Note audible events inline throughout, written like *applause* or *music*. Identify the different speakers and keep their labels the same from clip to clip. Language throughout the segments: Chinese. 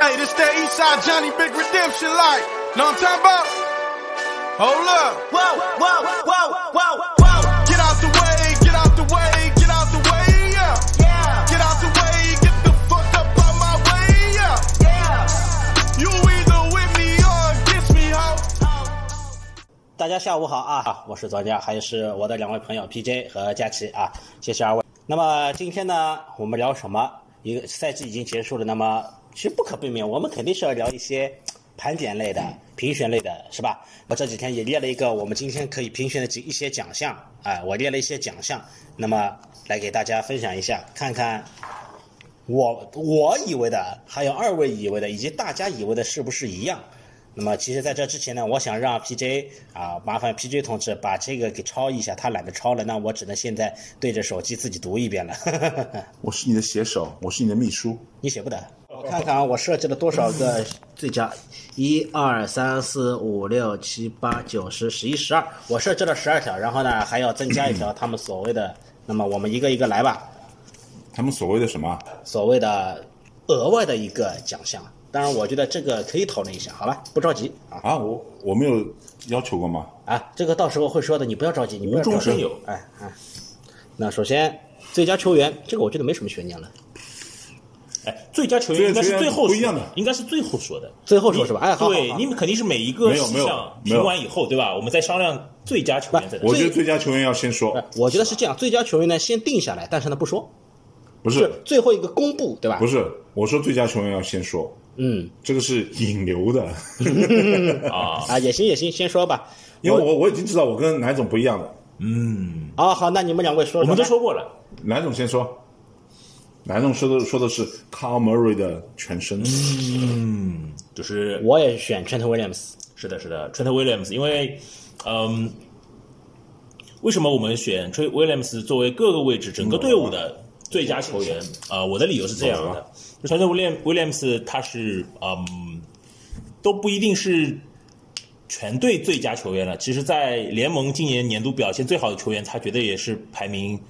Speaker 1: Hey, this that Eastside Johnny Big Redemption like. Know what I'm talking about? Hold up. Whoa, whoa, whoa, whoa, whoa. Get out the way, get out the way, get out the way, yeah. Yeah. Get out the way, get the fuck up out my way, yeah. Yeah. You either with me or against me, ho.
Speaker 2: 大家下午好啊，我是作家，还是我的两位朋友 PJ 和佳琪啊，谢谢二位。那么今天呢，我们聊什么？一个赛季已经结束了，那么其实不可避免，我们肯定是要聊一些盘点类的、评选类的，是吧？我这几天也列了一个我们今天可以评选的几一些奖项，哎、我列了一些奖项，那么来给大家分享一下，看看我我以为的，还有二位以为的，以及大家以为的是不是一样？那么其实在这之前呢，我想让 PJ 啊，麻烦 PJ 同志把这个给抄一下，他懒得抄了，那我只能现在对着手机自己读一遍了。 *laughs*
Speaker 3: 我是你的写手，我是你的秘书。
Speaker 2: 你写不得。我看看啊，我设置了多少个最佳？
Speaker 4: 一二三四五六七八九十十一十二，
Speaker 2: 我设置了十二条，然后呢还要增加一条他们所谓的，那么我们一个一个来吧。
Speaker 3: 他们所谓的什么？啊
Speaker 2: 所谓的额外的一个奖项，当然我觉得这个可以讨论一下，好吧？不着急啊
Speaker 3: 啊，我我没有要求过吗？
Speaker 2: 啊，这个到时候会说的，你不要着急，你不要着急
Speaker 5: 无中生有
Speaker 2: 哎哎、那首先最佳球员，这个我觉得没什么悬念了。
Speaker 5: 哎，最佳球员应该是最后
Speaker 3: 不一
Speaker 5: 说
Speaker 3: 样
Speaker 5: 的
Speaker 3: 的，
Speaker 5: 应该是最后说的，
Speaker 2: 最后说是吧
Speaker 5: 你
Speaker 2: 哎好好
Speaker 5: 对
Speaker 2: 好，
Speaker 5: 你们肯定是每一个
Speaker 3: 没有
Speaker 5: 事
Speaker 3: 没有
Speaker 5: 项
Speaker 3: 没有
Speaker 5: 评完以后，对吧？我们再商量最佳球员在哪。
Speaker 3: 我觉得最呃佳球员要先说，
Speaker 2: 我觉得是这样，最佳球员呢先定下来，但是呢不说，
Speaker 3: 不
Speaker 2: 是
Speaker 3: 是
Speaker 2: 最后一个公布，对吧？
Speaker 3: 不是，我说最佳球员要先说，
Speaker 2: 嗯
Speaker 3: 这个是引流 *laughs* 的，
Speaker 5: 啊，
Speaker 2: 啊，也行也行，先说吧。
Speaker 3: 因为我我已经知道我跟哪总不一样了。
Speaker 5: 嗯，
Speaker 2: 啊，好，那你们两位说说吧，
Speaker 5: 我们都说过了，
Speaker 3: 哪总先说，哪总说的说的是 Carl Murray 的全身，
Speaker 5: 嗯，就是
Speaker 2: 我也选 Trent Williams。
Speaker 5: 是的，是的，Trent Williams，因为，嗯，为什么我们选 Trent Williams 作为各个位置整个队伍的最佳球员？啊，我的理由是这样
Speaker 3: 懂
Speaker 5: 的就，Trent William- Williams 他是嗯，都不一定是全队最佳球员了。其实，在联盟今年年度表现最好的球员，他绝对也是排名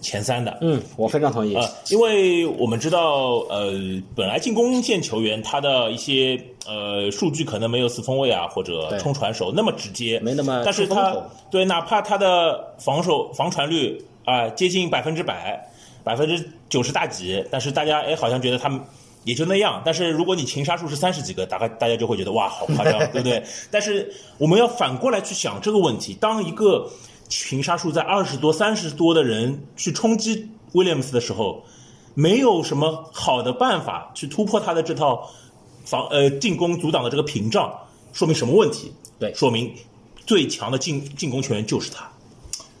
Speaker 5: 前三的。
Speaker 2: 嗯，我非常同意。
Speaker 5: 呃，因为我们知道，呃，本来进攻线球员他的一些呃数据可能没有四分卫啊或者
Speaker 2: 对
Speaker 5: 冲传手那么直接，
Speaker 2: 没那么
Speaker 5: 但是
Speaker 2: 出风
Speaker 5: 他
Speaker 2: 头
Speaker 5: 对哪怕他的防守防传率啊、接近百分之百，百分之九十大几，但是大家哎好像觉得他们。也就那样，但是如果你擒杀数是三十几个，大概大家就会觉得哇，好夸张，对不 *laughs* 对？但是我们要反过来去想这个问题：当一个擒杀数在二十多、三十多的人去冲击 Williams 的时候，没有什么好的办法去突破他的这套防呃进攻阻挡的这个屏障，说明什么问题？
Speaker 2: 对
Speaker 5: 说明最强的进进攻球员就是他。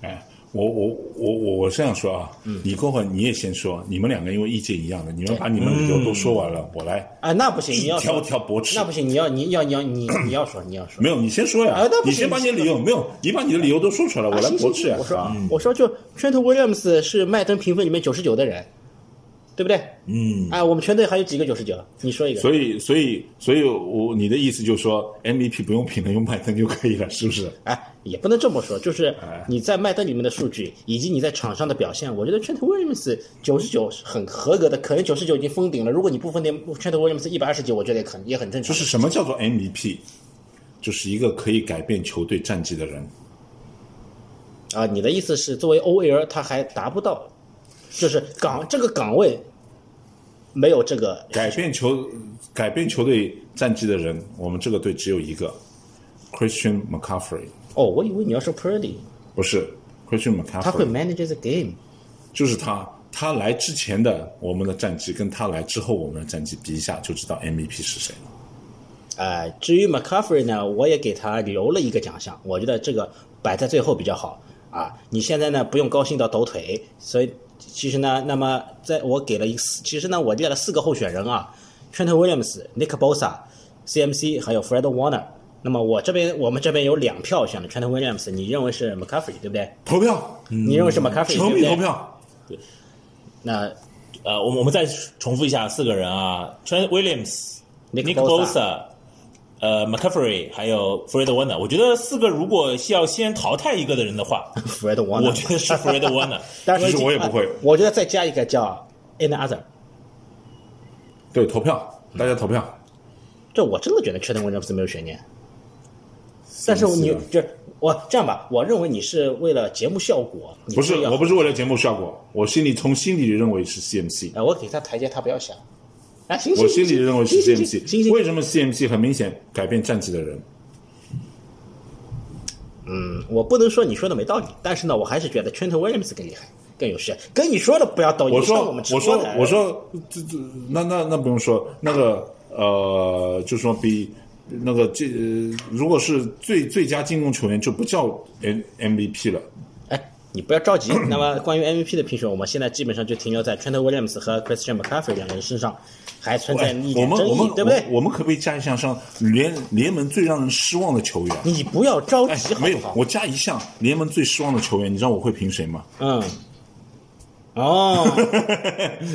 Speaker 3: 哎。我我我我我这样说啊，你过会你也先说，你们两个因为意见一样的，你们把你们理由都说完了，我来
Speaker 2: 啊，那不行，
Speaker 3: 一
Speaker 2: 你要
Speaker 3: 条
Speaker 2: 说
Speaker 3: 条驳斥
Speaker 2: 那。不行，你要你要你要你你要说你要说。
Speaker 3: 没有，你先说呀。
Speaker 2: 啊那不
Speaker 3: 你
Speaker 2: 行
Speaker 3: 先把你的理由没有，你把你的理由都说出来，我来
Speaker 2: 行行
Speaker 3: 驳斥呀
Speaker 2: 行我。说
Speaker 3: 啊
Speaker 2: 我说就 Trent Williams 是麦登评分里面九十九的人，对不对？
Speaker 5: 嗯，
Speaker 2: 哎，我们全队还有几个九十九？你说一个。
Speaker 3: 所以，所以，所以我你的意思就是说，MVP 不用评论，用麦登就可以了，是不是？
Speaker 2: 哎，也不能这么说，就是
Speaker 3: 哎
Speaker 2: 你在麦登里面的数据，以及你在场上的表现，我觉得 Trent Williams 九十九是很合格的，可能九十九已经封顶了。如果你不封顶，Trent Williams 一百二十九，我觉得也很也很正
Speaker 3: 就
Speaker 2: 常。
Speaker 3: 是什么叫做 MVP？就是一个可以改变球队战绩的人。
Speaker 2: 啊，你的意思是作为 OL 他还达不到，就是岗这个岗位没有这个
Speaker 3: 改变球改变球队战绩的人，我们这个队只有一个，Christian McCaffrey，
Speaker 2: 哦，我以为你要说 Purdy，
Speaker 3: 不是 Christian
Speaker 2: 他会
Speaker 3: McCaffrey，
Speaker 2: manage the game。
Speaker 3: 就是他。他来之前的我们的战绩，跟他来之后我们的战绩比一下，就知道 MVP 是谁了。
Speaker 2: 呃，至于 McCaffrey 呢，我也给他留了一个奖项，我觉得这个摆在最后比较好啊。你现在呢不用高兴到抖腿，所以其实呢，那么在我给了一四，其实呢我列了四个候选人啊，Trent Williams、Nick Bosa、CMC 还有 Fred Warner。那么我这边我们这边有两票选了 Trent Williams，你认为是 McCaffrey 对不对？
Speaker 3: 投票，
Speaker 2: 你认为是 McCaffrey 对
Speaker 3: 球
Speaker 2: 不
Speaker 3: 迷嗯投
Speaker 2: 对？
Speaker 3: 票，
Speaker 2: 那
Speaker 5: 呃，我们我们再重复一下四个人啊：Trent Williams、
Speaker 2: Nick
Speaker 5: Nick
Speaker 2: Bosa
Speaker 5: Bosa、呃 McCaffrey 还有 Fred Warner。我觉得四个如果是要先淘汰一个的人的话，
Speaker 2: Fred Warner，
Speaker 5: 我觉得是
Speaker 2: *laughs*
Speaker 5: Fred Warner。
Speaker 2: 但是啊
Speaker 3: 其实我也不会
Speaker 2: 我觉得再加一个叫 Another。
Speaker 3: 对，投票，大家投票。
Speaker 2: 这我真的觉得缺德文詹姆斯没有悬念。但是你
Speaker 3: 啊
Speaker 2: 就我这样吧，我认为你是为了节目效果，你
Speaker 3: 不是，
Speaker 2: 嗯要
Speaker 3: 我不是为了节目效果，我心里从心里认为是 CMC，
Speaker 2: 哎，我给他台阶，他不要下。啊，行，
Speaker 3: 我
Speaker 2: 行
Speaker 3: 心里
Speaker 2: 行
Speaker 3: 认为是
Speaker 2: 行行行
Speaker 3: CMC。
Speaker 2: 行
Speaker 3: 为什么 CMC 很明显改变战绩的人？
Speaker 2: 我不能说你说的没道理，但是呢，我还是觉得 Trent Williams 更厉害，更有实力。跟你说的不要道理，
Speaker 3: 我
Speaker 2: 上
Speaker 3: 说
Speaker 2: 我们，直
Speaker 3: 我
Speaker 2: 播
Speaker 3: 说
Speaker 2: 的，
Speaker 3: 我说，这这那那那不用说，那个呃，就说比那个这、呃如果是最最佳进攻球员，就不叫 M MVP 了。
Speaker 2: 哎，你不要着急。那么关于 MVP 的评选，我们现在基本上就停留在 Trent Williams 和 Christian McCaffrey 两个人身上，还存在
Speaker 3: 哎
Speaker 2: 一
Speaker 3: 我
Speaker 2: 点
Speaker 3: 们
Speaker 2: 争
Speaker 3: 我们
Speaker 2: 议，对不对
Speaker 3: 我？我们可不可以加一项上联联盟最让人失望的球员？
Speaker 2: 你不要着
Speaker 3: 哎
Speaker 2: 急， *laughs* 好
Speaker 3: 没有
Speaker 2: 不，好？
Speaker 3: 我加一项联盟最失望的球员，你知道我会评谁吗？
Speaker 2: 嗯。
Speaker 3: *laughs*
Speaker 2: 哦，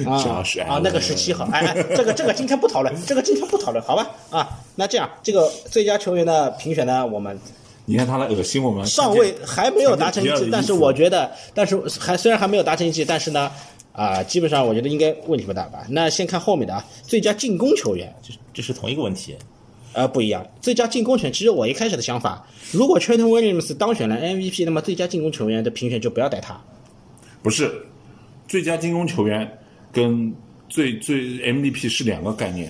Speaker 2: 啊
Speaker 3: Josh
Speaker 2: 啊，那个
Speaker 3: Allen
Speaker 2: 十七号，哎，哎这个这个今天不讨论，这个今天不讨论，好吧？啊，那这样，这个最佳球员的评选呢，我们
Speaker 3: 你看他来恶心我们，
Speaker 2: 尚未还没有达成一
Speaker 3: 看
Speaker 2: 致
Speaker 3: 见，
Speaker 2: 但是我觉得，但是还虽然还没有达成一致，但是呢，啊、基本上我觉得应该问题不大吧。那先看后面的啊，最佳进攻球员，
Speaker 5: 这这是同一个问题。
Speaker 2: 呃，不一样，最佳进攻权，其实我一开始的想法，如果 Trent Williams 当选了 MVP，那么最佳进攻球员的评选就不要带他。
Speaker 3: 不是最佳进攻球员跟最最 MVP 是两个概念。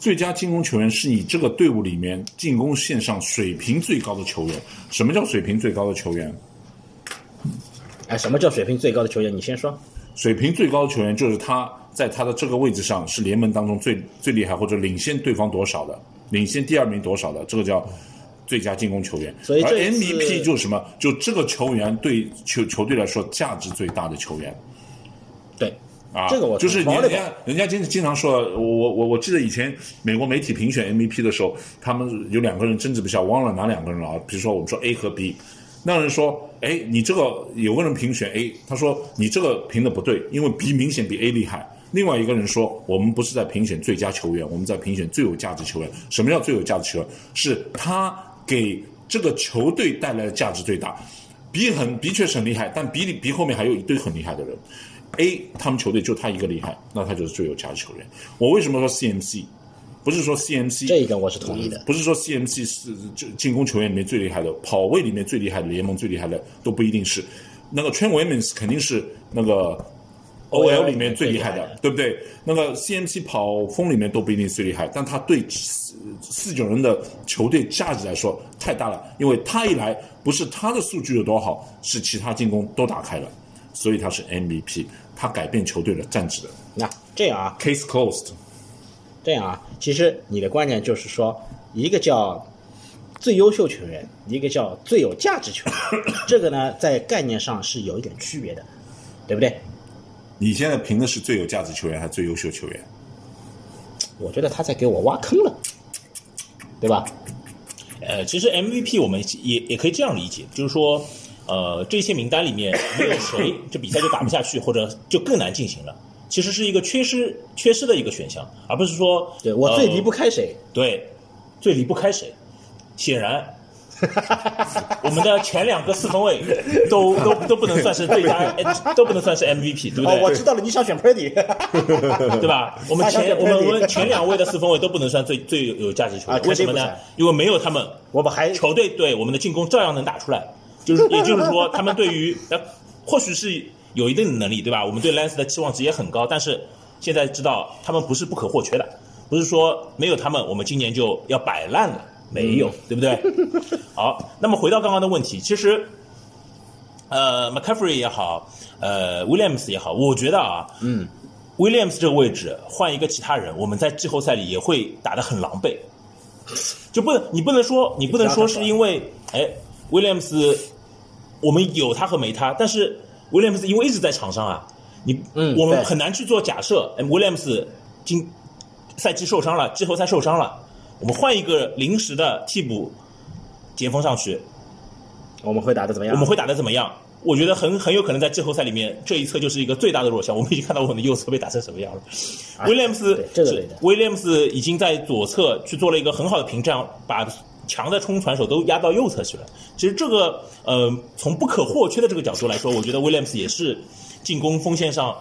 Speaker 3: 最佳进攻球员是你这个队伍里面进攻线上水平最高的球员。什么叫水平最高的球员？
Speaker 2: 哎，什么叫水平最高的球员？你先说。
Speaker 3: 水平最高的球员就是他在他的这个位置上是联盟当中最最厉害，或者领先对方多少的，领先第二名多少的，这个叫最佳进攻球员。
Speaker 2: 所以
Speaker 3: 而
Speaker 2: 这次
Speaker 3: MVP 就是什么？就这个球员对球球队来说价值最大的球员。
Speaker 2: 对，
Speaker 3: 啊，
Speaker 2: 这个我
Speaker 3: 就是
Speaker 2: 同意
Speaker 3: 人家人家经经常说，我我我我记得以前美国媒体评选 MVP 的时候，他们有两个人争执不下，我忘了哪两个人了啊。比如说我们说 A 和 B，那人说，哎，你这个有个人评选 A，他说你这个评的不对，因为 B 明显比 A 厉害。另外一个人说，我们不是在评选最佳球员，我们在评选最有价值球员。什么叫最有价值球员？是他给这个球队带来的价值最大。B 很的确是很厉害，但 B 里 B 后面还有一堆很厉害的人。A 他们球队就他一个厉害，那他就是最有价值球员。我为什么说 CMC？不是说 CMC
Speaker 2: 这一点我是同意的
Speaker 3: 嗯不是说 CMC 是这进攻球员里面最厉害的，跑位里面最厉害的，联盟最厉害的都不一定是。那个 Trent Williams 肯定是那个 OL 里面最厉害
Speaker 2: 最厉害
Speaker 3: 的
Speaker 2: 的，
Speaker 3: 对不对？那个 CMC 跑锋里面都不一定最厉害，但他对四四九人的球队价值来说太大了，因为他一来不是他的数据有多好，是其他进攻都打开了，所以他是 MVP，他改变球队的战绩的。
Speaker 2: 那这样啊，
Speaker 3: Case closed，
Speaker 2: 这样啊，其实你的观点就是说，一个叫最优秀球员，一个叫最有价值球员，这个呢在概念上是有一点区别的，对不对？
Speaker 3: 你现在评的是最有价值球员还是最优秀球员？
Speaker 2: 我觉得他在给我挖坑了，对吧？
Speaker 5: 呃，其实 MVP 我们也也可以这样理解，就是说，呃，这些名单里面没有
Speaker 2: *laughs*
Speaker 5: 谁，这比赛就打不下去，或者就更难进行了。其实是一个缺失缺失的一个选项，而不是说呃
Speaker 2: 对我
Speaker 3: 哦
Speaker 2: 最离不
Speaker 5: 开、
Speaker 2: 开谁？
Speaker 5: 对最离不开谁。显然，
Speaker 2: *laughs*
Speaker 5: 我们的前两个四分卫都都都不能算是最佳，呃都不能算是 MVP，对不对？
Speaker 2: 哦，我知道了，你想选 Pretty，
Speaker 5: 对吧？我们前我们我们前两位的四分卫都不能算最最有价值球
Speaker 2: 啊
Speaker 5: 员，
Speaker 2: 肯定
Speaker 5: 为什么
Speaker 2: 不
Speaker 5: 呢
Speaker 2: 算？
Speaker 5: 因为没有他们，
Speaker 2: *laughs* 我们还
Speaker 5: 球队对我们的进攻照样能打出来，就是也就是说，他们对于呃，或许是有一定的能力，对吧？我们对 Lance 的期望值也很高，但是现在知道他们不是不可或缺的，不是说没有他们，我们今年就要摆烂了，没有，对不对？好，那么回到刚刚的问题，其实。呃，McCaffrey 也好，呃，Williams 也好，我觉得啊，嗯，Williams 这个位置换一个其他人，我们在季后赛里也会打得很狼狈。就不能你不能说你不能说是因为哎，Williams，我们有他和没他，但是 Williams 因为一直在场上啊，你
Speaker 2: 嗯
Speaker 5: 我们
Speaker 2: 对
Speaker 5: 很难去做假设。哎，Williams 今赛季受伤了，季后赛受伤了，我们换一个临时的替补前锋上去，
Speaker 2: 我们会打的怎么样？
Speaker 5: 我们会打得怎么样？我觉得很很有可能在季后赛里面，这一侧就是一个最大的弱项。我们已经看到我们的右侧被打成什么样了。威廉姆斯
Speaker 2: 啊对，这个类的
Speaker 5: 威廉姆斯已经在左侧去做了一个很好的屏障，把强的冲传手都压到右侧去了。其实这个呃，从不可或缺的这个角度来说，我觉得威廉姆斯也是进攻锋线上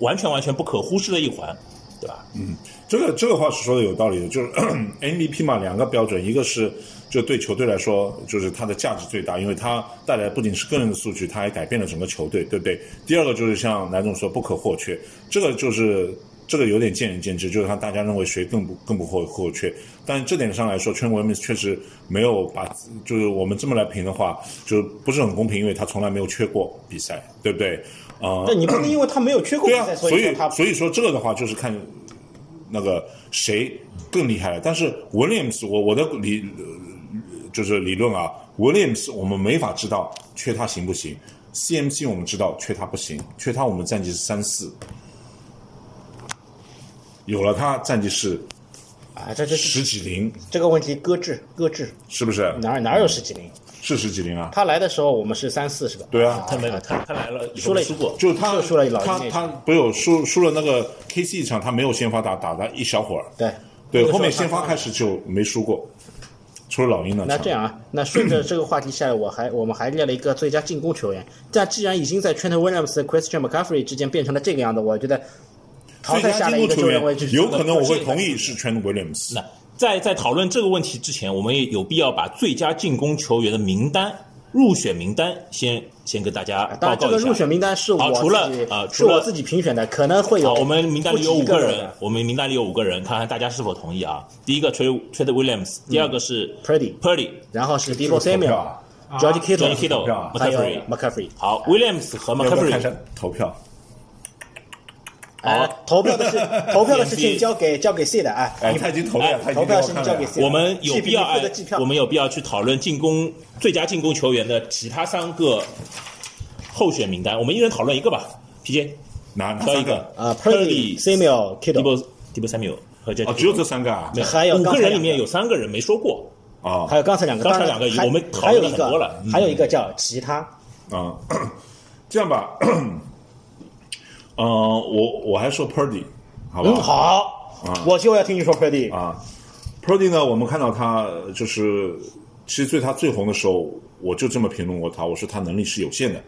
Speaker 5: 完全完全不可忽视的一环，对吧？
Speaker 3: 嗯，这个这个话是说的有道理的，就是 *clears throat* MVP 嘛，两个标准，一个是就对球队来说，就是它的价值最大，因为它带来不仅是个人的数据，它还改变了整个球队，对不对？第二个就是像南总说不可或缺，这个就是这个有点见仁见智，就是让大家认为谁更不更不或或缺。但这点上来说，圈 Williams 确实没有把，就是我们这么来评的话，就是不是很公平，因为他从来没有缺过比赛，对不对？啊、
Speaker 2: 对，你不能因为他没有缺过比
Speaker 3: 对啊
Speaker 2: 赛，，
Speaker 3: 所
Speaker 2: 以说
Speaker 3: 以
Speaker 2: 他
Speaker 3: 所以说这个的话就是看那个谁更厉害了。但是 Williams，我我的理呃就是理论啊，Williams 我们没法知道缺他行不行，CMC 我们知道缺他不行，缺他我们战绩是三四，有了他战绩是
Speaker 2: 啊，这这
Speaker 3: 十几零，
Speaker 2: 这个问题搁置搁置，
Speaker 3: 是不是？
Speaker 2: 哪哪有十几零？
Speaker 3: 是十几零啊？
Speaker 2: 他来的时候我们是三四是吧？
Speaker 3: 对啊，
Speaker 5: 他没有，他他来了，
Speaker 2: 输了一
Speaker 5: 输过，
Speaker 3: 就他
Speaker 2: 就输了老鹰
Speaker 3: 他
Speaker 2: 那
Speaker 3: 他不有输输了那个 KC 一场，他没有先发打打了一小会儿，
Speaker 2: 对。
Speaker 3: 对，
Speaker 2: 时候
Speaker 3: 后面先发开始就没输过，除了老鹰那
Speaker 2: 那
Speaker 3: 场
Speaker 2: 这样啊，那顺着这个话题下来，我还我们还列了一个最佳进攻球员。但既然已经在 Trent Williams 和 Christian McCaffrey 之间变成了这个样子，我觉得淘
Speaker 3: 最
Speaker 2: 汰
Speaker 3: 佳
Speaker 2: 下来
Speaker 3: 进
Speaker 2: 一
Speaker 3: 攻
Speaker 2: 个
Speaker 3: 球
Speaker 2: 球
Speaker 3: 员
Speaker 2: 员，我就是
Speaker 3: 有可能我会同意是 Trent Williams。
Speaker 5: 那在在讨论这个问题之前，我们也有必要把最佳进攻球员的名单、入选名单先先跟大家
Speaker 2: 当
Speaker 5: 报
Speaker 2: 然，这
Speaker 5: 告
Speaker 2: 个
Speaker 5: 一下。
Speaker 2: 入选名单是我
Speaker 5: 好
Speaker 2: 自己
Speaker 5: 除了啊
Speaker 2: 是
Speaker 5: 除了啊
Speaker 2: 我自己评选的，可能会有
Speaker 5: 好，我们名单里有
Speaker 2: 不
Speaker 5: 五
Speaker 2: 及格
Speaker 5: 个
Speaker 2: 的
Speaker 5: 人，我们名单里有五个人，看看大家是否同意啊。第一个 Trey Trey Williams，第二个是
Speaker 2: 嗯 Purdy
Speaker 5: Purdy，
Speaker 2: 然后是 Debo
Speaker 3: 投票啊
Speaker 2: Samuel、George
Speaker 5: George
Speaker 2: Kittle，
Speaker 5: Kittle，
Speaker 2: 还有
Speaker 5: McCaffrey
Speaker 2: McCaffrey。
Speaker 5: 好，Williams 和
Speaker 3: 要不要看一
Speaker 5: McCaffrey
Speaker 3: 下投票？
Speaker 2: 哎，投票
Speaker 5: *laughs*
Speaker 2: 的事，投票的事情交给交给 C 的啊，
Speaker 3: 哎，
Speaker 2: 你
Speaker 3: 他已经投了呀，他已
Speaker 2: 投
Speaker 3: 经
Speaker 2: 票
Speaker 3: 给我
Speaker 2: 先
Speaker 3: 看
Speaker 2: 交
Speaker 3: 了
Speaker 2: 给
Speaker 3: 呀。
Speaker 2: C 的。
Speaker 5: 我们有必要
Speaker 2: 按
Speaker 5: 按我们有必要去讨论进攻最佳进攻球员的其他三个候选名单，我们一人讨论一个吧。PJ
Speaker 3: 哪哪
Speaker 5: 挑一
Speaker 3: 三
Speaker 5: 个
Speaker 3: 个？
Speaker 2: 啊 p u r d y
Speaker 5: Purdy
Speaker 2: Samuel、Kittle，
Speaker 5: Debo Debo Samuel 和 j a
Speaker 3: 哦，
Speaker 5: d
Speaker 3: 只有这三个啊
Speaker 5: 没？有
Speaker 2: 还有
Speaker 5: 五个
Speaker 2: 刚才
Speaker 5: 人
Speaker 2: 两
Speaker 5: 里面
Speaker 2: 个
Speaker 5: 有三个人没说过，
Speaker 3: 啊
Speaker 2: 还有刚才两个，
Speaker 5: 刚才
Speaker 2: 当
Speaker 5: 两
Speaker 2: 然
Speaker 5: 个
Speaker 2: 还
Speaker 5: 我们
Speaker 2: 还有
Speaker 5: 讨论了
Speaker 2: 一
Speaker 5: 很多
Speaker 2: 个
Speaker 5: 了，嗯
Speaker 2: 还有一个叫其他，
Speaker 3: 啊，这样吧，呃，我我还说 Purdy，好吧？
Speaker 2: 嗯，好，我就要听你说 Purdy，
Speaker 3: 啊，Purdy 呢，我们看到他呃就是，其实最他最红的时候，我就这么评论过他，我说他能力是有限的，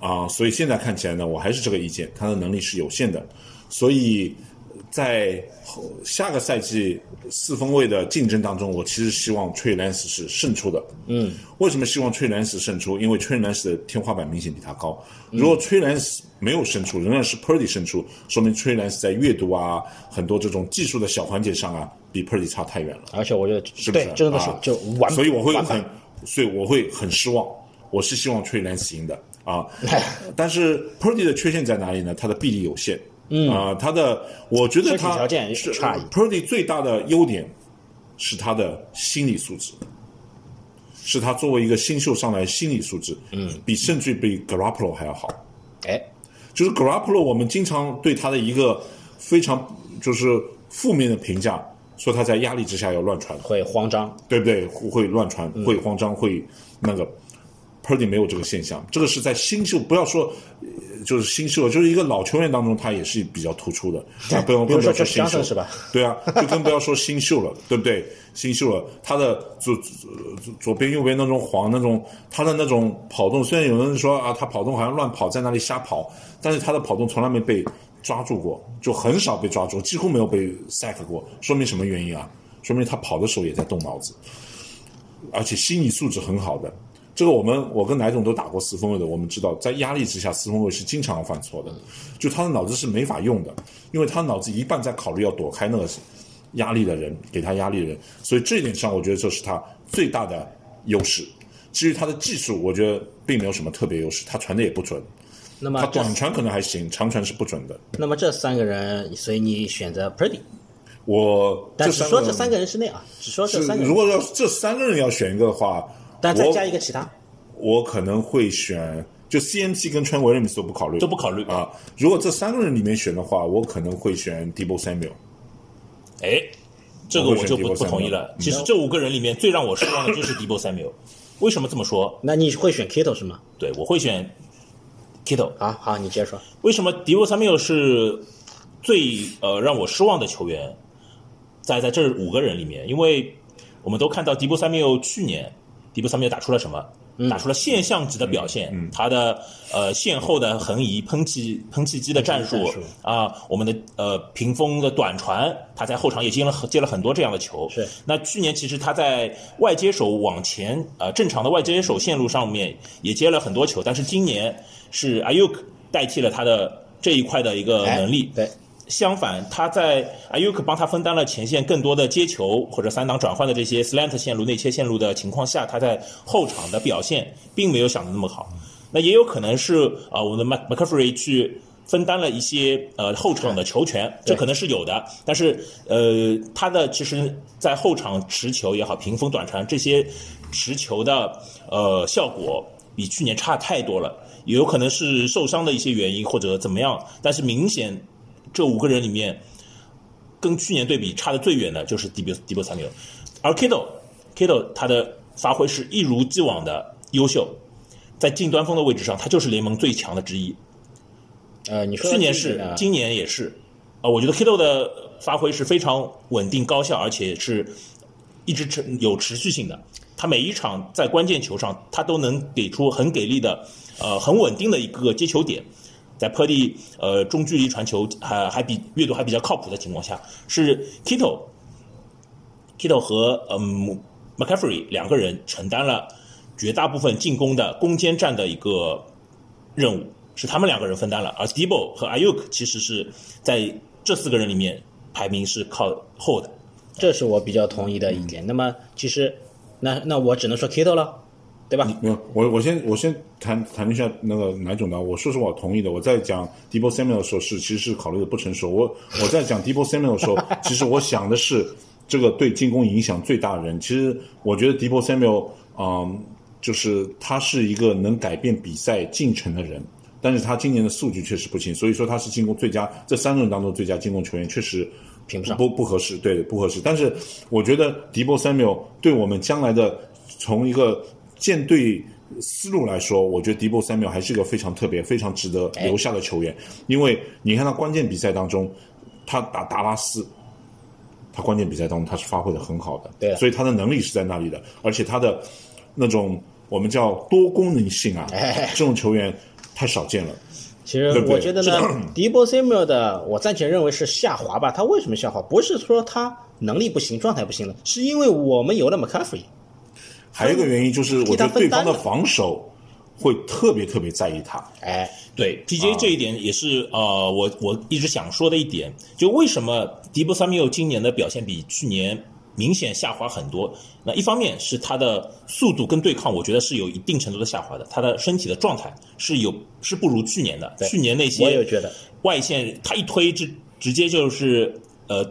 Speaker 3: 啊，所以现在看起来呢，我还是这个意见，他的能力是有限的，所以呃在后下个赛季四分卫的竞争当中，我其实希望 t r e y Lance 是胜出的。嗯，为什么希望 t r e y Lance 胜出？因为 t r e y Lance 的天花板明显比他高。如果 t r e y Lance 没有胜出，仍然是 Purdy 胜出，说明 t r e y Lance 在阅读啊很多这种技术的小环节上啊，比 Purdy 差太远了。
Speaker 2: 而且我觉得
Speaker 3: 是不是
Speaker 2: 对，真的是
Speaker 3: 啊
Speaker 2: 就完，
Speaker 3: 所以我会
Speaker 2: 完
Speaker 3: 很
Speaker 2: 美，
Speaker 3: 所以我会很失望。我是希望吹蓝赢的啊，
Speaker 2: *laughs*
Speaker 3: 但是 Purdy 的缺陷在哪里呢？他的臂力有限，嗯啊、他的我觉得
Speaker 2: 身体
Speaker 3: 他
Speaker 2: 条件
Speaker 3: 是
Speaker 2: 差异
Speaker 3: Purdy 最大的优点是他的心理素质，是他作为一个新秀上来的心理素质，嗯，比甚至比 Garoppolo 还要好。
Speaker 2: 哎，
Speaker 3: 就是 Garoppolo，我们经常对他的一个非常就是负面的评价，说他在压力之下要乱传，
Speaker 2: 会慌张，
Speaker 3: 对不对？会会乱传，
Speaker 2: 嗯
Speaker 3: 会慌张，会那个。Purdy 没有这个现象，这个是在新秀，不要说呃就是新秀，就是一个老球员当中，他也是比较突出
Speaker 2: *laughs*
Speaker 3: 的。啊不用，
Speaker 2: 比
Speaker 3: 更
Speaker 2: 如
Speaker 3: 不
Speaker 2: 说
Speaker 3: 要说
Speaker 2: Josh
Speaker 3: 新
Speaker 2: Johnson
Speaker 3: 秀
Speaker 2: 是吧？
Speaker 3: 对啊，就更不要说新秀了，对不对？新秀了，他的左左左左边右边那种晃那种，他的那种跑动，虽然有人说啊，他跑动好像乱跑，在那里瞎跑，但是他的跑动从来没被抓住过，就很少被抓住，几乎没有被 sack 过，说明什么原因啊？说明他跑的时候也在动脑子。而且心理素质很好的。这个我们我跟奶总都打过四分卫的，我们知道在压力之下，四分卫是经常犯错的，就他的脑子是没法用的，因为他脑子一半在考虑要躲开那个压力的人，给他压力的人，所以这一点上，我觉得这是他最大的优势。至于他的技术，我觉得并没有什么特别优势，他传的也不准，
Speaker 2: 那
Speaker 3: 他
Speaker 2: 么这
Speaker 3: 短传可能还行，长传是不准的。
Speaker 2: 那么这三个人，所以你选择 Purdy，
Speaker 3: 我
Speaker 2: 但只说
Speaker 3: 人
Speaker 2: 这三个人之内啊，只说这
Speaker 3: 是
Speaker 2: 三个
Speaker 3: 如
Speaker 2: 人，
Speaker 3: 果要这三个人要选一个的话，
Speaker 2: 但再
Speaker 3: 我
Speaker 2: 加一个其他，
Speaker 3: 我可能会选，就 CMC 跟 Trent Williams 都不考虑，
Speaker 5: 都不考虑。
Speaker 3: 啊。如果这三个人里面选的话，我可能会选 Debo Samuel。
Speaker 5: 哎，这个
Speaker 3: 我会
Speaker 5: 我
Speaker 3: 选
Speaker 5: 就不
Speaker 3: Debo
Speaker 5: 不
Speaker 3: Samuel
Speaker 5: 同意
Speaker 2: 嗯
Speaker 5: 了。其实这五个人里面最让我失望的就是 Debo Samuel。为什么这么说？
Speaker 2: 那你会选 Kittle 是吗？
Speaker 5: 对我会选 Kittle。
Speaker 2: 好好，你接着说。
Speaker 5: 为什么 Debo Samuel 是最呃让我失望的球员？在在这五个人里面，因为我们都看到 Debo Samuel 去年 Debo Samuel 打出了什么？打出了现象级的表现。他的呃线后的横移、喷气喷气机的战术
Speaker 4: 战术
Speaker 5: 啊，我们的呃屏风的短传，他在后场也接了很接了很多这样的球。
Speaker 4: 是
Speaker 5: 那去年其实他在外接手往前呃正常的外接手线路上面也接了很多球，但是今年是 Ayuk 代替了他的这一块的一个能力。
Speaker 4: 对，
Speaker 5: 相反，他在 Ayuk 帮他分担了前线更多的接球或者三档转换的这些 slant 线路、内切线路的情况下，他在后场的表现并没有想的那么好。那也有可能是啊、呃我们的 Mc McCaffrey 去分担了一些呃后场的球权，这可能是有的。但是呃，他的其实在后场持球也好，屏风短传这些持球的呃效果比去年差太多了，也有可能是受伤的一些原因或者怎么样，但是明显。这五个人里面，跟去年对比差的最远的就是迪波迪波三牛，而 Kido，Kido 他的发挥是一如既往的优秀，在近端锋的位置上，他就是联盟最强的之一。
Speaker 2: 呃，你说
Speaker 5: 去年
Speaker 2: 这
Speaker 5: 是
Speaker 2: 个呢，
Speaker 5: 今年也是。啊，我觉得 Kido 的发挥是非常稳定、高效，而且是一直持有持续性的。他每一场在关键球上，他都能给出很给力的，呃，很稳定的一个接球点。在 Purdy 呃中距离传球还、还比阅读还比较靠谱的情况下，是 Kito Kito 和嗯 McCaffrey 两个人承担了绝大部分进攻的攻坚战的一个任务，是他们两个人分担了。而 Debo 和 Ayuk 其实是在这四个人里面排名是靠后的。
Speaker 2: 这是我比较同意的意见。那么其实，那那我只能说 Kito 了，对吧？
Speaker 3: 没有，我我先我先谈谈一下那个哪种的。我说实话，我同意的。我在讲 Debo Samuel 的时候是其实是考虑的不成熟。我我在讲 Debo Samuel 的时候，其实我想的是这个对进攻影响最大的人。其实我觉得 Debo Samuel，嗯，就是他是一个能改变比赛进程的人。但是他今年的数据确实不行，所以说他是进攻最佳这三个人当中最佳进攻球员，确实
Speaker 2: 评不上
Speaker 3: 不不合适，对，不合适。但是我觉得迪波三缪对我们将来的从一个舰队思路来说，我觉得迪波三缪还是一个非常特别、非常值得留下的球员，因为你看他关键比赛当中，他打达拉斯。他关键比赛当中他是发挥的很好的，
Speaker 2: 对啊
Speaker 3: 所以他的能力是在那里的，而且他的那种我们叫多功能性啊，这种球员太少见了。
Speaker 2: 其实
Speaker 3: 对不
Speaker 2: *clears throat*
Speaker 3: 对
Speaker 2: 我觉
Speaker 5: *coughs*
Speaker 2: 得呢，迪波 Samuel 的我暂且认为是下滑吧。他为什么下滑？不是说他能力不行、状态不行了，是因为我们有了 McCaffrey。
Speaker 3: 还有一个原因就是，我
Speaker 2: 替
Speaker 3: 觉
Speaker 2: 他
Speaker 3: 得对
Speaker 2: 分
Speaker 3: 方
Speaker 2: 担
Speaker 3: 的
Speaker 2: 了
Speaker 3: 防守会特别特别在意他。
Speaker 2: 哎，
Speaker 5: 对 PJ 这一点也是呃，我我一直想说的一点，就为什么迪布萨米尔今年的表现比去年明显下滑很多？那一方面是他的速度跟对抗，我觉得是有一定程度的下滑的，他的身体的状态是有是不如去年的。去年那些
Speaker 2: 我也觉得
Speaker 5: 外线他一推直直接就是呃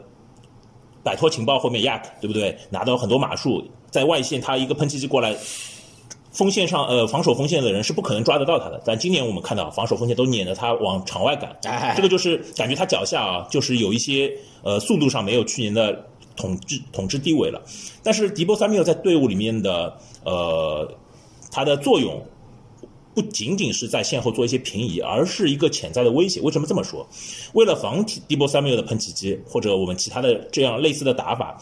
Speaker 5: 摆脱情报后面 yak 对不对？拿到很多码数，在外线他一个喷气机过来，锋线上呃防守锋线的人是不可能抓得到他的。但今年我们看到防守锋线都撵着他往场外赶，
Speaker 2: 哎
Speaker 5: 这个就是感觉他脚下啊，就是有一些呃速度上没有去年的统治统治地位了。但是迪波萨米尔在队伍里面的呃他的作用不仅仅是在线后做一些平移，而是一个潜在的威胁。为什么这么说？为了防止迪波三缪的喷气机，或者我们其他的这样类似的打法，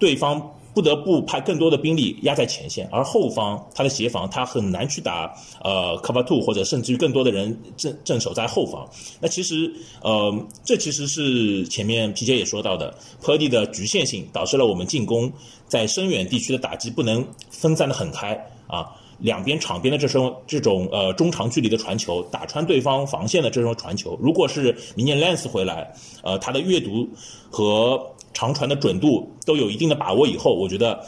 Speaker 5: 对方不得不派更多的兵力压在前线，而后方他的协防他很难去打呃 cover two，或者甚至于更多的人镇镇守在后方。那其实呃，这其实是前面 PJ 也说到的，Purdy 的局限性导致了我们进攻在深远地区的打击不能分散的很开啊。两边场边的这种这种呃中长距离的传球，打穿对方防线的这种传球，如果是明年 Lance 回来，呃，他的阅读和长传的准度都有一定的把握以后，我觉得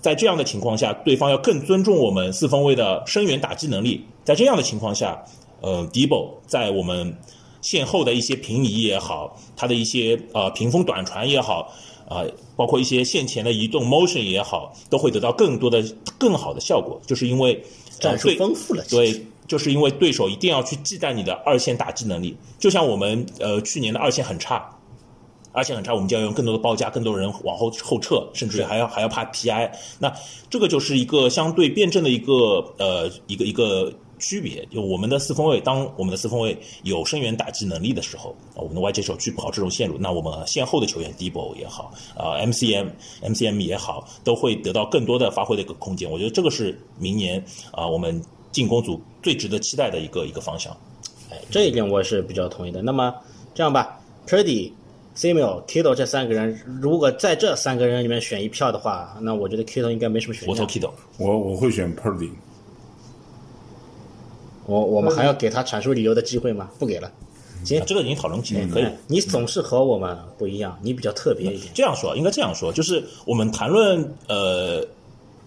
Speaker 5: 在这样的情况下，对方要更尊重我们四分卫的深远打击能力。在这样的情况下，呃，Debo 在我们线后的一些平移也好，他的一些呃屏风短传也好，啊、包括一些线前的移动 motion 也好，都会得到更多的更好的效果，就是因为
Speaker 2: 战术
Speaker 5: 呃对
Speaker 2: 丰富了其实
Speaker 5: 对，就是因为对手一定要去忌惮你的二线打击能力，就像我们呃去年的二线很差，而且很差，我们就要用更多的包夹，更多人往后后撤，甚至还要还要怕 PI。那这个就是一个相对辩证的一个呃一个一个区别。就我们的四分卫，当我们的四分卫有深远打击能力的时候，啊我们的外接手去跑这种线路，那我们线后的球员 d e b o 也好，啊、MCM、MCM 也好，都会得到更多的发挥的一个空间。我觉得这个是明年啊、我们进攻组最值得期待的一个一个方向。
Speaker 2: 哎，这一点我是比较同意的。那么这样吧，Purdy、Samuel、Kittle 这三个人，如果在这三个人里面选一票的话，那我觉得 Kittle 应该没什么选
Speaker 5: 我投
Speaker 2: 项。
Speaker 5: Kido，
Speaker 3: 我我会选 Purdy，
Speaker 2: 我我们还要给他阐述理由的机会吗？不给了。行，
Speaker 5: 这个已经讨论起嗯来，可以
Speaker 2: 哎，你总是和我们不一样，你比较特别一点。
Speaker 5: 这样说，应该这样说，就是我们谈论呃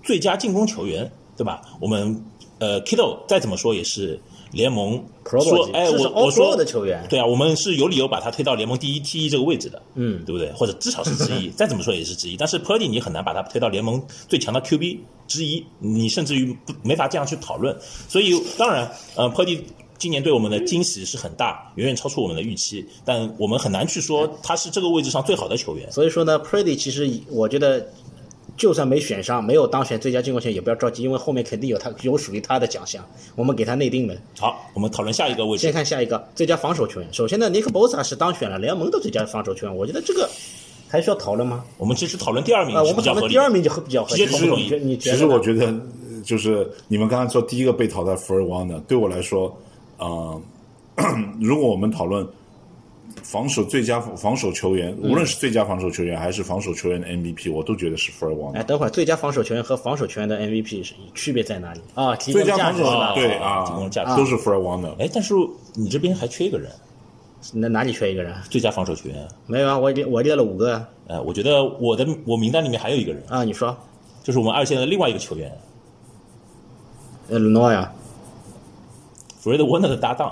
Speaker 5: 最佳进攻球员，对吧？我们呃 Kido 再怎么说也是联盟
Speaker 2: Pro
Speaker 5: 说
Speaker 2: 级，
Speaker 5: 哎
Speaker 2: 这是
Speaker 5: 我
Speaker 2: All
Speaker 5: 我说
Speaker 2: Pro 的球员
Speaker 5: 对啊，我们是有理由把他推到联盟第一 T 一这个位置的，
Speaker 2: 嗯
Speaker 5: 对不对？或者至少是之
Speaker 2: *laughs*
Speaker 5: 一，再怎么说也是之一。但是 Purdy 你很难把他推到联盟最强的 QB 之一，你甚至于不没法这样去讨论。所以当然，呃，Purdy。今年对我们的惊喜是很大，远远超出我们的预期，但我们很难去说他是这个位置上最好的球员。
Speaker 2: 所以说呢，Pretty 其实我觉得，就算没选上，没有当选最佳进攻球员也不要着急，因为后面肯定有他有属于他的奖项，我们给他内定的。
Speaker 5: 好，我们讨论下一个位置
Speaker 2: 先。看下一个最佳防守球员，首先呢，尼克博萨是当选了联盟的最佳防守球员，我觉得这个还需要讨论吗？
Speaker 5: 我们其实讨论第二名
Speaker 2: 啊，我
Speaker 5: 是嗯
Speaker 2: 们
Speaker 5: 比
Speaker 2: 讨
Speaker 5: 较合理
Speaker 2: 论第
Speaker 5: 的。
Speaker 2: 二名就比较合理。
Speaker 5: 直接同
Speaker 2: 你
Speaker 5: 意
Speaker 2: 觉你觉
Speaker 3: 其
Speaker 2: 得
Speaker 3: 实
Speaker 2: 呢
Speaker 3: 我觉得呃就是你们刚才说第一个被淘汰福尔旺的，对我来说，呃， *clears throat* 如果我们讨论防守最佳防守球员，无论是最佳防守球员还是防守球员的 MVP，我都觉得是福尔旺
Speaker 2: 哎，
Speaker 3: 的。
Speaker 2: 等会儿最佳防守球员和防守球员的 MVP 是区别在哪里啊？提供
Speaker 3: 最佳
Speaker 2: 价
Speaker 3: 防
Speaker 2: 值
Speaker 3: 守
Speaker 2: 是吧？
Speaker 3: 对
Speaker 5: 提供价
Speaker 3: 啊，
Speaker 5: 值
Speaker 3: 都是福尔旺的。
Speaker 5: 哎，但是你这边还缺一个人，
Speaker 2: 那哪里缺一个人？
Speaker 5: 最佳防守球员。
Speaker 2: 没有啊，我列我列了五个啊
Speaker 5: 呃，我觉得我的我名单里面还有一个人，
Speaker 2: 啊，你说，
Speaker 5: 就是我们二线的另外一个球员，
Speaker 2: 呃，鲁诺呀，
Speaker 5: 弗瑞德·沃纳的搭档。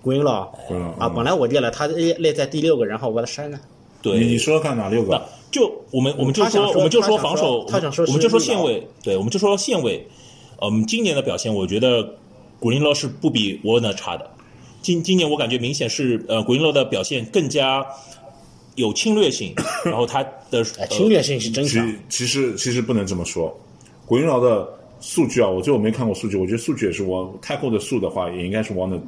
Speaker 2: 古英老
Speaker 3: 嗯
Speaker 2: 啊，本来我列了他列列在第六个，然后我把他删了。
Speaker 5: 对，
Speaker 3: 你你说说看哪六
Speaker 5: 那
Speaker 3: 个？
Speaker 5: 就我们我们就
Speaker 2: 他想
Speaker 5: 说
Speaker 2: 说
Speaker 5: 我们就
Speaker 2: 他想
Speaker 5: 防
Speaker 2: 说
Speaker 5: 守，
Speaker 2: 他想说
Speaker 5: 我们就说
Speaker 2: 是利
Speaker 5: 线
Speaker 2: 劳
Speaker 5: 位，对，我们就说线位。嗯，今年的表现，我觉得古林洛是不比沃纳差的。今今年我感觉明显是呃，古林洛的表现更加有侵略性，然后他的
Speaker 2: 哎，
Speaker 5: 呃
Speaker 2: 侵略性是真
Speaker 3: 其
Speaker 2: 强，
Speaker 3: 实其实其实不能这么说，国云饶的数据啊，我最后没看过数据，我觉得数据也是我太后的数的话，也应该是王的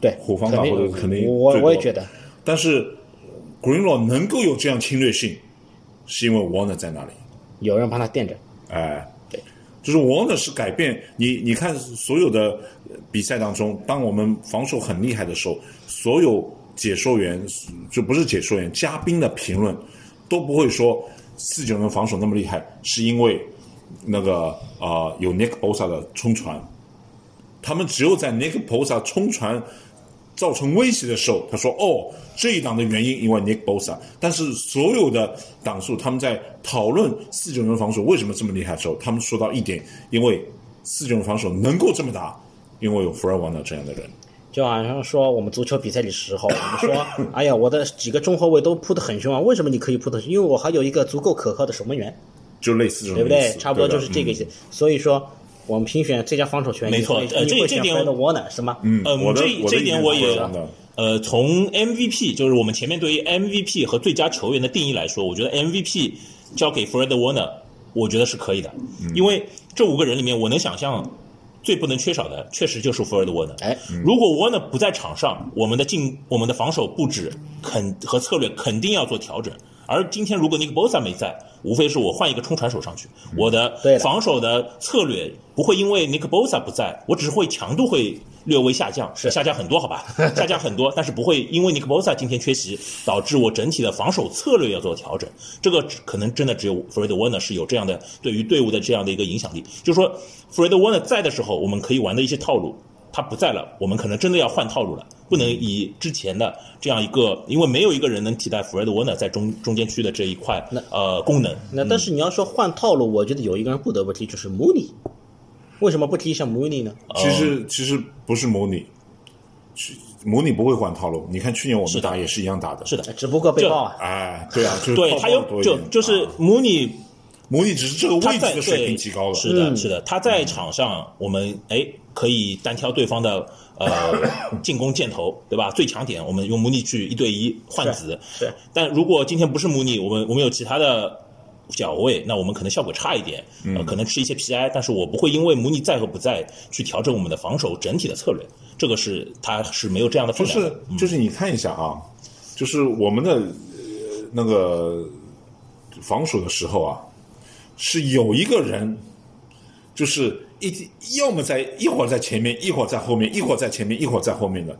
Speaker 2: 对，
Speaker 3: 虎方
Speaker 2: 肯
Speaker 3: 大
Speaker 2: 定
Speaker 3: 或者肯定
Speaker 2: 我
Speaker 3: 最多
Speaker 2: 我也觉得，
Speaker 3: 但是 Greenlaw 能够有这样侵略性，是因为 Warner 在那里。
Speaker 2: 有人帮他垫着。
Speaker 3: 哎，就是 Warner 是改变你，你看所有的呃比赛当中，当我们防守很厉害的时候，所有解说员就不是解说员，嘉宾的评论都不会说四九人防守那么厉害，是因为那个呃有 Nick Bosa 的冲传。他们只有在 Nick Bosa 冲传造成威胁的时候，他说：“哦，这一档的原因因为 Nick Bosa。”但是所有的档数，他们在讨论四九人防守为什么这么厉害的时候，他们说到一点：因为四九人防守能够这么打，因为有 f r e w a n 这样的人。
Speaker 2: 就好像说我们足球比赛里时候，我们
Speaker 5: *laughs*
Speaker 2: 说，哎呀，我的几个中后卫都扑得很凶啊，为什么你可以扑得？因为我还有一个足够可靠的守门员，
Speaker 3: 就类似这
Speaker 5: 嗯
Speaker 3: 种
Speaker 2: 对不
Speaker 3: 意
Speaker 2: 对？
Speaker 3: 思
Speaker 2: 差不多
Speaker 3: 对
Speaker 2: 就
Speaker 3: 的
Speaker 2: 是这个
Speaker 3: 嗯
Speaker 2: 意思。所以说，我们评选最佳防守球员，
Speaker 5: 没错
Speaker 2: 你会
Speaker 5: 呃
Speaker 2: 你
Speaker 5: 这
Speaker 2: 会
Speaker 5: 这
Speaker 2: 选
Speaker 5: 点
Speaker 2: Fred
Speaker 5: 我
Speaker 2: Warner 是吗？
Speaker 3: 嗯，
Speaker 5: 嗯，
Speaker 3: 我的
Speaker 5: 这
Speaker 3: 我
Speaker 5: 这
Speaker 3: 的意
Speaker 5: 一
Speaker 3: 见
Speaker 5: 点我
Speaker 3: 是
Speaker 5: 也
Speaker 3: 这样的
Speaker 5: 呃，从 MVP 就是我们前面对于 MVP 和最佳球员的定义来说，我觉得 MVP 交给 Fred Warner，我觉得是可以的，
Speaker 3: 嗯
Speaker 5: 因为这五个人里面，我能想象最不能缺少的，确实就是 Fred Warner。
Speaker 2: 哎，
Speaker 3: 嗯
Speaker 5: 如果 Warner 不在场上，我们的进我们的防守布置肯和策略肯定要做调整。而今天如果 Nick Bosa 没在，无非是我换一个冲传手上去，我
Speaker 3: 嗯
Speaker 5: 的
Speaker 2: 对的
Speaker 5: 防守的策略不会因为 Nick Bosa 不在，我只是会强度会略微下降，是下降很多，好吧，
Speaker 2: *laughs*
Speaker 5: 下降很多，但是不会因为 Nick Bosa 今天缺席，导致我整体的防守策略要做调整。这个只可能真的只有 Fred Warner 是有这样的对于队伍的这样的一个影响力，就是说 Fred Warner 在的时候，我们可以玩的一些套路。他不在了，我们可能真的要换套路了，不能以之前的这样一个，因为没有一个人能替代 Fred Warner 在中中间区的这一块呃功能。
Speaker 2: 那但是你要说换套路，我觉得有一个人不得不提，就是 Mooney。为什么不提一下 Mooney 呢？
Speaker 3: 其实
Speaker 5: 哦
Speaker 3: 其实不是模拟，去模拟不会换套路。你看去年我
Speaker 5: 是
Speaker 3: 们
Speaker 5: 的
Speaker 3: 打也是一样打的。
Speaker 5: 是的
Speaker 2: 哎只不过被
Speaker 5: 这
Speaker 2: 爆啊，
Speaker 3: 哎，对啊，就是
Speaker 5: 对
Speaker 3: 泡泡
Speaker 5: 他有
Speaker 3: 多一
Speaker 5: 就
Speaker 3: 点
Speaker 5: 就是
Speaker 3: 啊
Speaker 5: 姆尼，
Speaker 3: 模拟只是这个
Speaker 5: 他
Speaker 3: 位置
Speaker 5: 在
Speaker 3: 的水
Speaker 5: 对
Speaker 3: 平提高了。
Speaker 5: 是的，
Speaker 2: 嗯
Speaker 5: 是的，他在场上我们哎可以单挑对方的呃进攻箭头，对吧？最强点我们用姆尼去一对一换子。
Speaker 2: 是
Speaker 5: 但如果今天不是姆尼，我们我们有其他的脚位，那我们可能效果差一点，呃，
Speaker 3: 嗯
Speaker 5: 可能吃一些 PI，但是我不会因为姆尼在和不在去调整我们的防守整体的策略，这个是他是没有这样的
Speaker 3: 就
Speaker 5: 分量的。
Speaker 3: 是就是你看一下啊，就是我们的呃那个防守的时候啊，是有一个人，就是一要么在一会儿在前面，一会儿在后面，一会儿在前面，一会儿在后面的，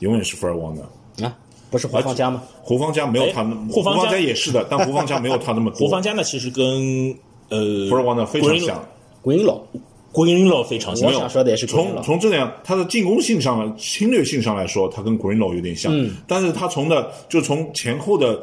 Speaker 3: 永远是福尔旺的。
Speaker 2: 啊，不是胡方家吗？
Speaker 3: 胡方家没有
Speaker 5: 哎
Speaker 3: 他那，
Speaker 5: 胡方家
Speaker 3: 家也是的，但胡方家没有他那么多。
Speaker 5: 胡方家呢，其实跟呃
Speaker 3: 福尔旺的非常
Speaker 5: Green-
Speaker 3: 像，
Speaker 2: 古英老，
Speaker 5: 郭云乐非常像
Speaker 2: 我，想说的也是古英
Speaker 3: 从
Speaker 2: 老，
Speaker 3: 从这点，他的进攻性上、侵略性上来说，他跟 Greenlow 有点像，
Speaker 2: 嗯
Speaker 3: 但是他从的就从前后的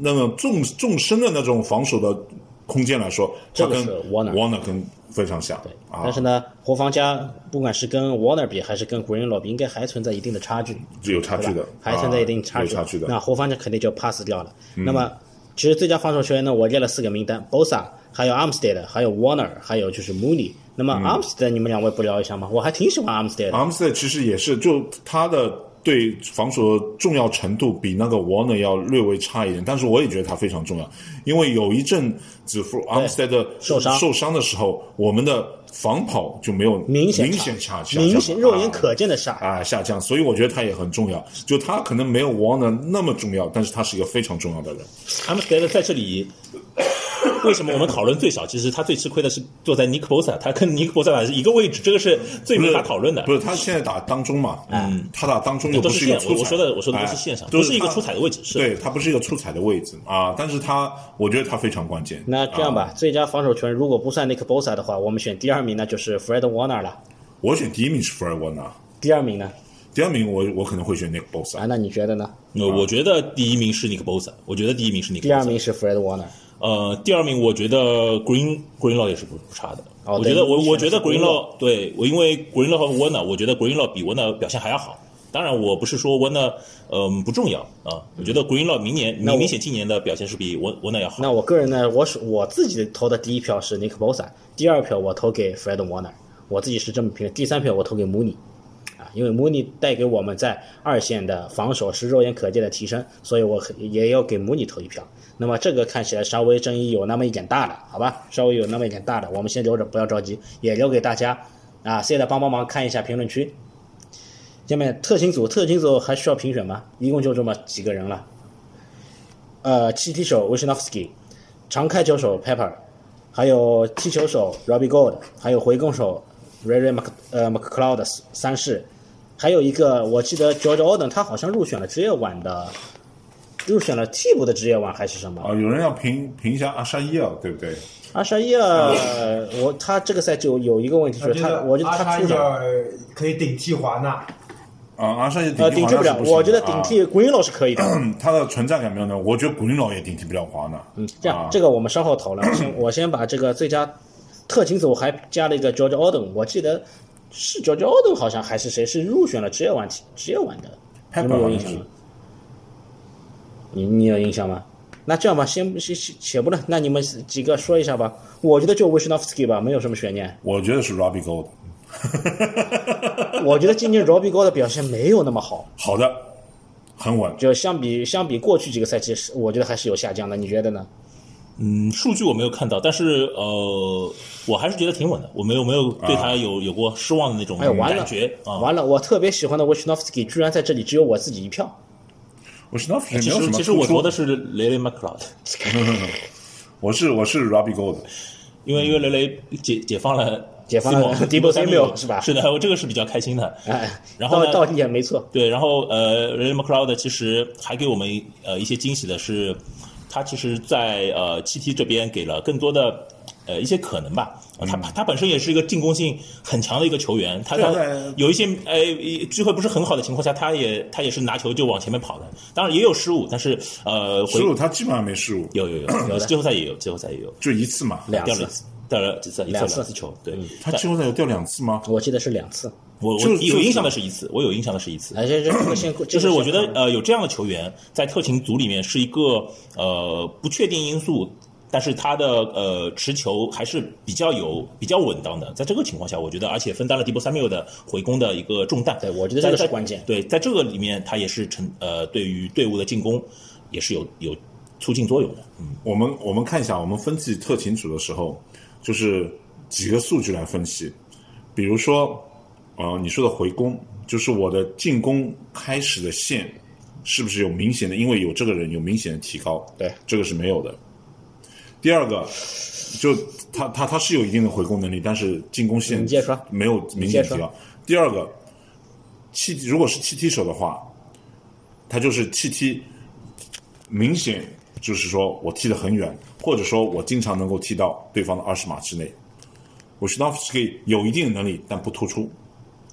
Speaker 3: 那种纵纵深的那种防守的空间来说，他
Speaker 2: 这个
Speaker 3: 跟
Speaker 2: 是 Warner
Speaker 3: 跟非常像，对啊，
Speaker 2: 但是呢，胡方家不管是跟 Warner 比还是跟古英老比，应该还存在一定的差距。
Speaker 3: 有差距
Speaker 2: 对
Speaker 3: 的
Speaker 2: 吧，还存在一定差
Speaker 3: 啊
Speaker 2: 距。
Speaker 3: 有差距的。嗯
Speaker 2: 那后方就肯定就 pass 掉了。那么，其实最佳防守球员呢，我列了四个名单：Bosa，还有 Armstead，还有 Warner，还有就是 Mooney。那
Speaker 3: 嗯
Speaker 2: 么 Armstead，你们两位不聊一下吗？我还挺喜欢 Armstead 的。
Speaker 3: 阿姆斯特其实也是，就他的对防守的重要程度比那个 Warner 要略微差一点，但是我也觉得他非常重要，因为有一阵子弗阿姆斯特的
Speaker 2: 受伤
Speaker 3: 受伤的时候，我们的防跑就没有
Speaker 2: 明显
Speaker 3: 明
Speaker 2: 差
Speaker 3: 显差下降，
Speaker 2: 明显肉眼
Speaker 3: 啊
Speaker 2: 可见的差。
Speaker 3: 啊下降，所以我觉得他也很重要。就他可能没有 Warner 那么重要，但是他是一个非常重要的人。
Speaker 5: 阿姆斯特在这里，为什么我们讨论最少？其实他最吃亏的是坐在尼克波萨，他跟尼克波萨打是一个位置，这个是最没法讨论的。哎
Speaker 3: 不是他现在打当中嘛？嗯，他打当中又
Speaker 5: 都
Speaker 3: 不
Speaker 5: 是
Speaker 3: 一个
Speaker 5: 线
Speaker 3: 出彩，
Speaker 5: 我我说的我说的都是
Speaker 3: 哎
Speaker 5: 线上
Speaker 3: 都
Speaker 5: 不是一个
Speaker 3: 他
Speaker 5: 出彩的位置是
Speaker 3: 对他不是一个出彩的位置啊。但是他，我觉得他非常关键。
Speaker 2: 那这样
Speaker 3: 啊
Speaker 2: 吧，最佳防守球员如果不算 Nick Bosa 的话，我们选第二名呢就是 Fred Warner 了。
Speaker 3: 我选第一名是福尔沃纳，
Speaker 2: 第二名呢？
Speaker 3: 第二名我我可能会选 Nick Bosa
Speaker 2: 啊，。那你觉得呢？
Speaker 5: 呃
Speaker 3: 啊
Speaker 5: 我觉得第一名是尼克波萨，我觉得第一名是尼克。
Speaker 2: 第二，名是 Fred Warner。
Speaker 5: 呃，第二名我觉得 Green Greenlaw 也是不不差的。
Speaker 2: 哦
Speaker 5: 我
Speaker 2: 对
Speaker 5: 觉得我
Speaker 2: 你选
Speaker 5: 我觉
Speaker 2: 的
Speaker 5: 得
Speaker 2: 是 Greenlaw
Speaker 5: Greenlaw 对我，因为 Greenlaw 和 Warner，我觉得 Greenlaw 比 Warner 表现还要好。当然，我不是说 Warner 嗯、不重要啊，我觉得 Greenlaw 明年
Speaker 2: 嗯那我
Speaker 5: 明明显今年的表现是比 Warner Warner 要好。
Speaker 2: 那我个人呢，我是我自己投的第一票是 Nick Bosa，第二票我投给 Fred Warner，我自己是这么评的。第三票我投给 Mooney，啊，因为 Mooney 带给我们在二线的防守是肉眼可见的提升，所以我也要给 Mooney 投一票。那么这个看起来稍微争议有那么一点大了，好吧，稍微有那么一点大了，我们先留着，不要着急，也留给大家啊，现在帮帮忙看一下评论区。下面特勤组，特勤组还需要评选吗？一共就这么几个人了。呃，气踢手 Wisnowski，常开球手 Pepper，还有踢球手 Robbie Gold，还有回攻手 Ray Ray Mc 呃 McCloud 三世，还有一个我记得 George Oden 他好像入选了职业晚的，入选了替补的职业晚还是什么？
Speaker 3: 啊，有人要评评一下阿沙伊啊，对不对？
Speaker 2: 阿沙耶尔，我他这个赛季有有一个问题就是他，我觉得他出场。
Speaker 6: 可以顶替华纳，
Speaker 3: 啊，阿沙伊
Speaker 2: 呃，顶
Speaker 3: 顶
Speaker 2: 替
Speaker 3: 华
Speaker 2: 不
Speaker 3: 纳
Speaker 2: 了
Speaker 3: 是，行的
Speaker 2: 我觉得顶替
Speaker 3: 啊
Speaker 2: 古云老是可以的。
Speaker 3: 嗯他的存在感没有那么，我觉得古林老也顶替不了华纳。嗯，
Speaker 2: 这
Speaker 5: 啊
Speaker 2: 样，这个我们稍后讨论。
Speaker 5: *coughs*
Speaker 2: 先我先把这个最佳特勤组还加了一个 George Oden，我记得是 George Oden 好像还是谁是入选了职业晚职业晚的，你们
Speaker 3: Pepper
Speaker 2: 有
Speaker 3: 好
Speaker 2: 印
Speaker 3: 像
Speaker 2: 象
Speaker 3: 是
Speaker 2: 吗？你你有印象吗？那这样吧，先先先且不论，那你们几个说一下吧。我觉得就 Wisnowski 吧，没有什么悬念。
Speaker 3: 我觉得是 Robbie Gold。
Speaker 2: 我觉得今年 Robbie Gold 的表现没有那么好，
Speaker 3: 好的，很稳。
Speaker 2: 就相比相比过去几个赛季，是我觉得还是有下降的。你觉得呢？
Speaker 5: 嗯，数据我没有看到，但是呃，我还是觉得挺稳的，我没有没有对他有、有过失望的那种
Speaker 2: 哎呦，完了
Speaker 5: 感觉啊。
Speaker 2: 完了！我特别喜欢的 Wisnowski 居然在这里只有我自己一票。
Speaker 3: 我是 n o 没
Speaker 5: 其
Speaker 3: 有什
Speaker 5: 实
Speaker 3: 么
Speaker 5: 其实我
Speaker 3: 突出
Speaker 5: 投的是雷雷 McLeod，
Speaker 3: 我是我是 Robbie Gold。
Speaker 5: 因为因为雷雷解解放了
Speaker 2: 解放了 *laughs*
Speaker 5: Seymour-
Speaker 2: Debo
Speaker 5: Seymour
Speaker 2: Samuel，是吧
Speaker 5: 是的，我这个是比较开心的。
Speaker 2: 哎，
Speaker 5: 然后呢
Speaker 2: 到到也没错，
Speaker 5: 对，然后呃，Ray McLeod 其实还给我们呃一些惊喜的是，他其实在呃七 T 这边给了更多的呃一些可能吧。呃他他本身也是一个进攻性很强的一个球员，他
Speaker 3: 对嗯啊
Speaker 5: 他
Speaker 3: 对啊
Speaker 5: 有一些呃机会不是很好的情况下，他也他也是拿球就往前面跑的，当然也有失误，但是呃回
Speaker 3: 失误他基本上没失误，
Speaker 5: 有有有
Speaker 3: *coughs*
Speaker 5: 有季后赛也有季后赛也有
Speaker 3: 就一次嘛。
Speaker 2: 两
Speaker 5: 掉了一
Speaker 2: 次，
Speaker 5: 次掉了几次，一次
Speaker 2: 两
Speaker 5: 两
Speaker 2: 次
Speaker 5: 次球，对，
Speaker 3: 他
Speaker 5: 但
Speaker 3: 季后赛有掉两次吗？
Speaker 2: 我记得是两次。
Speaker 5: 我我
Speaker 3: 就是
Speaker 5: 有
Speaker 3: 就是
Speaker 5: 印象的是一次，我有印象的是一次，
Speaker 2: 哎，这这这个先，
Speaker 3: 嗯
Speaker 5: 就
Speaker 2: *clears throat* 这
Speaker 5: 是
Speaker 2: 个
Speaker 5: 我觉
Speaker 2: 先
Speaker 5: 得呃，有这样的球员在特勤组里面是一个呃不确定因素，但是他的呃持球还是比较有比较稳当的。在这个情况下，我觉得而且分担了迪波三缪的回攻的一个重担。
Speaker 2: 对我觉得这个
Speaker 5: 在
Speaker 2: 是关键
Speaker 5: 在对，在这个里面他也是成呃对于队伍的进攻也是有有促进作用的。
Speaker 3: 我们我们看一下，我们分析特勤组的时候，就是几个数据来分析，比如说，呃，你说的回攻，就是我的进攻开始的线是不是有明显的，因为有这个人有明显的提高，
Speaker 2: 对，
Speaker 3: 这个是没有的。第二个，就他他他是有一定的回攻能力，但是进攻线
Speaker 2: 你接着说
Speaker 3: 没有明显提高。第二个，气如果是气踢手的话，他就是气踢，明显就是说我踢得很远，或者说我经常能够踢到对方的二十码之内。我是当时可以有一定能力，但不突出。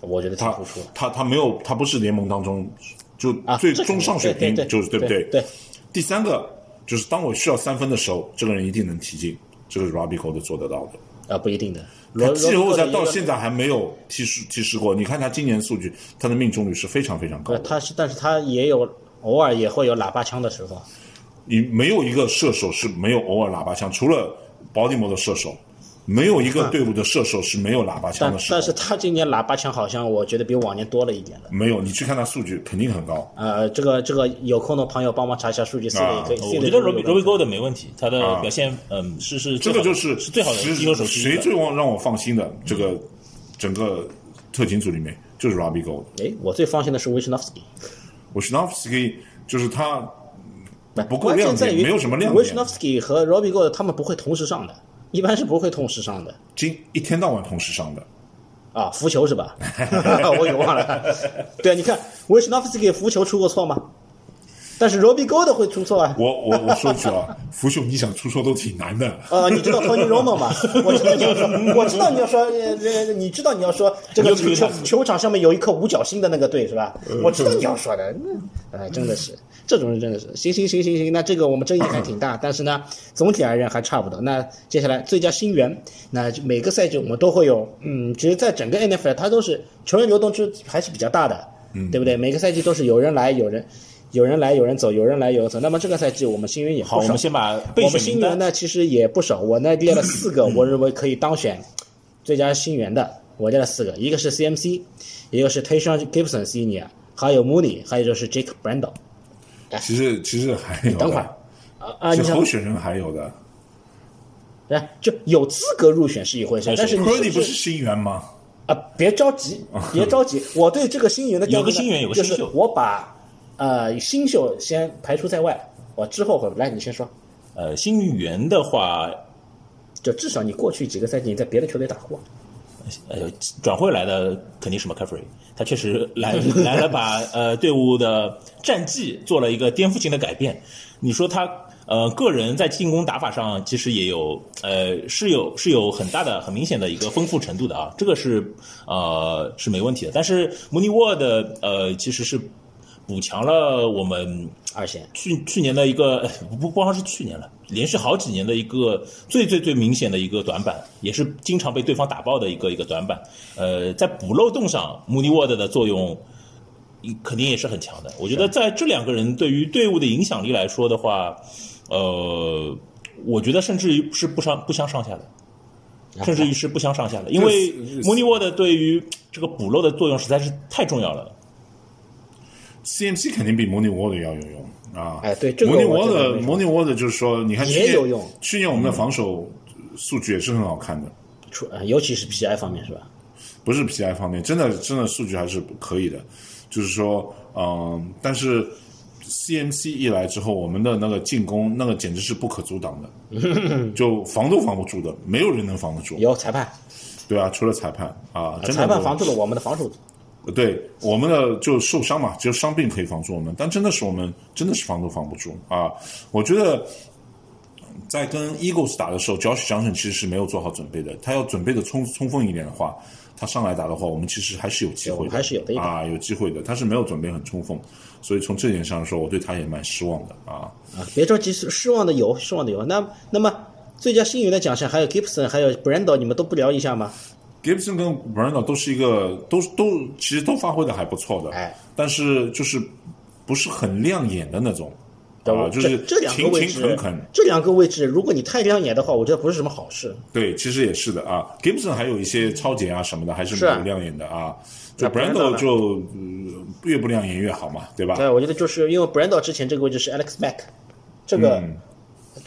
Speaker 2: 我觉得
Speaker 3: 呃他
Speaker 2: 太突出了
Speaker 3: 他他没有，他不是联盟当中就
Speaker 2: 啊，
Speaker 3: 最
Speaker 2: 这肯定
Speaker 3: 中上水平，
Speaker 2: 对对
Speaker 3: 就是对不
Speaker 2: 对？对，
Speaker 3: 第三个就是当我需要三分的时候，这个人一定能踢进，这个是 Rabico 的做得到的。
Speaker 2: 啊，不一定的。
Speaker 3: 他
Speaker 2: 罗
Speaker 3: 季后赛到现
Speaker 2: 在，
Speaker 3: 在还没有踢失踢失过，你看他今年数据，他的命中率是非常非常高
Speaker 2: 呃
Speaker 3: 的。
Speaker 2: 他是，但是他也有偶尔也会有喇叭枪的时候。
Speaker 3: 你没有一个射手是没有偶尔喇叭枪，除了保底摩的射手，没有一个队伍的射手是没有喇叭枪
Speaker 2: 但
Speaker 3: 的时候。
Speaker 2: 但是他今年喇叭枪好像我觉得比往年多了一点了。
Speaker 3: 没有，你去看他数据肯定很高。
Speaker 2: 呃，这个这个有空的朋友帮忙查一下数据，C 的也可以。
Speaker 3: 啊
Speaker 2: ，C
Speaker 5: 我觉
Speaker 2: 的
Speaker 5: 得
Speaker 2: 就
Speaker 5: 罗
Speaker 2: 是
Speaker 5: 比
Speaker 2: 有
Speaker 5: 罗比
Speaker 2: 的
Speaker 5: g o 的没问题，他的表现嗯是是最
Speaker 3: 这
Speaker 5: 好
Speaker 3: 个
Speaker 5: 的
Speaker 3: 就是
Speaker 5: 是最好的
Speaker 3: 谁
Speaker 5: 一流手之一
Speaker 3: 谁
Speaker 5: 的
Speaker 3: 最让让我放心的这个整个特勤组里面就是 Robbie Gold。
Speaker 2: 哎，我最放心的是维什诺夫斯基。
Speaker 3: 我 s h n o v s k y 就是他不够
Speaker 2: 关
Speaker 3: 亮
Speaker 2: 键在
Speaker 3: 点，
Speaker 2: 于
Speaker 3: 没有什么亮
Speaker 2: 维什
Speaker 3: 点
Speaker 2: 诺，夫斯基和 Robbie g o 他们不会同时上的，一般是不会同时上的。
Speaker 3: 今一天到晚同时上的。
Speaker 2: 啊，浮球是吧？ *laughs* 我给忘了。对啊，你看维什诺夫斯基浮球出过错吗？但是 Robbie g o 的会出错啊。
Speaker 3: 我我我说一句啊， *laughs* 福秀你想出错都挺难的。
Speaker 2: 呃，你知道 Tony Romo 吗？我知道你要
Speaker 5: *laughs*
Speaker 2: 说，我知道你要说，呃，呃你知道你要说这个
Speaker 5: 你又
Speaker 2: 球
Speaker 5: 推他嗯
Speaker 2: 球球场上面有一颗五角星的那个队是吧？我知道你要说的，嗯哎，真的是这种人真的是，行行行行行，那这个我们争议还挺大，但是呢，总体而言还差不多。那接下来最佳新援，那就每个赛季我们都会有，嗯，其实，在整个 NFL 它都是球员流动是还是比较大的，嗯，对不对？每个赛季都是有人来，有人。有人来，有人走，有人来，有人走。那么这个赛季我们新援也不少。
Speaker 5: 好，我们先把备
Speaker 2: 我
Speaker 5: 选
Speaker 2: 们新
Speaker 5: 名
Speaker 2: 援
Speaker 5: 单。
Speaker 2: 呢，其实也不少，我呢列了四个，我认为可以当选最佳新援的，我列了四个，一个是 CMC，一个是 t a s h a n Gibson Senior，还有 Mooney，还有就是 Jake Brando。
Speaker 3: 其实其实还有的，
Speaker 2: 等会儿啊啊，你
Speaker 3: 其实
Speaker 2: 想
Speaker 3: 候，选人还有的。
Speaker 2: 哎，就有资格入选是一回
Speaker 5: 哎
Speaker 2: 事，但是你
Speaker 3: Purdy 不
Speaker 2: 不
Speaker 3: 是新援吗？
Speaker 2: 啊，别着急，别
Speaker 5: *laughs*
Speaker 2: 着急，我对这个新援的
Speaker 5: 哦
Speaker 2: 调
Speaker 5: 有个
Speaker 2: 度呢
Speaker 5: 新援有个
Speaker 2: 就
Speaker 5: 新
Speaker 2: 是
Speaker 5: 秀
Speaker 2: 我把呃新秀先排除在外，我之后会来，你先说。
Speaker 5: 呃，新援的话，
Speaker 2: 就至少你过去几个赛季你在别的球队打过，
Speaker 5: 呃，转会来的肯定是 McCaffrey，他确实来来了把，呃队伍的战绩做了一个颠覆性的改变。你说他呃个人在进攻打法上其实也有呃是有是有很大的很明显的一个丰富程度的啊，这个是呃是没问题的。但是摩尼沃的呃其实是补强了我们
Speaker 2: 二线
Speaker 5: 去去年的一个 *laughs* 呃不不光是去年了，连续好几年的一个最最最明显的一个短板，也是经常被对方打爆的一个一个短板。呃，在补漏洞上，穆尼沃德的作用嗯肯定也是很强的。我觉得在这两个人对于队伍的影响力来说的话，呃，我觉得甚至于是不相不相上下的。甚至于是不相上下的，因为
Speaker 3: 啊这
Speaker 5: 穆尼沃德对于这个补漏的作用实在是太重要了。
Speaker 3: CMC 肯定比 Money w a r d 要有用啊！
Speaker 2: 哎对这个
Speaker 3: Money
Speaker 2: 我觉
Speaker 3: w a
Speaker 2: 得
Speaker 3: r d Money w a r d 就是说，你看去
Speaker 2: 也有
Speaker 3: 年
Speaker 2: 用
Speaker 3: 去年我们的防守数据也是很好看的，
Speaker 2: 除呃尤其是 PI 方面是吧？
Speaker 3: 不是 PI 方面，真的真的数据还是可以的。就是说，嗯、但是 CMC 一来之后，我们的那个进攻那个简直是不可阻挡的，
Speaker 2: *laughs*
Speaker 3: 就防都防不住的，没有人能防得住，
Speaker 2: 有裁判，
Speaker 3: 对啊，除了裁判啊，真的
Speaker 2: 裁判
Speaker 3: 没有
Speaker 2: 防住了我们的防守组。
Speaker 3: 呃对我们的就受伤嘛，只有伤病可以防住我们，但真的是我们真的是防都防不住啊！我觉得在跟 Eagles 打的时候，Josh Johnson 其实是没有做好准备的，他要准备的充充分一点的话，他上来打的话，我们其实还是有机
Speaker 2: 对我
Speaker 3: 会
Speaker 2: 们
Speaker 3: 的，
Speaker 2: 还是有的一点
Speaker 3: 啊，有机会的，他是没有准备很充分，所以从这点上说，我对他也蛮失望的啊。
Speaker 2: 啊，别着急，失失望的有，失望的有。那那么最佳新援的奖项还有 Gibson，还有 Brando，你们都不聊一下吗？
Speaker 3: Gibson 跟 Brando 都是一个都都其实都发挥的还不错的，
Speaker 2: 哎
Speaker 3: 但是就是不是很亮眼的那种。啊，就是
Speaker 2: 这这两个
Speaker 3: 勤
Speaker 2: 位
Speaker 3: 勤
Speaker 2: 置，
Speaker 3: 恳恳，
Speaker 2: 这两个位置，如果你太亮眼的话，我觉得不是什么好事。
Speaker 3: 对，其实也是的啊。Gibson 还有一些超节啊什么的，还是
Speaker 2: 是啊
Speaker 3: 蛮有亮眼的啊。就
Speaker 2: 那 Brando
Speaker 3: Brando
Speaker 2: 呢
Speaker 3: 就、呃越不亮眼越好嘛，对吧？
Speaker 2: 对，我觉得就是因为 Brando 之前这个位置是 Alex Mack，这个，
Speaker 3: 嗯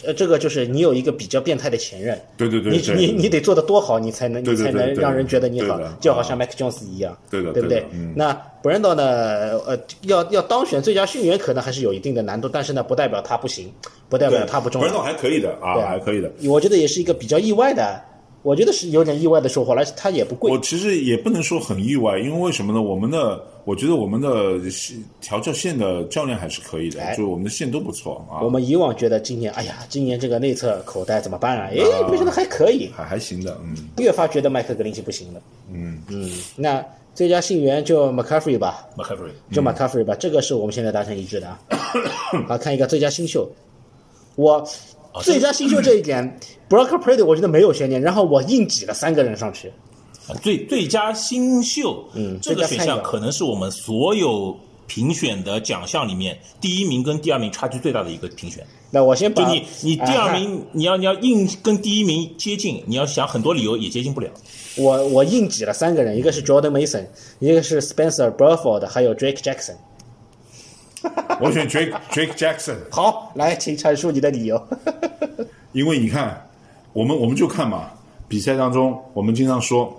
Speaker 2: 呃，这个就是你有一个比较变态的前任，
Speaker 3: 对对对
Speaker 2: 你
Speaker 3: 对
Speaker 2: 你你得做的多好，你才能
Speaker 3: 对
Speaker 2: 你
Speaker 3: 对
Speaker 2: 才
Speaker 3: 对
Speaker 2: 能
Speaker 3: 对
Speaker 2: 让人觉得你好
Speaker 3: 对的，啊
Speaker 2: 就好像 Mac Jones 一样，
Speaker 3: 对的
Speaker 2: 对不
Speaker 3: 对
Speaker 2: 对
Speaker 3: 的嗯？
Speaker 2: 那 Brando 呢，呃，要要当选最佳新援可能还是有一定的难度，但是呢，不代表他不行，不代
Speaker 3: 对
Speaker 2: 表，他不重
Speaker 3: 本
Speaker 2: 要
Speaker 3: 总，还可以的啊，
Speaker 2: 对啊
Speaker 3: 还可以的。
Speaker 2: 我觉得也是一个比较意外的，我觉得是有点意外的收获，而且他也不贵
Speaker 3: 我，其实也不能说很意外，因为为什么呢？我们的我觉得我们的是调教线的教练还是可以的，
Speaker 2: 哎
Speaker 3: 就是我们的线都不错啊
Speaker 2: 我，们以往觉得今年，哎呀，今年这个内侧口袋怎么办啊？诶，没想到还可以，
Speaker 3: 还还行的，嗯
Speaker 2: 越发觉得麦克格林奇不行了。
Speaker 3: 嗯
Speaker 2: 嗯，那最佳信源就 McCaffrey 吧，
Speaker 5: McCaffrey
Speaker 2: 就 McCaffrey 吧，这个是我们现在达成一致的啊。好看一个最佳新秀，我最佳新秀这一点，Brock Purdy 我觉得没有悬念，然后我硬挤了三个人上去，
Speaker 5: 啊最最佳新秀，
Speaker 2: 嗯
Speaker 5: 这个
Speaker 2: 最
Speaker 5: 选
Speaker 2: 佳菜
Speaker 5: 项
Speaker 2: 鸟
Speaker 5: 可能是我们所有评选的奖项里面第一名跟第二名差距最大的一个评选。
Speaker 2: 那我先把
Speaker 5: 就你你第
Speaker 2: 啊
Speaker 5: 二
Speaker 2: 那
Speaker 5: 名，你要你要硬跟第一名接近，你要想很多理由也接近不了。
Speaker 2: 我我硬挤了三个人，一个是 Jordan Mason，一个是 Spencer Burford，还有 Drake Jackson。
Speaker 3: 我选 Drake Drake Jackson，
Speaker 2: 好，来，请阐述你的理由。
Speaker 3: 因为你看，我们我们就看嘛，比赛当中我们经常说，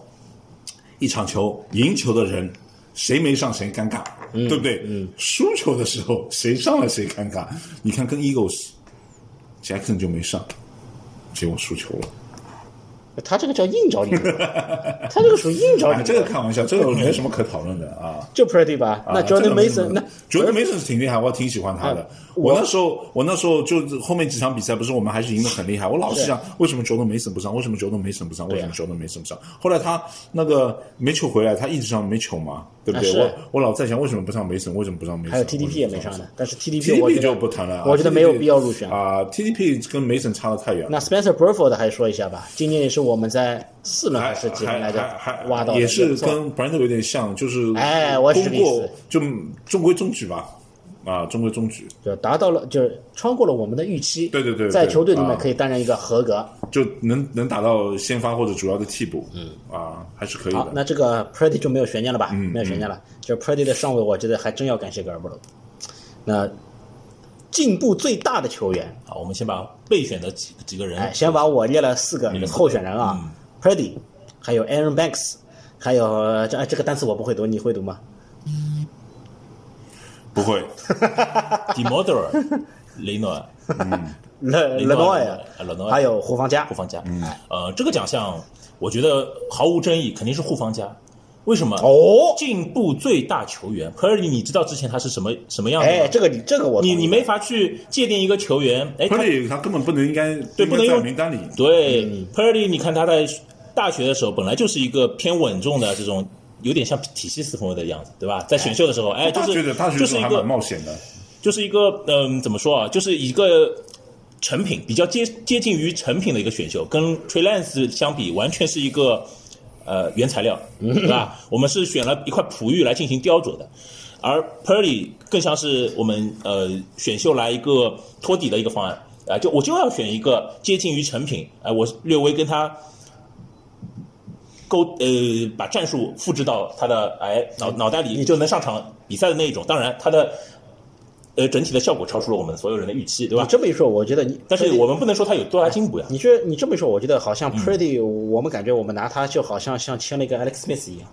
Speaker 3: 一场球赢球的人谁没上谁尴尬，对不对？输球的时候谁上了谁尴尬。你看跟 Eagles，Jackson 就没上，结果输球了。
Speaker 2: 他这个叫硬找理由，他这个属于硬找理
Speaker 3: 啊，
Speaker 2: 由。
Speaker 3: 这个开玩笑，这个没什么可讨论的啊。
Speaker 2: 就 Pretty 吧，
Speaker 3: 啊
Speaker 2: 那
Speaker 3: 这
Speaker 2: Jordan
Speaker 3: 个没什
Speaker 2: Mason
Speaker 3: 么
Speaker 2: 那
Speaker 3: Jordan Mason 是挺厉害，我挺喜欢他的
Speaker 2: 啊。
Speaker 3: 我
Speaker 2: 我
Speaker 3: 那时候，我那时候就是后面几场比赛，不是我们还是赢得很厉害。我老是想，为什么 Jordan Mason 不上？为什么 Jordan Mason 不上？
Speaker 2: 啊
Speaker 3: 为什么 Jordan Mason 不上？后来他那个没球回来，他一直上没球嘛，对不
Speaker 2: 啊
Speaker 3: 对？
Speaker 2: 是
Speaker 3: 我我老在想，为什么不上 Mason？为什么不上 Mason？
Speaker 2: 还有 TDP 也没
Speaker 3: 为什么不
Speaker 2: 上呢，但是 TDP 我
Speaker 3: TDP
Speaker 2: 觉
Speaker 3: 就
Speaker 2: 得
Speaker 3: 不谈了啊，
Speaker 2: 我觉得没有
Speaker 3: TDP
Speaker 2: 必要入选
Speaker 3: 啊。TDP 跟 Mason 差得太远了。
Speaker 2: 那 Spencer Burford 还说一下吧，今年也是我们在四轮
Speaker 3: 还
Speaker 2: 还是几轮来着
Speaker 3: 还还
Speaker 2: 挖到的，
Speaker 3: 也是
Speaker 2: 不错
Speaker 3: 跟 Brando 有点像，就是
Speaker 2: 哎我是这
Speaker 3: 通
Speaker 2: 个意思
Speaker 3: 过就中规中矩吧，啊，中规中矩，
Speaker 2: 就达到了，就是穿过了我们的预期。
Speaker 3: 对对对对
Speaker 2: 在球队里
Speaker 3: 啊
Speaker 2: 面可以担任一个合格。
Speaker 3: 就能能打到先发或者主要的替补，嗯，啊，还是可以
Speaker 2: 好，
Speaker 3: 的。
Speaker 2: 那这个 Pretty 就没有悬念了吧？
Speaker 3: 嗯
Speaker 2: 没有悬念了。就 Pretty 的上位，我觉得还真要感谢格尔布罗。那进步最大的球员，
Speaker 5: 好，我们先把备选的几几个人，
Speaker 2: 哎，先把我列了四
Speaker 5: 嗯
Speaker 2: 个候选人啊、p r e t t y 还有 Aaron Banks，还有呃这哎这个单词我不会读，你会读吗？
Speaker 3: 不会，
Speaker 5: d e m o d e r 雷
Speaker 2: *laughs*
Speaker 5: 诺
Speaker 2: 勒
Speaker 5: 林诺
Speaker 2: 勒诺
Speaker 5: 啊勒诺
Speaker 2: 呀，还有胡方家
Speaker 5: 护，方家。呃，这个奖项我觉得毫无争议，肯定是护方家。为什么？
Speaker 2: 哦
Speaker 5: 进步最大球员 p u r d y 你知道之前他是什么什么样的吗？
Speaker 2: 哎，这个你这个我
Speaker 5: 嗯你
Speaker 2: 同意
Speaker 5: 你没法去界定一个球员，哎，他
Speaker 3: p u 他根本不能应该
Speaker 5: 对
Speaker 3: 应
Speaker 5: 不能
Speaker 3: 该在
Speaker 5: 用
Speaker 3: 名单里，
Speaker 5: 对、p u
Speaker 2: 嗯
Speaker 5: r d y 你看他在大学的时候本来就是一个偏稳重的这种，有点像体系四分卫的样子，对吧？在选秀的时候，哎，就
Speaker 3: 大学
Speaker 5: 是
Speaker 3: 的大学
Speaker 5: 就
Speaker 3: 的
Speaker 5: 是
Speaker 3: 时
Speaker 5: 一
Speaker 3: 候还
Speaker 5: 个
Speaker 3: 蛮冒险的，
Speaker 5: 就是一个嗯，怎么说啊？就是一个成品，比较接接近于成品的一个选秀，跟 Trey Lance 相比，完全是一个呃原材料，对吧？我们是选了一块璞玉来进行雕琢的，而 Perry 更像是我们呃选秀来一个托底的一个方案啊、就我就要选一个接近于成品，哎、我略微跟他。勾呃，把战术复制到他的哎脑脑袋里，就能上场比赛的那一种。当然，他的呃整体的效果超出了我们所有人的预期，对
Speaker 2: 你
Speaker 5: 吧？
Speaker 2: 这么一说，我觉得你，
Speaker 5: 但是我嗯们不能说他有多大进步呀。
Speaker 2: 你这你这么一说，我觉得好像 Pretty，、我们感觉我们拿他就好像像签了一个 Alex Smith 一样。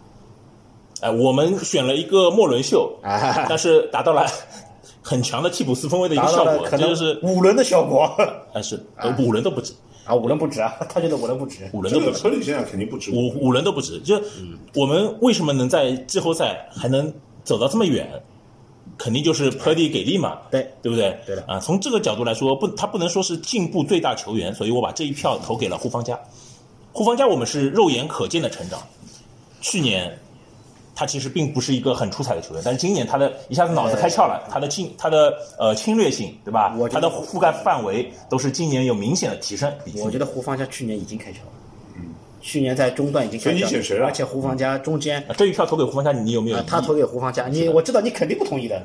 Speaker 5: 哎，我们选了一个莫伦秀，
Speaker 2: 啊
Speaker 5: 但是达到了 *laughs* 很强的替补四分卫的一个
Speaker 2: 达
Speaker 5: 效
Speaker 2: 到了
Speaker 5: 果，
Speaker 2: 可
Speaker 5: 这
Speaker 2: 能
Speaker 5: 就是
Speaker 2: 五轮的
Speaker 5: *laughs*
Speaker 2: 效果
Speaker 5: 但是呃五轮都不止，
Speaker 2: 啊，五轮不止啊，他觉得五轮不止。
Speaker 5: 五轮
Speaker 3: 这
Speaker 5: 都不
Speaker 3: 个
Speaker 5: 止，
Speaker 3: p u 现在肯定不止
Speaker 5: 五五轮都不止。就我们为什么能在季后赛还能走到这么远？肯定就是 Purdy 给力嘛，
Speaker 2: 对
Speaker 5: 对不对？
Speaker 2: 对的
Speaker 5: 啊，从这个角度来说，不，他不能说是进步最大球员，所以我把这一票投给了护方家。护方家我们是肉眼可见的成长，去年他其实并不是一个很出彩的球员，但是今年他的一下子脑子开窍了，他的侵他的呃侵略性，对吧
Speaker 2: 我？觉
Speaker 5: 他
Speaker 2: 得
Speaker 5: 的覆盖范围都是今年有明显的提升，比去
Speaker 2: 我觉
Speaker 5: 年
Speaker 2: 得胡方家去年已经开窍了，
Speaker 5: 嗯
Speaker 2: 去年在中段已经开
Speaker 3: 所以
Speaker 2: 窍
Speaker 3: 你
Speaker 2: 了，
Speaker 3: 选谁了
Speaker 2: 而且胡方家中间
Speaker 5: 啊这一票投给护方家，你有没有
Speaker 2: 啊
Speaker 5: 异议？，
Speaker 2: 他投给胡方家，你我知道你肯定不同意的。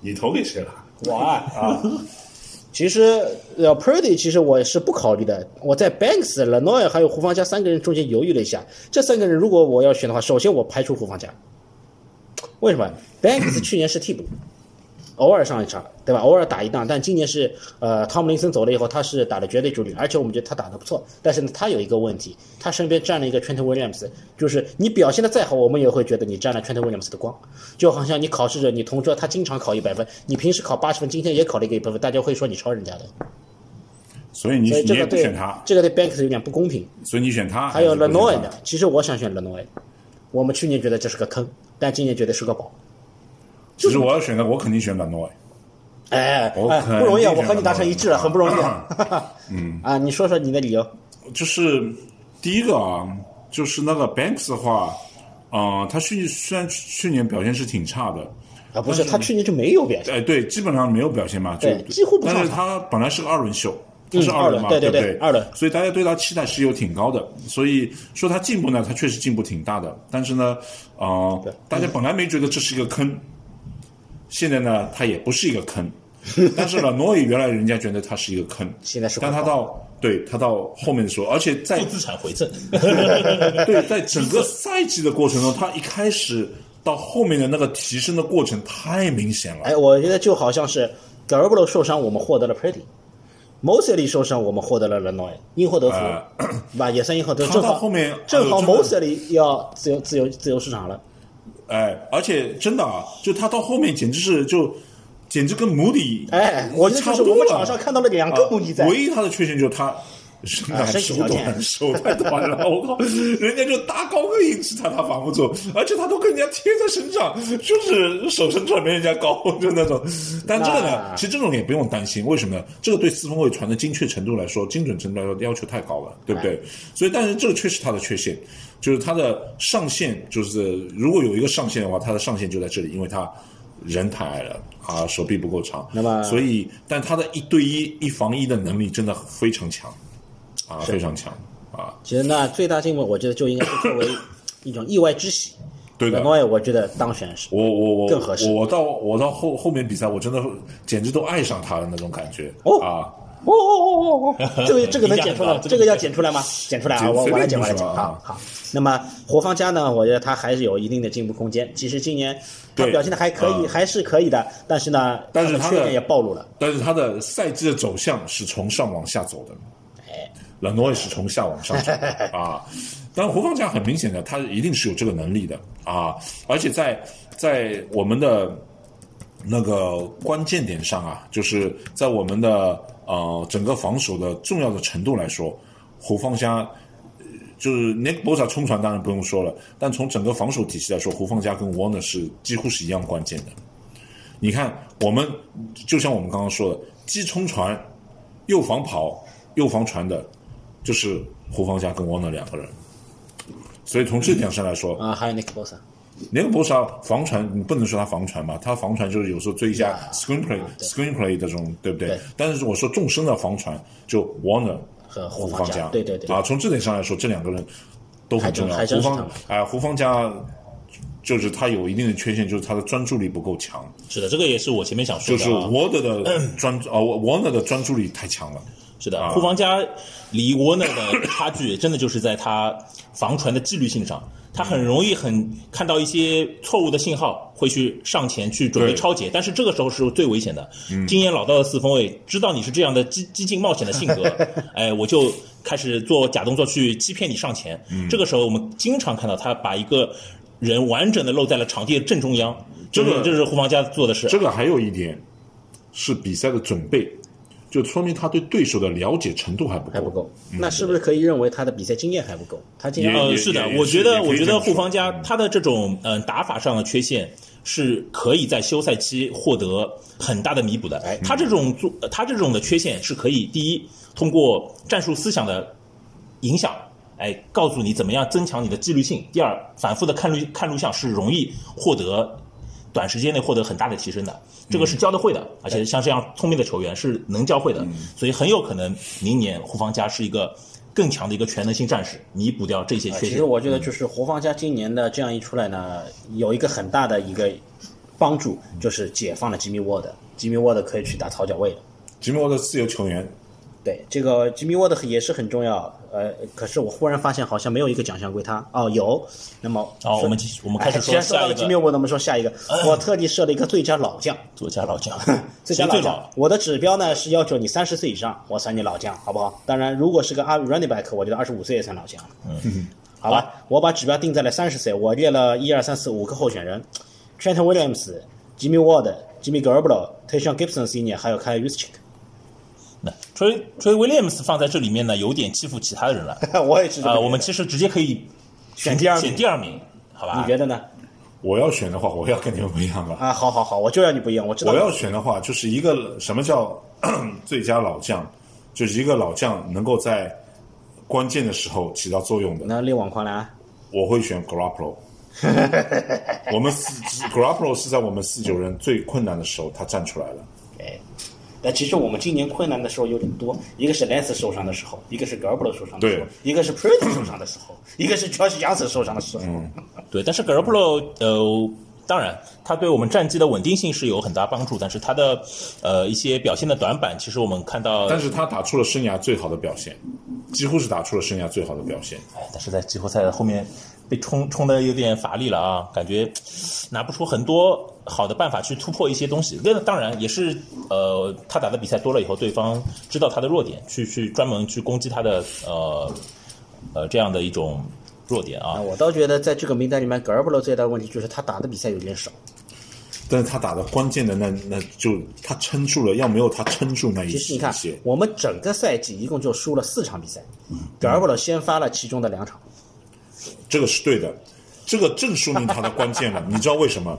Speaker 3: 你投给谁了？
Speaker 2: 我啊，啊 *laughs* 其实呃，Purdy 其实我是不考虑的。我在 Banks、Lenoy 还有胡方家三个人中间犹豫了一下。这三个人如果我要选的话，首先我排除胡方家。为什么？Banks 去年是替补，偶尔上一场，对吧？偶尔打一档，但今年是呃，汤姆林森走了以后，他是打了绝对主力，而且我们觉得他打得不错。但是呢，他有一个问题，他身边站了一个 Trent Williams，就是你表现的再好，我们也会觉得你占了 Trent Williams 的光。就好像你考试者，你同桌他经常考一百分，你平时考八十分，今天也考了一个一百分，大家会说你抄人家的。
Speaker 3: 所以你
Speaker 2: 所以
Speaker 3: 你
Speaker 2: 这
Speaker 3: 也
Speaker 2: 个
Speaker 3: 不
Speaker 2: 对
Speaker 3: 选他，
Speaker 2: 这个对 Banks 有点不公平。
Speaker 3: 所以你选他
Speaker 2: 还有
Speaker 3: 是不选
Speaker 2: Lenoy
Speaker 3: 他
Speaker 2: 呢，其实我想选 Lenoy，我们去年觉得这是个坑，但今年觉得是个宝。
Speaker 3: 其实我要选他，我肯定选 Lenoy。
Speaker 2: 哎，
Speaker 3: 我
Speaker 2: 哎
Speaker 3: 肯
Speaker 2: 不容易啊，
Speaker 3: 定
Speaker 2: 我
Speaker 3: 选
Speaker 2: 和你达
Speaker 3: Lenoy
Speaker 2: 成一致了，很不容易啊。嗯啊，你说说你的理由。
Speaker 3: 就是第一个啊，就是那个 Banks 的话，啊、他去虽然去年表现是挺差的，
Speaker 2: 啊，不是，他去年就没有表现。
Speaker 3: 哎，对，基本上没有表现嘛，就
Speaker 2: 对几乎不上
Speaker 3: 但
Speaker 2: 场
Speaker 3: 是他本来是个二轮秀，他是
Speaker 2: 嗯
Speaker 3: 二轮
Speaker 2: 二
Speaker 3: 嘛，
Speaker 2: 轮对
Speaker 3: 不
Speaker 2: 对
Speaker 3: 对
Speaker 2: 对二轮
Speaker 3: 所以大家对他期待是有挺高的。所以说他进步呢，他确实进步挺大的。但是呢，呃，大家本来没觉得这是一个坑，现在呢，他也不是一个
Speaker 2: *laughs*
Speaker 3: 坑。但是呢，诺伊原来人家觉得他是一个坑，
Speaker 2: 现在是
Speaker 3: 但他到对他到后面的时候，而且在
Speaker 5: 负资产回正，
Speaker 2: *laughs*
Speaker 3: 对，在整个赛季的过程中，他一开始到后面的那个提升的过程太明显了。
Speaker 2: 哎，我觉得就好像是 Garoppolo 受伤，我们获得了 Pretty；Mosley 受伤，我们获得了 Lenoy。因祸得福，对吧？也算因祸得福。
Speaker 3: 啊他
Speaker 2: 正
Speaker 3: 到
Speaker 2: 好
Speaker 3: 后面
Speaker 2: 正好
Speaker 3: 哎呦真
Speaker 2: Mosley 要自由自由自由市场了。
Speaker 3: 哎，而且真的啊，就他到后面简直是就，简直跟母里
Speaker 2: 哎，我
Speaker 3: 差
Speaker 2: 就
Speaker 3: 不
Speaker 2: 是
Speaker 3: 多
Speaker 2: 我们
Speaker 3: 了。
Speaker 2: 场上看到了两个母女在
Speaker 3: 啊。唯一他的缺陷就是他。身
Speaker 2: 啊
Speaker 3: 短
Speaker 2: 身体
Speaker 3: 手
Speaker 2: 条件 *laughs*
Speaker 3: 短，手太短了，我靠！人家就搭高个一尺，他他防不住，而且他都跟人家贴在身上，就是手伸出来没人家高， *laughs* 就那种。但这个呢，
Speaker 2: 那
Speaker 3: 其实这种也不用担心，为什么呢？这个对四分卫传的精确程度来说，精准程度来说要求太高了，对不对？所以，但是这个确实他的缺陷，就是他的上限，就是如果有一个上限的话，他的上限就在这里，因为他人太矮了啊，手臂不够长，
Speaker 2: 那么
Speaker 3: 所以。所以，但他的一对一、一防一的能力真的非常强，啊，非常强啊，
Speaker 2: 其实呢，最大进步，我觉得就应该是作
Speaker 3: *coughs*
Speaker 2: 为一种意外之喜。
Speaker 3: 对的。
Speaker 2: Lenoy 我觉得当选是
Speaker 3: 我我我
Speaker 2: 更合适
Speaker 3: 我我到我到后后面比赛，我真的简直都爱上他的那种感觉
Speaker 2: 哦
Speaker 3: 啊！
Speaker 2: 哦哦哦哦
Speaker 3: *laughs*
Speaker 2: 哦，这个这个能剪出来吗？
Speaker 5: 这个
Speaker 2: 这个要剪出来吗？剪出来啊，
Speaker 3: 剪
Speaker 2: 我
Speaker 3: 随便
Speaker 2: 我来剪，
Speaker 3: 你
Speaker 2: 我来
Speaker 3: 说
Speaker 2: 剪。
Speaker 3: 啊
Speaker 2: 好好。那么活方家呢，我觉得他还是有一定的进步空间。其实今年他
Speaker 3: 对
Speaker 2: 表现的还可以，
Speaker 3: 嗯
Speaker 2: 还是可以的，但是呢，
Speaker 3: 但是
Speaker 2: 他的
Speaker 3: 他
Speaker 2: 缺
Speaker 3: 的
Speaker 2: 点也暴露了。
Speaker 3: 但是他的赛季的走向是从上往下走的，冷诺也是从下往上走的啊。但胡方强很明显的，他一定是有这个能力的啊，而且在在我们的那个关键点上啊，就是在我们的呃整个防守的重要的程度来说，胡方家就是 Nick Bosa 冲传当然不用说了，但从整个防守体系来说，胡方家跟 Warner 是几乎是一样关键的。你看，我们就像我们刚刚说的，既冲传，又防跑，又防传的，就是胡方家跟 Warner 两个人。所以从这点上来说，
Speaker 2: 啊，还有 Nick Bosa，
Speaker 3: 那个博啥防传，你不能说他防传吧，他防传就是有时候追一下 screenplay、
Speaker 2: 啊对
Speaker 3: screenplay 这种，对不对？
Speaker 2: 对
Speaker 3: 但是我说纵深的防传，就 Warner
Speaker 2: 和
Speaker 3: 胡
Speaker 2: 胡
Speaker 3: 方
Speaker 2: 方家对对对
Speaker 3: 啊，从这点上来说，这两个人都很重要。
Speaker 2: 还
Speaker 3: 胡
Speaker 2: 真还真是
Speaker 3: 方
Speaker 2: 他们
Speaker 3: 哎、胡方家就是他有一定的缺陷，就是他的专注力不够强，
Speaker 5: 是的，这个也是我前面想说
Speaker 3: 就
Speaker 5: 的、啊，
Speaker 3: 是 Warner
Speaker 2: *clears throat*
Speaker 3: 的专注啊、Warner 的专注力太强了。
Speaker 5: 是
Speaker 3: 啊
Speaker 5: 的，库房加离沃内的差距，真的就是在他防传的纪律性上，他很容易很看到一些错误的信号，会去上前去准备
Speaker 3: 对嗯
Speaker 5: 超解，但是这个时候是最危险的。经验老道的四分卫知道你是这样的激激进冒险的性
Speaker 3: *laughs*
Speaker 5: 格，哎，我就开始做假动作去欺骗你上前。
Speaker 3: 嗯
Speaker 5: 这个时候我们经常看到他把一个人完整的露在了场地的正中央，这
Speaker 3: 这
Speaker 5: 个
Speaker 3: 个
Speaker 5: 这是库房加做的事。
Speaker 3: 这个还有一点是比赛的准备，就说明他对对手的了解程度还不
Speaker 2: 还不
Speaker 3: 够。
Speaker 2: 够，那是不是可以认为他的比赛经验还不够？他哦经
Speaker 3: 嗯也
Speaker 2: 常
Speaker 5: 呃，
Speaker 3: 也
Speaker 5: 是的
Speaker 3: 也，
Speaker 5: 我
Speaker 3: 是
Speaker 5: 觉
Speaker 3: 也
Speaker 5: 得，
Speaker 3: 可以
Speaker 5: 我觉
Speaker 3: 这
Speaker 5: 得
Speaker 3: 么
Speaker 5: 护
Speaker 3: 说
Speaker 5: 方家他的这种嗯、呃打法上的缺陷是可以在休赛期获得很大的弥补的。
Speaker 3: 嗯
Speaker 5: 他这种做，呃他这种的缺陷是可以第一通过战术思想的影响。哎，告诉你怎么样增强你的纪律性。第二，反复的看录看录像是容易获得短时间内获得很大的提升的，
Speaker 3: 嗯
Speaker 5: 这个是教得会的，而且像这样聪明的球员是能教会的，
Speaker 3: 嗯
Speaker 5: 所以很有可能明年胡方家是一个更强的一个全能性战士，弥补掉这些
Speaker 2: 啊
Speaker 5: 缺
Speaker 2: 其
Speaker 5: 陷
Speaker 2: 实。我觉
Speaker 3: 嗯
Speaker 2: 得就是胡方家今年的这样一出来呢，有一个很大的一个帮助，就是解放了吉米沃德，吉米沃德可以去打草脚位了。
Speaker 3: 吉米沃德自由球员，
Speaker 2: 对，这个吉米沃德也是很重要。呃，可是我忽然发现好像没有一个奖项归他。哦，有。那么，
Speaker 5: 哦，我们继续，我们开始
Speaker 2: 哎既
Speaker 5: 说
Speaker 2: 然说
Speaker 5: 下
Speaker 2: 到
Speaker 5: 一
Speaker 2: 了吉
Speaker 5: 个嗯
Speaker 2: 米沃德，我们说下一个。我特地设了一个最佳老将，
Speaker 5: 作家老将，
Speaker 2: *laughs* 最
Speaker 5: 谁
Speaker 2: 佳老
Speaker 5: 最
Speaker 2: 将
Speaker 5: 老。
Speaker 2: 我的指标呢是要求你三十岁以上，我算你老将，好不好？当然，如果是个阿 running back，我觉得二十五岁也算老将。
Speaker 5: 嗯
Speaker 2: *laughs* 好吧，我把指标定在了三十岁，我列了一二三四五个候选人：Trent Williams、Jimmy Ward、Jimmy Garoppolo、Tayshawn Gibson Senior，还有 Kyle u s c h i k
Speaker 5: 那 Trey Trey Williams 放在这里面呢，有点欺负其他的人
Speaker 2: *laughs*
Speaker 5: 了。
Speaker 2: *laughs* 我也是这么
Speaker 5: 啊、
Speaker 2: 觉得
Speaker 5: 我们其实直接可以
Speaker 2: 选第二名
Speaker 5: 选第二名，好吧？
Speaker 2: 你觉得呢？
Speaker 3: 我要选的话，我要跟你们不一样了。
Speaker 2: 啊，好好好，我就要你不一样，我知道
Speaker 3: 我
Speaker 2: 你。
Speaker 3: 要选的话，就是一个什么叫 *clears throat* 最佳老将，就是一个老将能够在关键的时候起到作用的。
Speaker 2: 那力挽狂澜啊，
Speaker 3: 我会
Speaker 2: *laughs*
Speaker 3: 选 Garoppolo。我们四 Garoppolo 是在我们四九人最困难的时候，他站出来了。
Speaker 2: 哎，但其实我们今年困难的时候有点多，一个是 Lance 受伤的时候，一个是 Garoppolo 受伤的时候
Speaker 3: 对，
Speaker 2: 一个是 Pretty 受伤的
Speaker 3: *coughs*
Speaker 2: 时候，一个是 Josh Johnson 受伤的时候。
Speaker 3: 嗯
Speaker 5: 对，但是 Garoppolo 呃，当然他对我们战绩的稳定性是有很大帮助，但是他的呃一些表现的短板，其实我们看到，
Speaker 3: 但是他打出了生涯最好的表现，几乎是打出了生涯最好的表现。
Speaker 5: 哎但是在季后赛的后面被冲冲的有点乏力了啊，感觉拿不出很多好的办法去突破一些东西。那当然也是呃，他打的比赛多了以后，对方知道他的弱点，去去专门去攻击他的呃呃这样的一种弱点啊
Speaker 2: 啊，。我倒觉得在这个名单里面，Garoppolo 最大的问题就是他打的比赛有点少。
Speaker 3: 嗯但是他打的关键的那那就他撑住了，要没有他撑住那一
Speaker 2: 其实你
Speaker 3: 一
Speaker 2: 看
Speaker 3: 些，，
Speaker 2: 我们整个赛季一共就输了四场比赛，Garoppolo
Speaker 3: 嗯
Speaker 2: 先发了其中的两场。
Speaker 3: 这个是对的，这个正说明他的关键了。你知道为什么？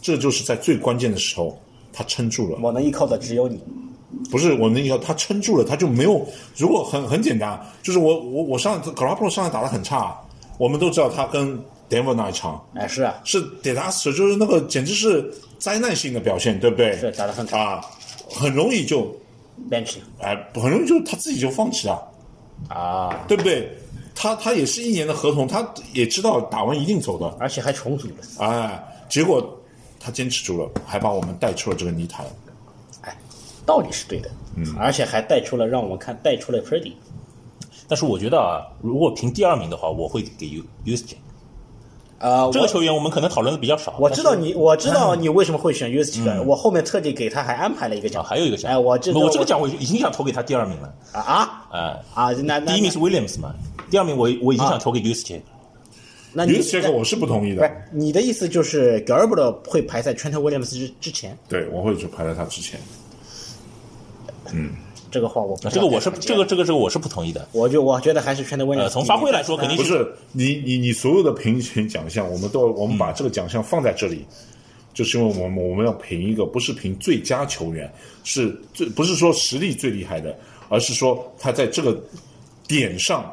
Speaker 3: 这就是在最关键的时候他撑住了。
Speaker 2: 我能依靠的只有你，
Speaker 3: 不是我们要他撑住了，他就没有。如果很很简单，啊就是我我我上次 g a r a p o 上来打得很差，我们都知道他跟 Denver 那一场
Speaker 2: 哎，是啊，
Speaker 3: 是得打死，就是那个简直是灾难性的表现，对不对？
Speaker 2: 是打得很差
Speaker 3: 啊，很容易就
Speaker 2: bench
Speaker 3: 哎，很容易就他自己就放弃了，
Speaker 2: 啊，
Speaker 3: 对不对？他他也是一年的合同，他也知道打完一定走的，
Speaker 2: 而且还重组了。
Speaker 3: 哎，结果他坚持住了，还把我们带出了这个泥潭。
Speaker 2: 哎，道理是对的，嗯，而且还带出了让我们看带出了 Pretty，
Speaker 5: 但是我觉得啊，如果评第二名的话，我会给 U U S J
Speaker 2: 啊，
Speaker 5: 这个
Speaker 2: 我
Speaker 5: 球员，我们可能讨论的比较少。
Speaker 2: 我
Speaker 5: 但
Speaker 2: 知
Speaker 5: 是嗯
Speaker 2: 道你，我知道你为什么会选 u s c 我后面特地给他还安排了一个
Speaker 5: 啊，
Speaker 2: 奖，
Speaker 5: 还有一个奖，
Speaker 2: 哎，我这
Speaker 5: 我这个奖我已经想投给他第二名了。
Speaker 2: 啊啊
Speaker 5: 哎，
Speaker 2: 啊，那那啊
Speaker 5: 第一名是 Williams 嘛，第二名我我已经想投给 u s j
Speaker 2: 那
Speaker 3: 于
Speaker 2: 你
Speaker 3: 是这个我是不同意
Speaker 2: 不
Speaker 3: 的，
Speaker 2: 是你的意思就是 g a r b e r 会排在 Trent Williams 之之前，
Speaker 3: 对我会就排在他之前。
Speaker 2: 这个话我不
Speaker 5: 啊这个我是
Speaker 2: 知道
Speaker 5: 这个这个这个我是不同意的。
Speaker 2: 我就我觉得还是 Trent Williams
Speaker 5: 呃，从发挥来说，
Speaker 2: 第
Speaker 5: 肯
Speaker 2: 一
Speaker 5: 定
Speaker 2: 名
Speaker 3: 不是你你你所有的评选奖项，我们都我们把这个奖项放在这里，就是因为我们我们要评一个，不是评最佳球员，是最不是说实力最厉害的，而是说他在这个点上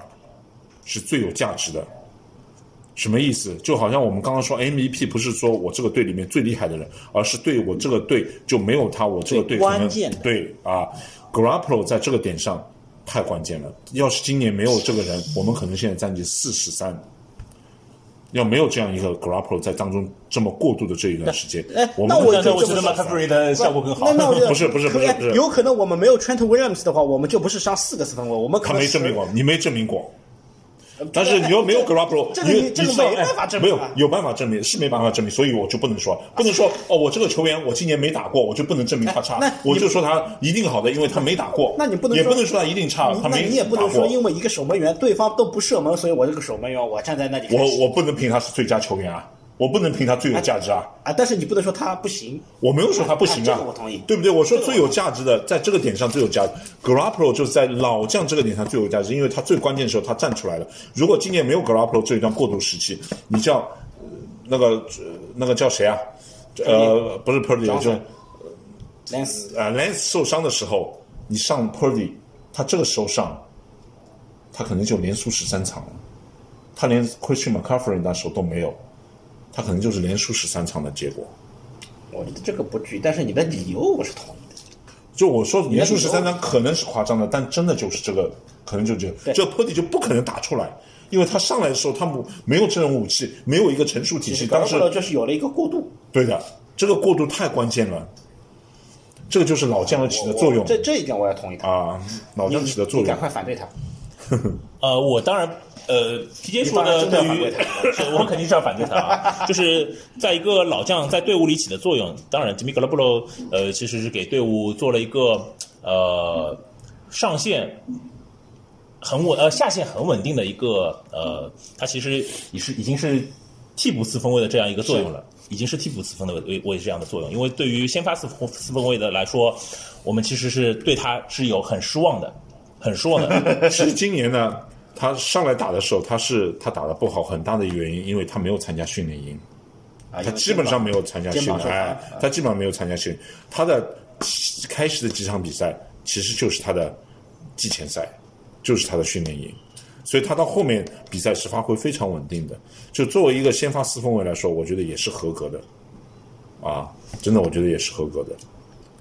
Speaker 3: 是最有价值的。什么意思？就好像我们刚刚说 MVP 不是说我这个队里面最厉害的人，而是对我这个队就没有他，我这个
Speaker 2: 最
Speaker 3: 队可能
Speaker 2: 关键的
Speaker 3: 对啊 g r a p p l o 在这个点上太关键了。要是今年没有这个人，我们可能现在战绩四十三。要没有这样一个 g r a p p l o 在当中这么过渡的这一段时间，
Speaker 2: 哎
Speaker 3: 我们
Speaker 2: 那我
Speaker 3: 可
Speaker 5: 但
Speaker 3: 能
Speaker 5: 是
Speaker 2: 就
Speaker 5: 我觉得 m a c a f r y 的效果更好
Speaker 2: 那。那我觉得
Speaker 3: 不是不是不是
Speaker 2: 哎
Speaker 3: 不是
Speaker 2: 有可能我们没有 Trent Williams 的话，我们就不是上四个四分位，我们可
Speaker 3: 他
Speaker 2: 能
Speaker 3: 没
Speaker 2: 是
Speaker 3: 证明过，你没证明过。但是你又没有 g r a p p l o
Speaker 2: 这个
Speaker 3: 你
Speaker 2: 你这个
Speaker 3: 你知道
Speaker 2: 没办
Speaker 3: 哎
Speaker 2: 法证
Speaker 3: 没
Speaker 2: 明
Speaker 3: 有
Speaker 2: 啊
Speaker 3: 有办法证明是没办法证明，所以我就不能说，不能说哦，我这个球员我今年没打过，我就不能证明他差
Speaker 2: 那，
Speaker 3: 我就说他一定好的，因为他没打过。
Speaker 2: 那你不能
Speaker 3: 也
Speaker 2: 说
Speaker 3: 不能说他一定差，他
Speaker 2: 那
Speaker 3: 没
Speaker 2: 你也不能
Speaker 3: 打过
Speaker 2: 说，因为一个守门员对方都不射门，所以我这个守门员我站在那里开始。
Speaker 3: 我我不能评他是最佳球员啊，我不能评他最有价值啊，
Speaker 2: 啊，但是你不能说他不行。
Speaker 3: 我没有说他不行
Speaker 2: 哎
Speaker 3: 啊，
Speaker 2: 这个我同意
Speaker 3: 对不对？我说最有价值的，在这个点上最有价值 g r a p p l o 就是在老将这个点上最有价值，因为他最关键的时候他站出来了。如果今年没有 g r a p p l o 这一段过渡时期，你叫呃那个呃那个叫谁啊？呃，不是 Purdy，就是
Speaker 2: Lance
Speaker 3: 呃 Lance 受伤的时候，你上 Purdy，他这个时候上，他可能就连输十三场了。他连 Christian McCaffrey 那时候都没有，他可能就是连输十三场的结果。
Speaker 2: 我觉得这个不至于，但是你的理由我是同意的。
Speaker 3: 就我说连输十三场可能是夸张的，但真的就是这个，可能就这个，这个坡底就不可能打出来，因为他上来的时候他们没有这种武器，没有一个成熟体系，
Speaker 2: 格
Speaker 3: 当
Speaker 2: 罗
Speaker 3: 时
Speaker 2: 布罗就是有了一个过渡，
Speaker 3: 对的，这个过渡太关键了。这个就是老将起的作用
Speaker 7: 这这一点我要同意他。
Speaker 3: 啊，老
Speaker 7: 你
Speaker 3: 将起的作
Speaker 7: 你赶
Speaker 3: 用。
Speaker 7: 快反对他。
Speaker 2: 啊
Speaker 5: 呃，我当然，呃，PJ 说的
Speaker 7: 你当然真
Speaker 5: 对
Speaker 7: 的要
Speaker 5: 于
Speaker 7: 反对，
Speaker 5: *laughs* 是我肯定是要反对他啊，就是在一个老将在队伍里起的作用。当然，吉米格拉布罗，呃，其实是给队伍做了一个呃上限很稳，呃下限很稳定的一个呃，他其实也是已经是替补四分卫的这样一个作用了，已经是替补四分的位位这样的作用。因为对于先发四分四分卫的来说，我们其实是对他是有很失望的，很失望的。
Speaker 3: 其实今年呢，他上来打的时候，他是他打的不好，很大的原因，因为他没有参加训练营，
Speaker 7: 啊，
Speaker 3: 他基本上没有参加训
Speaker 7: 肩膀
Speaker 3: 练，
Speaker 7: 受伤嗯
Speaker 3: 哎，他基本上没有参加训练。他的开始的几场比赛其实就是他的季前赛，就是他的训练营，所以他到后面比赛是发挥非常稳定的。就作为一个先发四分卫来说，我觉得也是合格的，啊，真的我觉得也是合格的。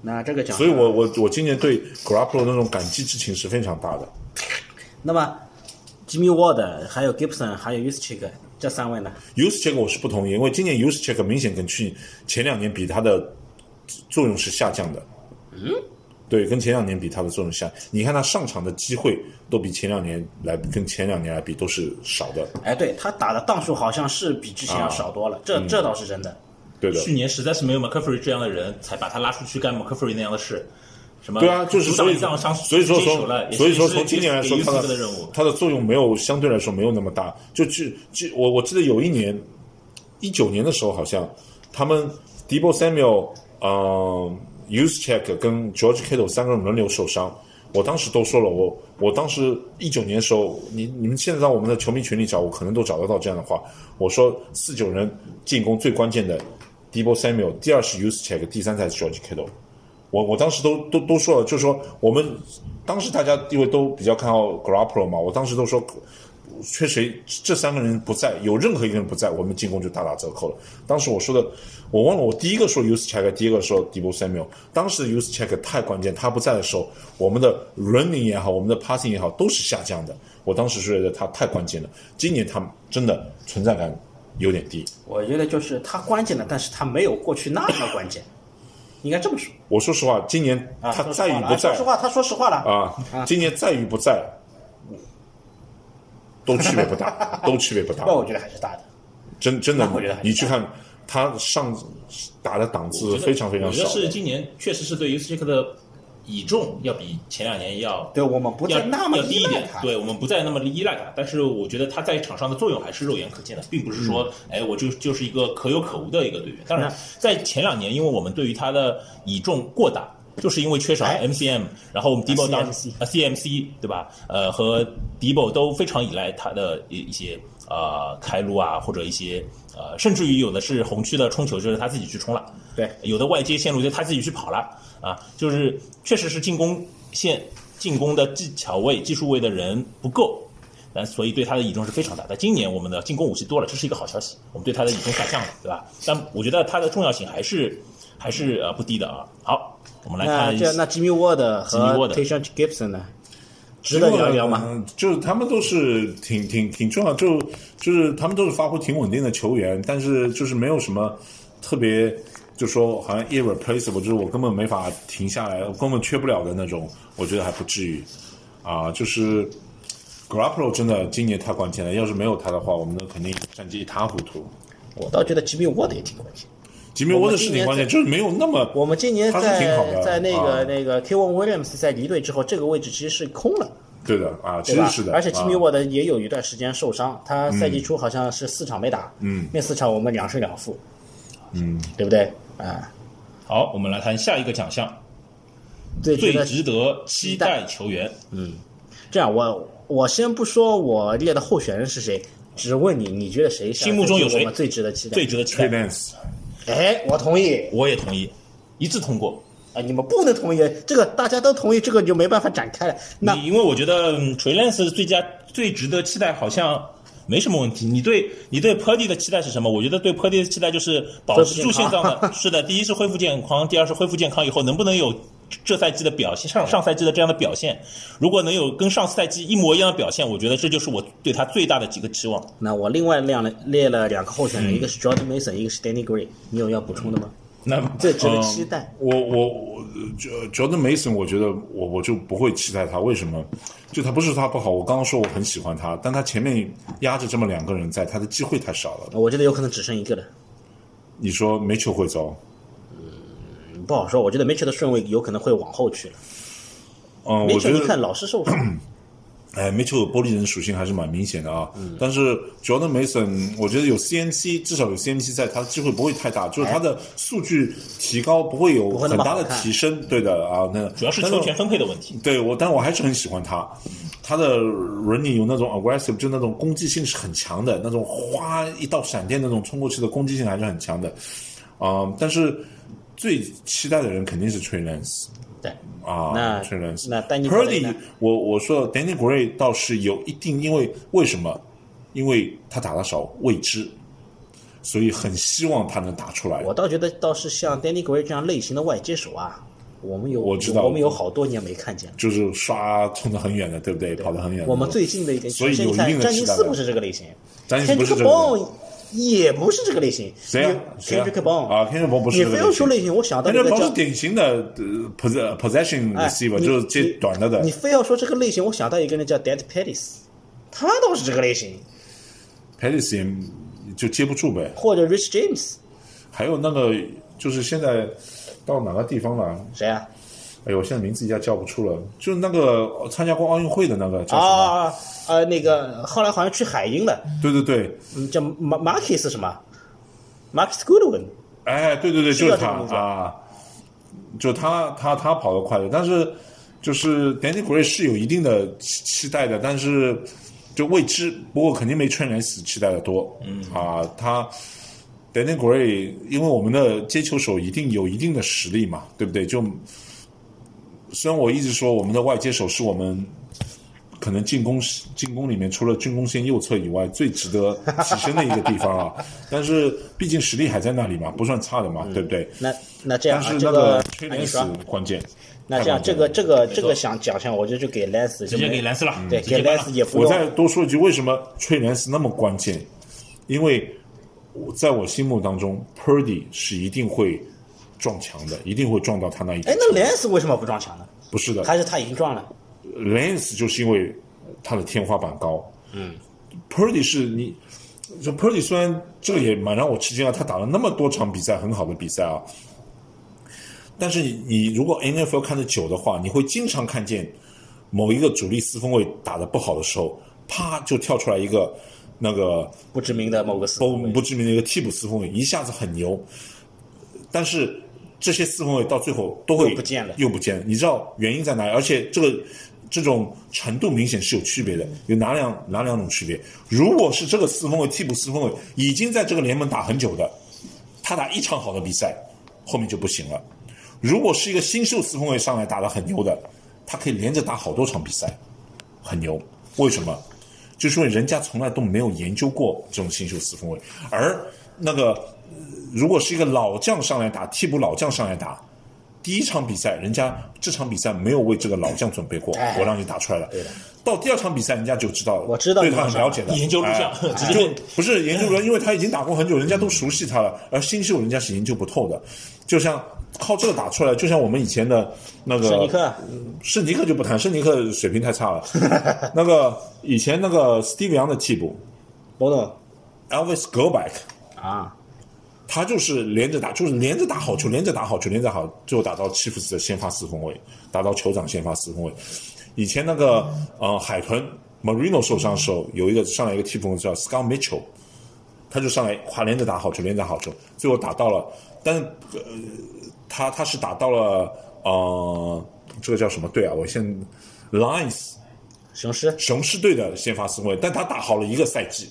Speaker 2: 那这个讲，
Speaker 3: 所以我我我今年对 g r a p p o 那种感激之情是非常大的。
Speaker 2: 那么，Jimmy Ward 还有 Gibson 还有 u s c h i k 这三位呢？
Speaker 3: u s c h e c k 我是不同意，因为今年 u s c h e c k 明显跟去前两年比，它的作用是下降的。嗯，对，跟前两年比，它的作用下，你看他上场的机会都比前两年来，跟前两年来比都是少的。
Speaker 2: 哎，对他打的档数好像是比之前要少多了，
Speaker 3: 嗯
Speaker 2: 这这倒是真的。
Speaker 3: 对的，啊
Speaker 5: 去年实在是没有 McCaffrey 这样的人，才把他拉出去干 McCaffrey 那样的事。什么？
Speaker 3: 对啊，就是
Speaker 5: 阻
Speaker 3: 所
Speaker 5: 挡
Speaker 3: 以
Speaker 5: 一仗伤，
Speaker 3: 所以说
Speaker 5: 接手
Speaker 3: 从
Speaker 5: 了也是
Speaker 3: 所以说
Speaker 5: 也是
Speaker 3: 从今年来说，
Speaker 5: 给
Speaker 3: 它
Speaker 5: Yusuke
Speaker 3: 的
Speaker 5: 的任务，
Speaker 3: 它的作用没有相对来说没有那么大。就去去我我记得有一年，一九年的时候，好像他们 Debo Samuel、嗯 u s c h e c k 跟 George Kittle 三个人轮流受伤。我当时都说了，我我当时一九年的时候，你你们现在到我们的球迷群里找，我可能都找得到这样的话。我说四九人进攻最关键的 Debo Samuel，第二是 u s c h e c k 第三才是 George Kittle。我我当时都都都说了，就是说我们当时大家因为都比较看好 Garoppolo 嘛，我当时都说，缺谁这三个人不在，有任何一个人不在，我们进攻就大打折扣了。当时我说的，我忘了我第一个说 u s c h e c k 第一个说 Debo Samuel，当时 u s c h e c k 太关键，他不在的时候，我们的 running 也好，我们的 passing 也好，都是下降的。我当时是觉得他太关键了，今年他真的存在感有点低。
Speaker 2: 我觉得就是他关键了，但是他没有过去那么关键，应该这么说。
Speaker 3: 我说实话，今年
Speaker 2: 啊，
Speaker 3: 他
Speaker 2: 说实
Speaker 3: 在
Speaker 2: 话
Speaker 3: 与
Speaker 2: 了
Speaker 3: 不
Speaker 2: 啊
Speaker 3: 在
Speaker 2: 说实，话，他说实话了。
Speaker 3: 啊，今年在与不在，都区别
Speaker 2: *laughs*
Speaker 3: 不大，都区别不大
Speaker 2: 那。我觉得还是大的。
Speaker 3: 真真的
Speaker 2: 那我觉得，还是
Speaker 3: 你去看他上打的档次非常非常
Speaker 5: 我觉
Speaker 3: 少
Speaker 5: 得。是今年确实是对 Yusuke 的倚重要比前两年要
Speaker 2: 对我们不
Speaker 5: 要
Speaker 2: 再那么
Speaker 5: 要低
Speaker 2: 依
Speaker 5: 一
Speaker 2: 赖
Speaker 5: 点
Speaker 2: 他。，
Speaker 5: 对我们不再那么依赖他。但是我觉得他在场上的作用还是肉眼可见的，并不是说，
Speaker 2: 嗯
Speaker 5: 哎，我就就是一个可有可无的一个队员。当然，在前两年，因为我们对于他的倚重过大，就是因为缺少
Speaker 2: 哎
Speaker 5: MCM，、然后我们 Debo 当时
Speaker 2: CMC
Speaker 5: 啊 CMC 对吧？呃，和 Debo 都非常依赖他的一一些呃开路啊，或者一些呃，甚至于有的是红区的冲球，就是他自己去冲了。
Speaker 2: 对
Speaker 5: 有的外接线路就他自己去跑了啊，就是确实是进攻线进攻的技巧位、技术位的人不够，但所以对他的倚重是非常大的。但今年我们的进攻武器多了，这是一个好消息，我们对他的倚重下降了，对吧？但我觉得它的重要性还是还是呃不低的啊。好，我们来
Speaker 2: 那
Speaker 5: 看一
Speaker 2: 这那 Jimmy Ward 和
Speaker 5: Jimmy Ward
Speaker 2: t a s h a n Gibson 呢？值得聊一聊吗？
Speaker 3: 嗯就是他们都是挺挺挺重要，就就是他们都是发挥挺稳定的球员，但是就是没有什么特别，就说好像 irreplaceable，就是我根本没法停下来，我根本缺不了的那种，我觉得还不至于啊。就是 Garoppolo 真的今年太关键了，要是没有他的话，我们的肯定战绩一塌糊涂。
Speaker 2: 我倒觉得 Jimmy Ward 也挺关键。
Speaker 3: 吉米
Speaker 2: 我
Speaker 3: 沃
Speaker 2: 们
Speaker 3: 德
Speaker 2: 今
Speaker 3: 是
Speaker 2: 年
Speaker 3: 挺关键，
Speaker 2: 在
Speaker 3: 就是没有那么
Speaker 2: 我们今年
Speaker 3: 他是挺好
Speaker 2: 在
Speaker 3: 的
Speaker 2: 在那个、
Speaker 3: 啊
Speaker 2: 那个 Kevin Williams 在离队之后，这个位置其实是空了，
Speaker 3: 对的啊，其
Speaker 2: 对
Speaker 3: 实
Speaker 2: 吧？
Speaker 3: 是的，
Speaker 2: 而且吉米
Speaker 3: 啊
Speaker 2: 沃德也有一段时间受伤，他赛季初好像是四场没打，嗯，那四场我们两胜两负，嗯，对不对？啊，
Speaker 5: 好，我们来谈下一个奖项，
Speaker 2: 最
Speaker 5: 最
Speaker 2: 觉得
Speaker 5: 值得期待球员。
Speaker 2: 这样，我我先不说我列的候选人是谁，只问你，你觉得谁是
Speaker 5: 心目中有谁
Speaker 2: 我们最值得期待？
Speaker 5: 最值得期
Speaker 3: t r
Speaker 5: 待
Speaker 3: a，Lance
Speaker 2: 哎，我同意
Speaker 5: 我也同意，一致通过。
Speaker 2: 啊！你们不能同意，这个大家都同意，这个就没办法展开了。那
Speaker 5: 你因为我觉得 t r e l a n c e 最佳最值得期待好像没什么问题。你对你对 Purdy 的期待是什么？我觉得对 Purdy 的期待就是保持住
Speaker 2: 恢复
Speaker 5: 现
Speaker 2: 健
Speaker 5: 状
Speaker 2: 康
Speaker 5: 的，是的，第一是恢复健康，第二是恢复健康以后能不能有这赛季的表现，上上赛季的这样的表现。如果能有跟上赛季一模一样的表现，我觉得这就是我对他最大的几个期望。嗯
Speaker 2: 那我另外两列了两个候选人，一个是 Jordan Mason，一个是 Danny Green，你有要补充的吗？
Speaker 5: 那
Speaker 4: 这值得
Speaker 3: 嗯
Speaker 4: 期待。
Speaker 3: 我我我觉得 Mason，我觉得我我就不会期待他，为什么？就他不是他不好，我刚刚说我很喜欢他，但他前面压着这么两个人在，他的机会太少了。
Speaker 4: 我觉得有可能只剩一个了，
Speaker 3: 你说梅球会走？
Speaker 4: 嗯不好说。我觉得梅切的顺位有可能会往后去了。
Speaker 3: 嗯，
Speaker 4: 梅
Speaker 3: 我
Speaker 4: 切
Speaker 3: 觉
Speaker 4: 你看
Speaker 3: 得
Speaker 4: 老是受
Speaker 5: *clears throat*
Speaker 4: 伤，
Speaker 3: 哎，梅球有玻璃人属性还是蛮明显的啊。
Speaker 4: 嗯
Speaker 3: 但是 Jordan Mason，我觉得有 CMC，至少有 CMC 在，他的机会不会太大，就是他的数据提高不会有
Speaker 4: 哎不会那
Speaker 3: 很
Speaker 4: 么
Speaker 3: 大
Speaker 4: 好
Speaker 3: 的
Speaker 4: 看
Speaker 3: 提升。对的啊，那
Speaker 5: 主要是
Speaker 3: 但
Speaker 5: 球权分配的问题。
Speaker 3: 对我，但我还是很喜欢他。他的 running 有那种 aggressive，就那种攻击性是很强的，那种哗一道闪电那种冲过去的攻击性还是很强的。啊、但是最期待的人肯定是 Trey Lance
Speaker 4: 对，
Speaker 3: 啊
Speaker 4: 那
Speaker 3: ，Trey Lance。
Speaker 4: 那丹尼格雷
Speaker 3: Purdy，
Speaker 4: 呢？
Speaker 3: 我我说 Danny Gray 倒是有一定，因为为什么？因为他打的少，未知，所以很希望他能打出来。
Speaker 4: 我倒觉得倒是像 Danny Gray 这样类型的外接手啊，我们有
Speaker 3: 我知道
Speaker 4: 我们有好多年没看见了。
Speaker 3: 就是刷冲得很远的，对不对？跑得很远的那种。
Speaker 4: 我们最近的一个，
Speaker 3: 所以
Speaker 4: 首先
Speaker 3: 有
Speaker 4: 你看
Speaker 3: 一定的
Speaker 4: 詹
Speaker 3: 期
Speaker 4: 金
Speaker 3: 待
Speaker 4: 斯
Speaker 3: 感
Speaker 4: 不是这个类型，
Speaker 3: 詹金斯不是这个
Speaker 4: Kendrick Bourne 也不是这个类型，
Speaker 3: 谁啊？谁啊
Speaker 4: Kendrick Bourne
Speaker 3: 啊，Kendrick Bourne 不是
Speaker 4: 你
Speaker 3: 这个
Speaker 4: 非要说类型，我想到一
Speaker 3: Kendrick
Speaker 4: 个
Speaker 3: Bourne
Speaker 4: 叫
Speaker 3: 是典型的呃 pos- possession
Speaker 4: 哎
Speaker 3: receiver，
Speaker 4: 你
Speaker 3: 就是接短的的
Speaker 4: 你。你非要说这个类型，我想到一个人叫 Dead Pettis，他倒是这个类型，
Speaker 3: Pettis 也就接不住呗。
Speaker 4: 或者 Rich James
Speaker 3: 还有那个就是现在到哪个地方了？
Speaker 4: 谁啊？
Speaker 3: 哎呦，我现在名字一下叫不出了，就是那个参加过奥运会的那个叫什么？
Speaker 4: 啊呃，那个后来好像去海鹰了，
Speaker 3: 对对对，
Speaker 4: 嗯叫 Mar Marcus 什么？Marcus Goodwin，
Speaker 3: 哎，对对对，
Speaker 4: 是
Speaker 3: 就
Speaker 4: 叫
Speaker 3: 是
Speaker 4: 这
Speaker 3: 他
Speaker 4: 个名字
Speaker 3: 啊，就他他他跑得快的，但是就是 Danny Gray 是有一定的期期待的，但是就未知，不过肯定没 t r a 期待的多。嗯啊，他 Danny Gray，因为我们的接球手一定有一定的实力嘛，对不对？就虽然我一直说我们的外接手是我们。可能进攻进攻里面，除了进攻线右侧以外，最值得提升的一个地方啊。
Speaker 4: *laughs*
Speaker 3: 但是毕竟实力还在那里嘛，不算差的嘛，对不对？
Speaker 4: 那那这样嗯
Speaker 3: 但
Speaker 4: 啊
Speaker 3: 是，
Speaker 4: 这
Speaker 3: 那个
Speaker 4: 啊
Speaker 3: 吹
Speaker 4: 你
Speaker 3: 脸死
Speaker 4: 说，
Speaker 3: 关键。
Speaker 4: 那这样这个这个这个想奖项，我觉得就给 Lance
Speaker 5: 直
Speaker 4: 直
Speaker 5: 接给莱斯了，
Speaker 4: 对，
Speaker 5: 嗯直
Speaker 4: 给
Speaker 5: 接办
Speaker 4: Les
Speaker 5: 了。
Speaker 4: 也不
Speaker 3: 我
Speaker 4: 用
Speaker 3: 再多说一句，为什么吹脸死那么关键？因为我在我心目当中，Purdy 是一定会撞墙的，一定会撞到他那一
Speaker 4: 哎
Speaker 3: 点，。
Speaker 4: 那 Lance 为什么不撞墙呢？
Speaker 3: 不是的
Speaker 4: 还是他已经撞了？
Speaker 3: ，Lance 就是因为他的天花板高。嗯，Purdy 是你。就 Purdy 虽然这个也蛮让我吃惊啊，他打了那么多场比赛，很好的比赛啊，但是你你如果 NFL 看得久的话，你会经常看见某一个主力四分卫打得不好的时候，啪就跳出来一个那个
Speaker 4: 不知名的某个司
Speaker 3: 不不知名的一个替补四分卫，一下子很牛，但是这些四分卫到最后都会
Speaker 4: 又不见了
Speaker 3: 又不见了。你知道原因在哪里？而且这个这种程度明显是有区别的，有哪两哪两种区别？如果是这个四分卫替补四分卫已经在这个联盟打很久的，他打一场好的比赛，后面就不行了。如果是一个新秀四分卫上来打得很牛的，他可以连着打好多场比赛，很牛。为什么？就是因为人家从来都没有研究过这种新秀四分卫，而那个呃如果是一个老将上来打，替补老将上来打，第一场比赛人家这场比赛没有为这个老将准备过，
Speaker 4: 哎
Speaker 3: 我让你打出来了。到第二场比赛，人家就知道了，
Speaker 4: 我知道
Speaker 3: 对
Speaker 4: 你
Speaker 3: 他
Speaker 4: 要
Speaker 3: 很
Speaker 4: 上
Speaker 3: 了
Speaker 4: 来
Speaker 3: 解的，
Speaker 5: 研究录像
Speaker 4: *laughs*
Speaker 3: 哎
Speaker 5: 直接
Speaker 3: 就不是研究人，因为他已经打过很久，人家都熟悉他了。而新秀人家是研究不透的，就像靠这个打出来，就像我们以前的那个
Speaker 4: 圣尼克啊
Speaker 3: 圣尼克就不谈，圣尼克水平太差了。那个以前那个 Steve Young 的替补
Speaker 4: b o n
Speaker 3: Elvis g o b a c k
Speaker 4: 啊，
Speaker 3: 他就是连着打，就是连着打好球，连着打好球，连着打好，最后打到七 h 斯的先发四分卫，打到酋长先发四分卫。以前那个呃海豚 Marino 受伤的时候，有一个上来一个替补叫 Scott Mitchell，他就上来夸连着打好球，连着打好球，最后打到了，但是呃他他是打到了呃这个叫什么队啊？我现在 Lions
Speaker 4: 雄狮
Speaker 3: 雄狮队的先发四分卫，但他打好了一个赛季，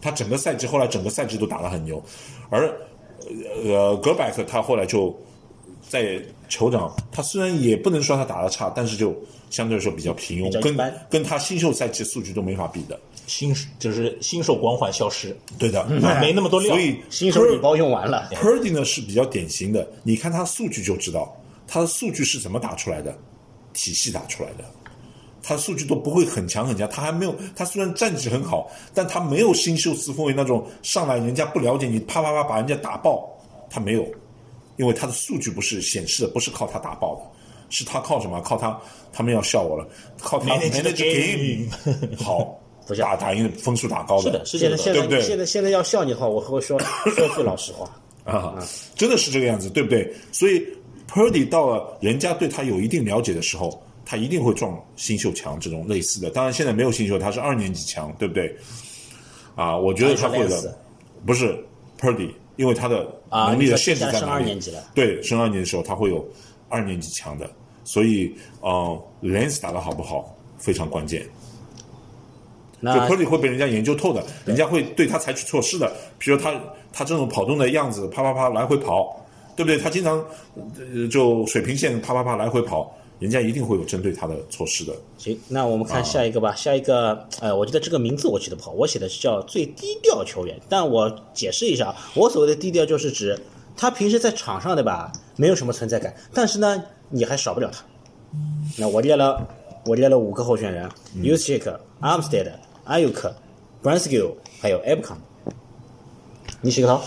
Speaker 3: 他整个赛季后来整个赛季都打得很牛，而呃格百克他后来就在酋长，他虽然也不能说他打得差，但是就相对来说比较平
Speaker 4: 比较
Speaker 3: 庸，
Speaker 4: 一
Speaker 3: 跟
Speaker 4: 般
Speaker 3: 跟他新秀赛季数据都没法比的，
Speaker 5: 新就是新手光环消失，
Speaker 3: 对的，
Speaker 5: *laughs* 没那么多料
Speaker 3: 所以
Speaker 4: 新手礼包用完了，
Speaker 3: Purdy 呢是比较典型的，你看他数据就知道，他的数据是怎么打出来的，体系打出来的。他数据都不会很强很强，他还没有，他虽然战绩很好，但他没有新秀四分卫那种上来人家不了解你，啪啪啪把人家打爆，他没有，因因为他的数据不是显示的，不是靠他打爆的，是他靠什么？靠他，他们要笑我了，靠他
Speaker 5: Manage the
Speaker 3: game
Speaker 5: *laughs*
Speaker 3: 好，打打赢分数打高
Speaker 5: 是的，是这个
Speaker 2: 现在
Speaker 5: 道
Speaker 2: 现
Speaker 5: 理。
Speaker 3: 对不对
Speaker 2: 在现在现在要笑你的话，我会说说句老实话，
Speaker 5: *coughs*
Speaker 3: 啊，
Speaker 2: 嗯
Speaker 3: 真的是这个样子，对不对？所以 Purdy 到了人家对他有一定了解的时候，他一定会撞新秀强这种类似的。当然现在没有新秀，他是二年级强，对不对？啊，我觉得他会
Speaker 2: 还是 Lance
Speaker 3: 的，不是 Purdy，因为他的
Speaker 2: 啊
Speaker 3: 能力的
Speaker 2: 你说
Speaker 3: 限制
Speaker 2: 现
Speaker 3: 在
Speaker 2: 在
Speaker 3: 哪
Speaker 2: 升
Speaker 3: 里？
Speaker 2: 二年级了
Speaker 3: 对，升二年级的时候他会有二年级强的，所以呃，Lance 打的好不好非常关键。就
Speaker 2: 那
Speaker 3: Purdy 会被人家研究透的，人家会对他采取措施的，比如他他这种跑动的样子，啪啪啪来回跑，对不对？他经常呃就水平线啪啪啪来回跑，人家一定会有针对他的措施的。
Speaker 2: 行，那我们看下一个吧。下一个，呃，我觉得这个名字我起的不好，我写的是叫最低调球员。但我解释一下啊，我所谓的低调就是指他平时在场上对吧，没有什么存在感，但是呢，你还少不了他。那我列了，我列了五个候选人 u s c h i k Armstead、Ayuk、Brunskill，还有 a b c o m 你洗个头。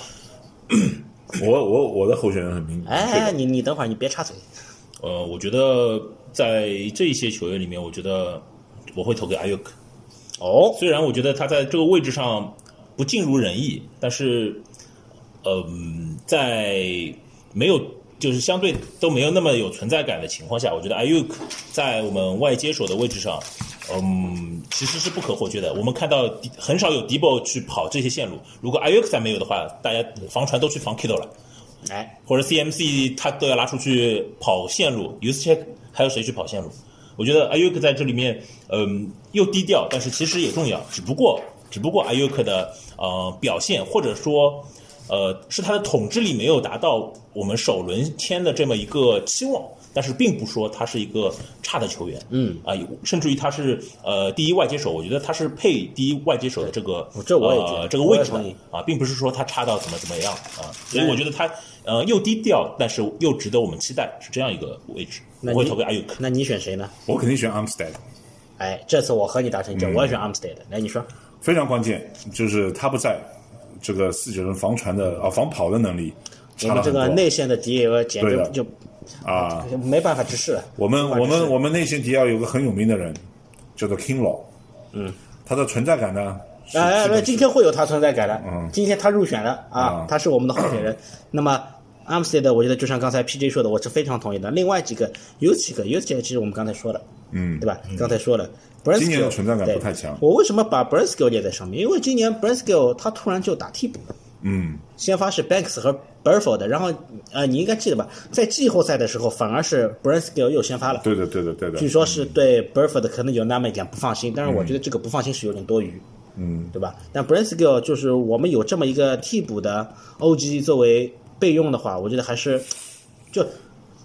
Speaker 3: 我我我的候选人很明
Speaker 2: 哎，
Speaker 3: 确的，
Speaker 2: 你你等会儿，你别插嘴。
Speaker 5: 呃，我觉得在这些球员里面，我觉得我会投给阿尤克。
Speaker 2: 哦，
Speaker 5: 虽然我觉得他在这个位置上不尽如人意，但是，嗯、在没有就是相对都没有那么有存在感的情况下，我觉得 Ayuk 在我们外接手的位置上，嗯，其实是不可或缺的。我们看到迪很少有 d e b o 去跑这些线路，如果 Ayuk 再没有的话，大家防传都去防 Kido 了。
Speaker 2: 哎，
Speaker 5: 或者 CMC 他都要拉出去跑线路 u s c h e c 还有谁去跑线路？我觉得 Ayuk 在这里面，嗯，又低调，但是其实也重要。只不过，只不过 Ayuk 的呃表现，或者说，呃，是他的统治力没有达到我们首轮签的这么一个期望，但是并不说他是一个差的球员。
Speaker 2: 嗯
Speaker 5: 啊、有甚至于他是呃第一外接手，我觉得他是配第一外接手的这个
Speaker 2: 哦这我也觉
Speaker 5: 呃
Speaker 2: 得
Speaker 5: 这个位置
Speaker 2: 我
Speaker 5: 的
Speaker 2: 也同意
Speaker 5: 啊，并不是说他差到怎么怎么样啊，所以我觉得他呃又低调，但是又值得我们期待，是这样一个位置。
Speaker 2: 那
Speaker 5: 我
Speaker 2: 你
Speaker 5: 会投给阿尤克。
Speaker 2: 那你选谁呢？
Speaker 3: 我肯定选 Armstead，
Speaker 2: 哎，这次我和你达成一致，我也选 Armstead。来，你说。
Speaker 3: 非常关键，就是他不在，这个四九人防传的啊防跑的能力
Speaker 2: 我
Speaker 3: 差了
Speaker 2: 们这
Speaker 3: 很
Speaker 2: 个
Speaker 3: 多
Speaker 2: 内线的敌人简
Speaker 3: 对
Speaker 2: 直
Speaker 3: 的
Speaker 2: 就
Speaker 3: 啊。
Speaker 2: 就没办法直视了。
Speaker 3: 我们我
Speaker 2: 没法直
Speaker 3: 们
Speaker 2: 视
Speaker 3: 我们内线迪奥有个很有名的人，叫做 Kinlaw，嗯，他的存在感呢，是
Speaker 2: 哎哎
Speaker 3: 基本
Speaker 2: 哎，
Speaker 3: 是
Speaker 2: 今天会有他存在感的。今天他入选了啊
Speaker 3: 嗯，
Speaker 2: 他是我们的候选
Speaker 3: *coughs*
Speaker 2: 人。那么 Armstead，我觉得就像刚才 PJ 说的，我是非常同意的。另外几个有几个有几个，其实我们刚才说了，
Speaker 3: 嗯
Speaker 2: 对吧？刚才说了。Brunskill，
Speaker 3: 今年的存在感不
Speaker 2: 对
Speaker 3: 太强
Speaker 2: 我为什么把 Brunskill 列在上面？因为今年 Brunskill 他突然就打替补了。
Speaker 3: 嗯
Speaker 2: 先发是 Banks 和 Burford，然后呃，你应该记得吧，在季后赛的时候反而是 Brunskill 又先发了，，
Speaker 3: 对的对的对的，
Speaker 2: 据说是
Speaker 3: 嗯
Speaker 2: 对 Burford 可能有那么一点不放心，但是我觉得这个不放心是有点多余，
Speaker 3: 嗯，
Speaker 2: 对吧？但 Brunskill 就是我们有这么一个替补的 OG 作为备用的话，我觉得还是就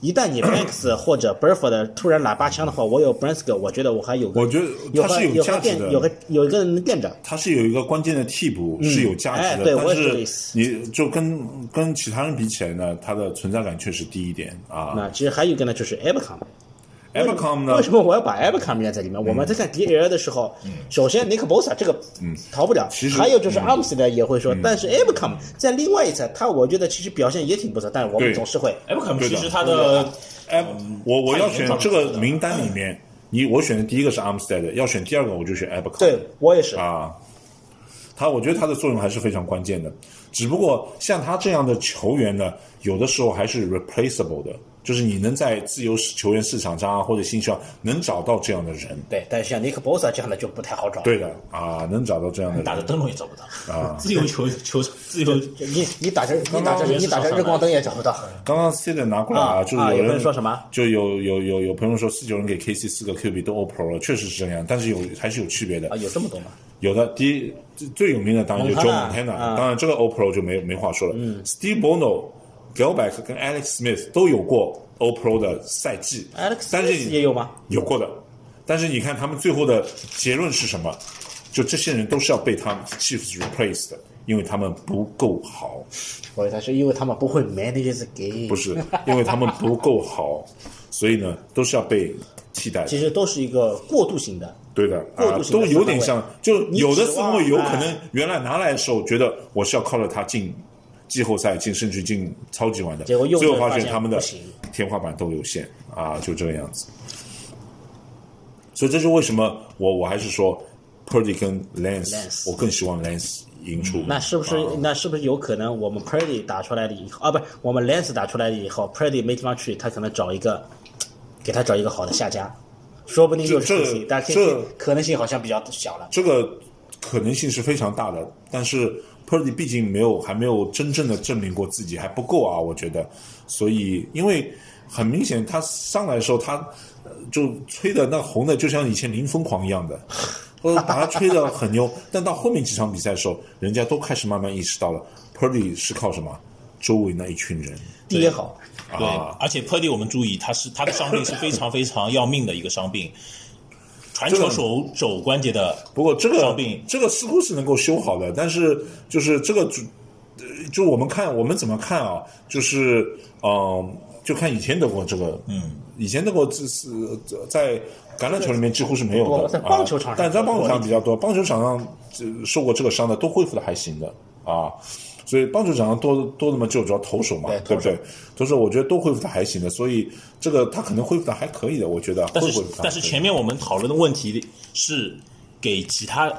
Speaker 2: 一旦
Speaker 3: *coughs*
Speaker 2: 你 Banks 或者 Burford 突然喇叭枪的话，我有 Brunskill，我觉得我还有个
Speaker 3: 我觉得
Speaker 2: 有
Speaker 3: 他
Speaker 2: 个
Speaker 3: 是
Speaker 2: 有
Speaker 3: 价
Speaker 2: 个
Speaker 3: 值
Speaker 2: 垫
Speaker 3: 的，
Speaker 2: 有个有一个人垫着，
Speaker 3: 他是有一个关键的替补是有价值
Speaker 2: 哎对
Speaker 3: 的，
Speaker 2: 我也是这个
Speaker 3: 但
Speaker 2: 意
Speaker 3: 是
Speaker 2: 思
Speaker 3: 你就跟跟其他人比起来呢，他的存在感确实低一点啊。
Speaker 2: 那其实还有一个呢，就是 Abercom。
Speaker 3: e b e c o m 呢
Speaker 2: 为，什么我要把 Abercom 列在里
Speaker 3: 嗯
Speaker 2: 面？我们在看 DAL 的时候，首先 Nick Bosa 这个逃不了
Speaker 3: 嗯其，实嗯
Speaker 2: 还有就是 Armstead 也会说，但是 Abercom 在另外一侧，他我觉得其实表现也挺不错，但是我
Speaker 3: 对
Speaker 2: 们总是会
Speaker 5: 艾伯坎
Speaker 3: 对的
Speaker 5: 其实他的
Speaker 3: 哎，我我要选
Speaker 5: 他已经
Speaker 3: 这个
Speaker 5: 上
Speaker 3: 名单里面，你我选的第一个是 Armstead，要选第二个我就选 e b e c o m
Speaker 2: 对我也是，
Speaker 3: 啊，他我觉得他的作用还是非常关键的。只不过像他这样的球员呢，有的时候还是 replaceable 的，就是你能在自由市球员市场上啊或者新秀啊能找到这样的人。
Speaker 2: 对，但是像 Nick Bosa 这样的就不太好找。
Speaker 3: 对的啊，能找到这样的
Speaker 5: 打的
Speaker 3: 人。
Speaker 5: 灯笼也找不到啊，自由球球自由
Speaker 2: 就你你打着你打着
Speaker 5: 刚
Speaker 2: 你打着日光灯也找不到。
Speaker 3: 刚刚 C 的拿过来
Speaker 2: 啊
Speaker 3: 就是
Speaker 2: 啊
Speaker 3: 有
Speaker 2: 有
Speaker 3: 人
Speaker 2: 人说什么？
Speaker 3: 就有有有有朋友说四九人给 KC 四个 QB 都 O Pro 了，确实是这样，但是有还是有区别的
Speaker 2: 啊，有这么多吗？
Speaker 3: 有的第一最最有名的当然就 Joe
Speaker 2: Montana，
Speaker 3: Montana，、
Speaker 2: 啊嗯
Speaker 3: 当然这个 OPRO 就没没话说了。Steve Bono、Gelbeck 跟 Alex Smith 都有过 OPRO 的赛季
Speaker 2: Alex
Speaker 3: 但是
Speaker 2: Smith 也有吗？
Speaker 3: 有过的，但是你看他们最后的结论是什么？就这些人都是要被他们 Chiefs replace 的，因为他们不够好，
Speaker 2: 我以为他是因为他们不会 manage the game，
Speaker 3: 不是因为他们不
Speaker 2: *laughs*
Speaker 3: 够好，所以呢都是要被替代的
Speaker 2: 其。实都是一个过渡型的。
Speaker 3: 对的，
Speaker 2: 过
Speaker 3: 啊
Speaker 2: 渡，型
Speaker 3: 都
Speaker 2: 的
Speaker 3: 有
Speaker 2: 四
Speaker 3: 点
Speaker 2: 后卫
Speaker 3: 像，就
Speaker 2: 你
Speaker 3: 有的
Speaker 2: 指
Speaker 3: 四后卫
Speaker 2: 望
Speaker 3: 有
Speaker 2: 哎
Speaker 3: 可能原来拿来的时候觉得我是要靠着他进季后赛进，甚至进超级碗的，
Speaker 2: 结果右
Speaker 3: 最后
Speaker 2: 侧
Speaker 3: 发
Speaker 2: 发
Speaker 3: 现
Speaker 2: 现
Speaker 3: 他们的
Speaker 2: 不行
Speaker 3: 天花板都有限啊，就这个样子。所以这是为什么我我还是说 Purdy 跟 Lance，,
Speaker 2: Lance 嗯
Speaker 3: 我更希望 Lance 赢出。
Speaker 2: 那是不是、
Speaker 3: 哦
Speaker 2: 那是不是有可能我们 Purdy 打出来了以后啊，不是我们 Lance 打出来了以后，Purdy 没地方去，他可能找一个给他找一个好的下家，说不定就是
Speaker 3: 这
Speaker 2: Kelsey，但
Speaker 3: 这
Speaker 2: Kelsey 可能性好像比较小了。
Speaker 3: 这个可能性是非常大的，但是 Purdy 毕竟没有还没有真正的证明过自己，还不够啊，我觉得。所以，因为很明显，他上来的时候，他呃就吹的那红的，就像以前林疯狂一样的，呃，把他吹的很牛。但到后面几场比赛的时候，人家都开始慢慢意识到了，Purdy 是靠什么？周围那一群人
Speaker 2: 地也好，
Speaker 5: 对
Speaker 3: 啊，，
Speaker 5: 而且 Purdy 我们注意，他是他的伤病是非常非常要命的一个伤病，传
Speaker 3: 这
Speaker 5: 球
Speaker 3: 个
Speaker 5: 手肘关节的。
Speaker 3: 不过这个
Speaker 5: 伤病
Speaker 3: 这个似乎是能够修好的，但是就是这个主，呃就我们看我们怎么看啊？就是嗯、呃就看以前德国这个，嗯，以前德国这是呃在橄榄球里面几乎是没有
Speaker 2: 多
Speaker 3: 的，
Speaker 2: 在棒球
Speaker 3: 啊
Speaker 2: 场上、
Speaker 3: 但在棒球场比较多，棒球场上、呃、受过这个伤的都恢复的还行的啊。所以棒球场上多多那么就主要投手嘛，对不对？投手我觉得都恢复的还行的，所以这个他可能恢复的还可以的，我觉得会
Speaker 5: 但
Speaker 3: 恢
Speaker 5: 是
Speaker 3: 复得还
Speaker 5: 但是
Speaker 3: 可以
Speaker 5: 前面我们讨论的问题是给其他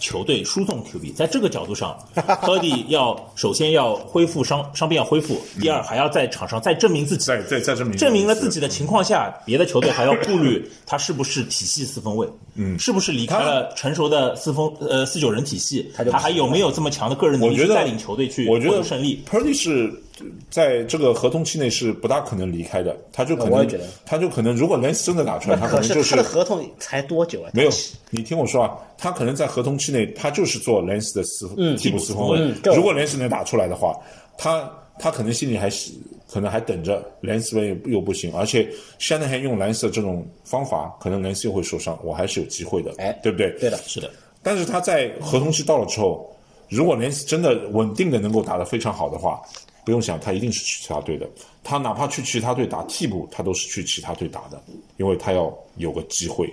Speaker 5: 球队输送 QB，在这个角度上，Purdy 要首先要恢复伤伤病要恢复，第二还要在场上再证明自己，
Speaker 3: 嗯再再再证明
Speaker 5: 证明了
Speaker 3: 一次
Speaker 5: 自己的情况下，别的球队还要顾虑他是不是体系四分卫，嗯，是不是离开了成熟的四分呃四九人体系，他还有没有这么强的个人能
Speaker 3: 我
Speaker 5: 力
Speaker 3: 觉
Speaker 5: 去
Speaker 3: 得
Speaker 5: 带领球队去
Speaker 3: 我觉
Speaker 5: 获
Speaker 3: 得
Speaker 5: 得胜利？
Speaker 3: Purdy 是在这个合同期内是不大可能离开的，他就可
Speaker 2: 我
Speaker 3: 能
Speaker 2: 也觉得
Speaker 3: 他就可能，如果 Lance 真的打出来，他可
Speaker 2: 可
Speaker 3: 能
Speaker 2: 是
Speaker 3: 就
Speaker 2: 他
Speaker 3: 是
Speaker 2: 的合同才多久啊？
Speaker 3: 没有。你听我说啊，他可能在合同期内，他就是做 Lance 的四替补四分卫
Speaker 2: 嗯。对
Speaker 3: 如果 Lance 能打出来的话，他他可能心里还是可能还等着 Lance 位又不行，而且 Shanahan 用 Lance 的这种方法，可能 Lance 又会受伤，我还是有机会的，
Speaker 2: 哎
Speaker 3: 对不对？
Speaker 2: 对的，
Speaker 5: 是的，
Speaker 3: 但是他在合同期到了之后，如果 Lance 真的稳定的能够打得非常好的话，不用想，他一定是去其他队的。他哪怕去其他队打替补，他都是去其他队打的，因为他要有个机会。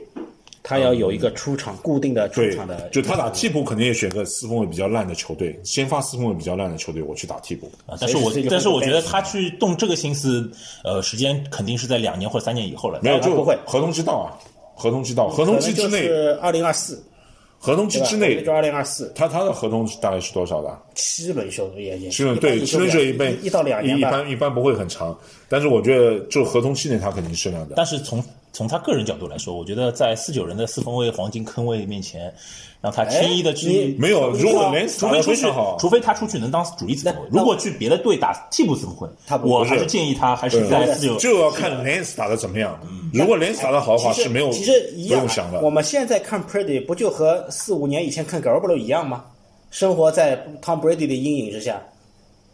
Speaker 2: 他要有一个出场固定的出
Speaker 3: 对
Speaker 2: 场的，，
Speaker 3: 就他打替补肯定也选个四分卫比较烂的球队，先发四分卫比较烂的球队，我去打替补。
Speaker 5: 啊，但是我
Speaker 2: 随时就
Speaker 5: 但是我
Speaker 2: 会
Speaker 5: 觉
Speaker 2: 被
Speaker 5: 得他去动这个心思，呃，时间肯定是在两年或者三年以后了。
Speaker 3: 没有，就
Speaker 2: 不会嗯
Speaker 3: 合同期到啊，合同期到，合
Speaker 2: 可
Speaker 3: 同
Speaker 2: 能
Speaker 3: 期之内，
Speaker 2: 就是二零二四
Speaker 3: 合同期之内
Speaker 2: 就，二零二四
Speaker 3: 他他的合同大概是多少的啊？
Speaker 2: 七轮休也也
Speaker 3: 七轮对七轮这一辈
Speaker 2: 一一到两年
Speaker 3: 一
Speaker 2: 吧。
Speaker 3: 般一般不会很长，但是我觉得就合同期内他肯定是那样的。
Speaker 5: 但是从从他个人角度来说，我觉得在四九人的四分卫黄金坑位面前，让他轻易的去
Speaker 2: 哎你
Speaker 3: 没有，如果连
Speaker 5: 除
Speaker 3: 打
Speaker 5: 非
Speaker 3: 得
Speaker 5: 出
Speaker 3: 非
Speaker 5: 去
Speaker 3: 常好，，
Speaker 5: 除非他出去能当主力四分卫，如果去别的队打替补四分卫
Speaker 2: 他，不
Speaker 5: 我
Speaker 3: 是
Speaker 5: 还是建议他还是在四九
Speaker 3: 就要看 Lance 打得怎么样。如果 Lance 打得好的话，
Speaker 2: 嗯其
Speaker 3: 是
Speaker 2: 实
Speaker 3: 没有
Speaker 2: 其实一样
Speaker 3: 不
Speaker 2: 啊
Speaker 3: 用想的
Speaker 2: 我。们现在看 Purdy 不就和四五年以前看 Garoppolo 一样吗？生活在 Tom Brady 的阴影之下，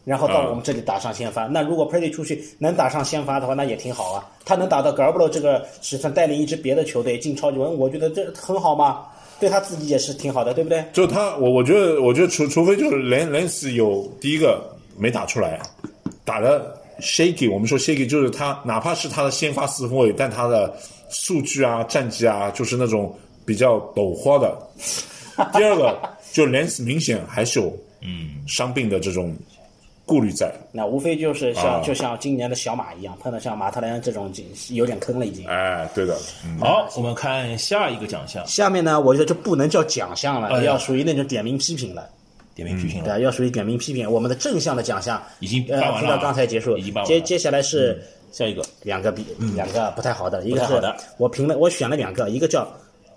Speaker 2: 然后到
Speaker 3: 啊
Speaker 2: 我们这里打上先发。
Speaker 3: 嗯
Speaker 2: 那如果 Purdy 出去能打上先发的话，那也挺好啊。他能打到 Garoppolo 这个尺寸，带领一支别的球队进超级碗，我觉得这很好嘛，对他自己也是挺好的，对不对？
Speaker 3: 就他，我我觉得，我觉得除除非就是 Lan- Lance 有第一个没打出来，啊打的 shaky，我们说 shaky 就是他，哪怕是他的先发四分卫，但他的数据啊、战绩啊，就是那种比较抖花的。第二个就 Lance 明显还是有嗯伤病的这种顾虑在，
Speaker 2: 那无非就是像、
Speaker 3: 啊
Speaker 2: 就像今年的小马一样，碰到像马特莱恩这种已经有点坑了已经。
Speaker 3: 哎，对的，嗯，
Speaker 5: 好，我们看下一个奖项，
Speaker 2: 下面呢，我觉得这不能叫奖项了，
Speaker 5: 哎呀
Speaker 2: 要属于那种点名批评了。
Speaker 5: 点名批评
Speaker 2: 对
Speaker 5: 了。
Speaker 2: 啊，要属于点名批评。我们的正向的奖项
Speaker 5: 已经
Speaker 2: 呃
Speaker 5: 办完
Speaker 2: 提
Speaker 5: 了啊
Speaker 2: 到刚才结束，
Speaker 5: 已经办完
Speaker 2: 接
Speaker 5: 了
Speaker 2: 接下来是
Speaker 5: 下一个，
Speaker 2: 两个比、两个不太好的，一个
Speaker 5: 太好
Speaker 2: 是
Speaker 5: 的
Speaker 2: 我评了，我选了两个，一个叫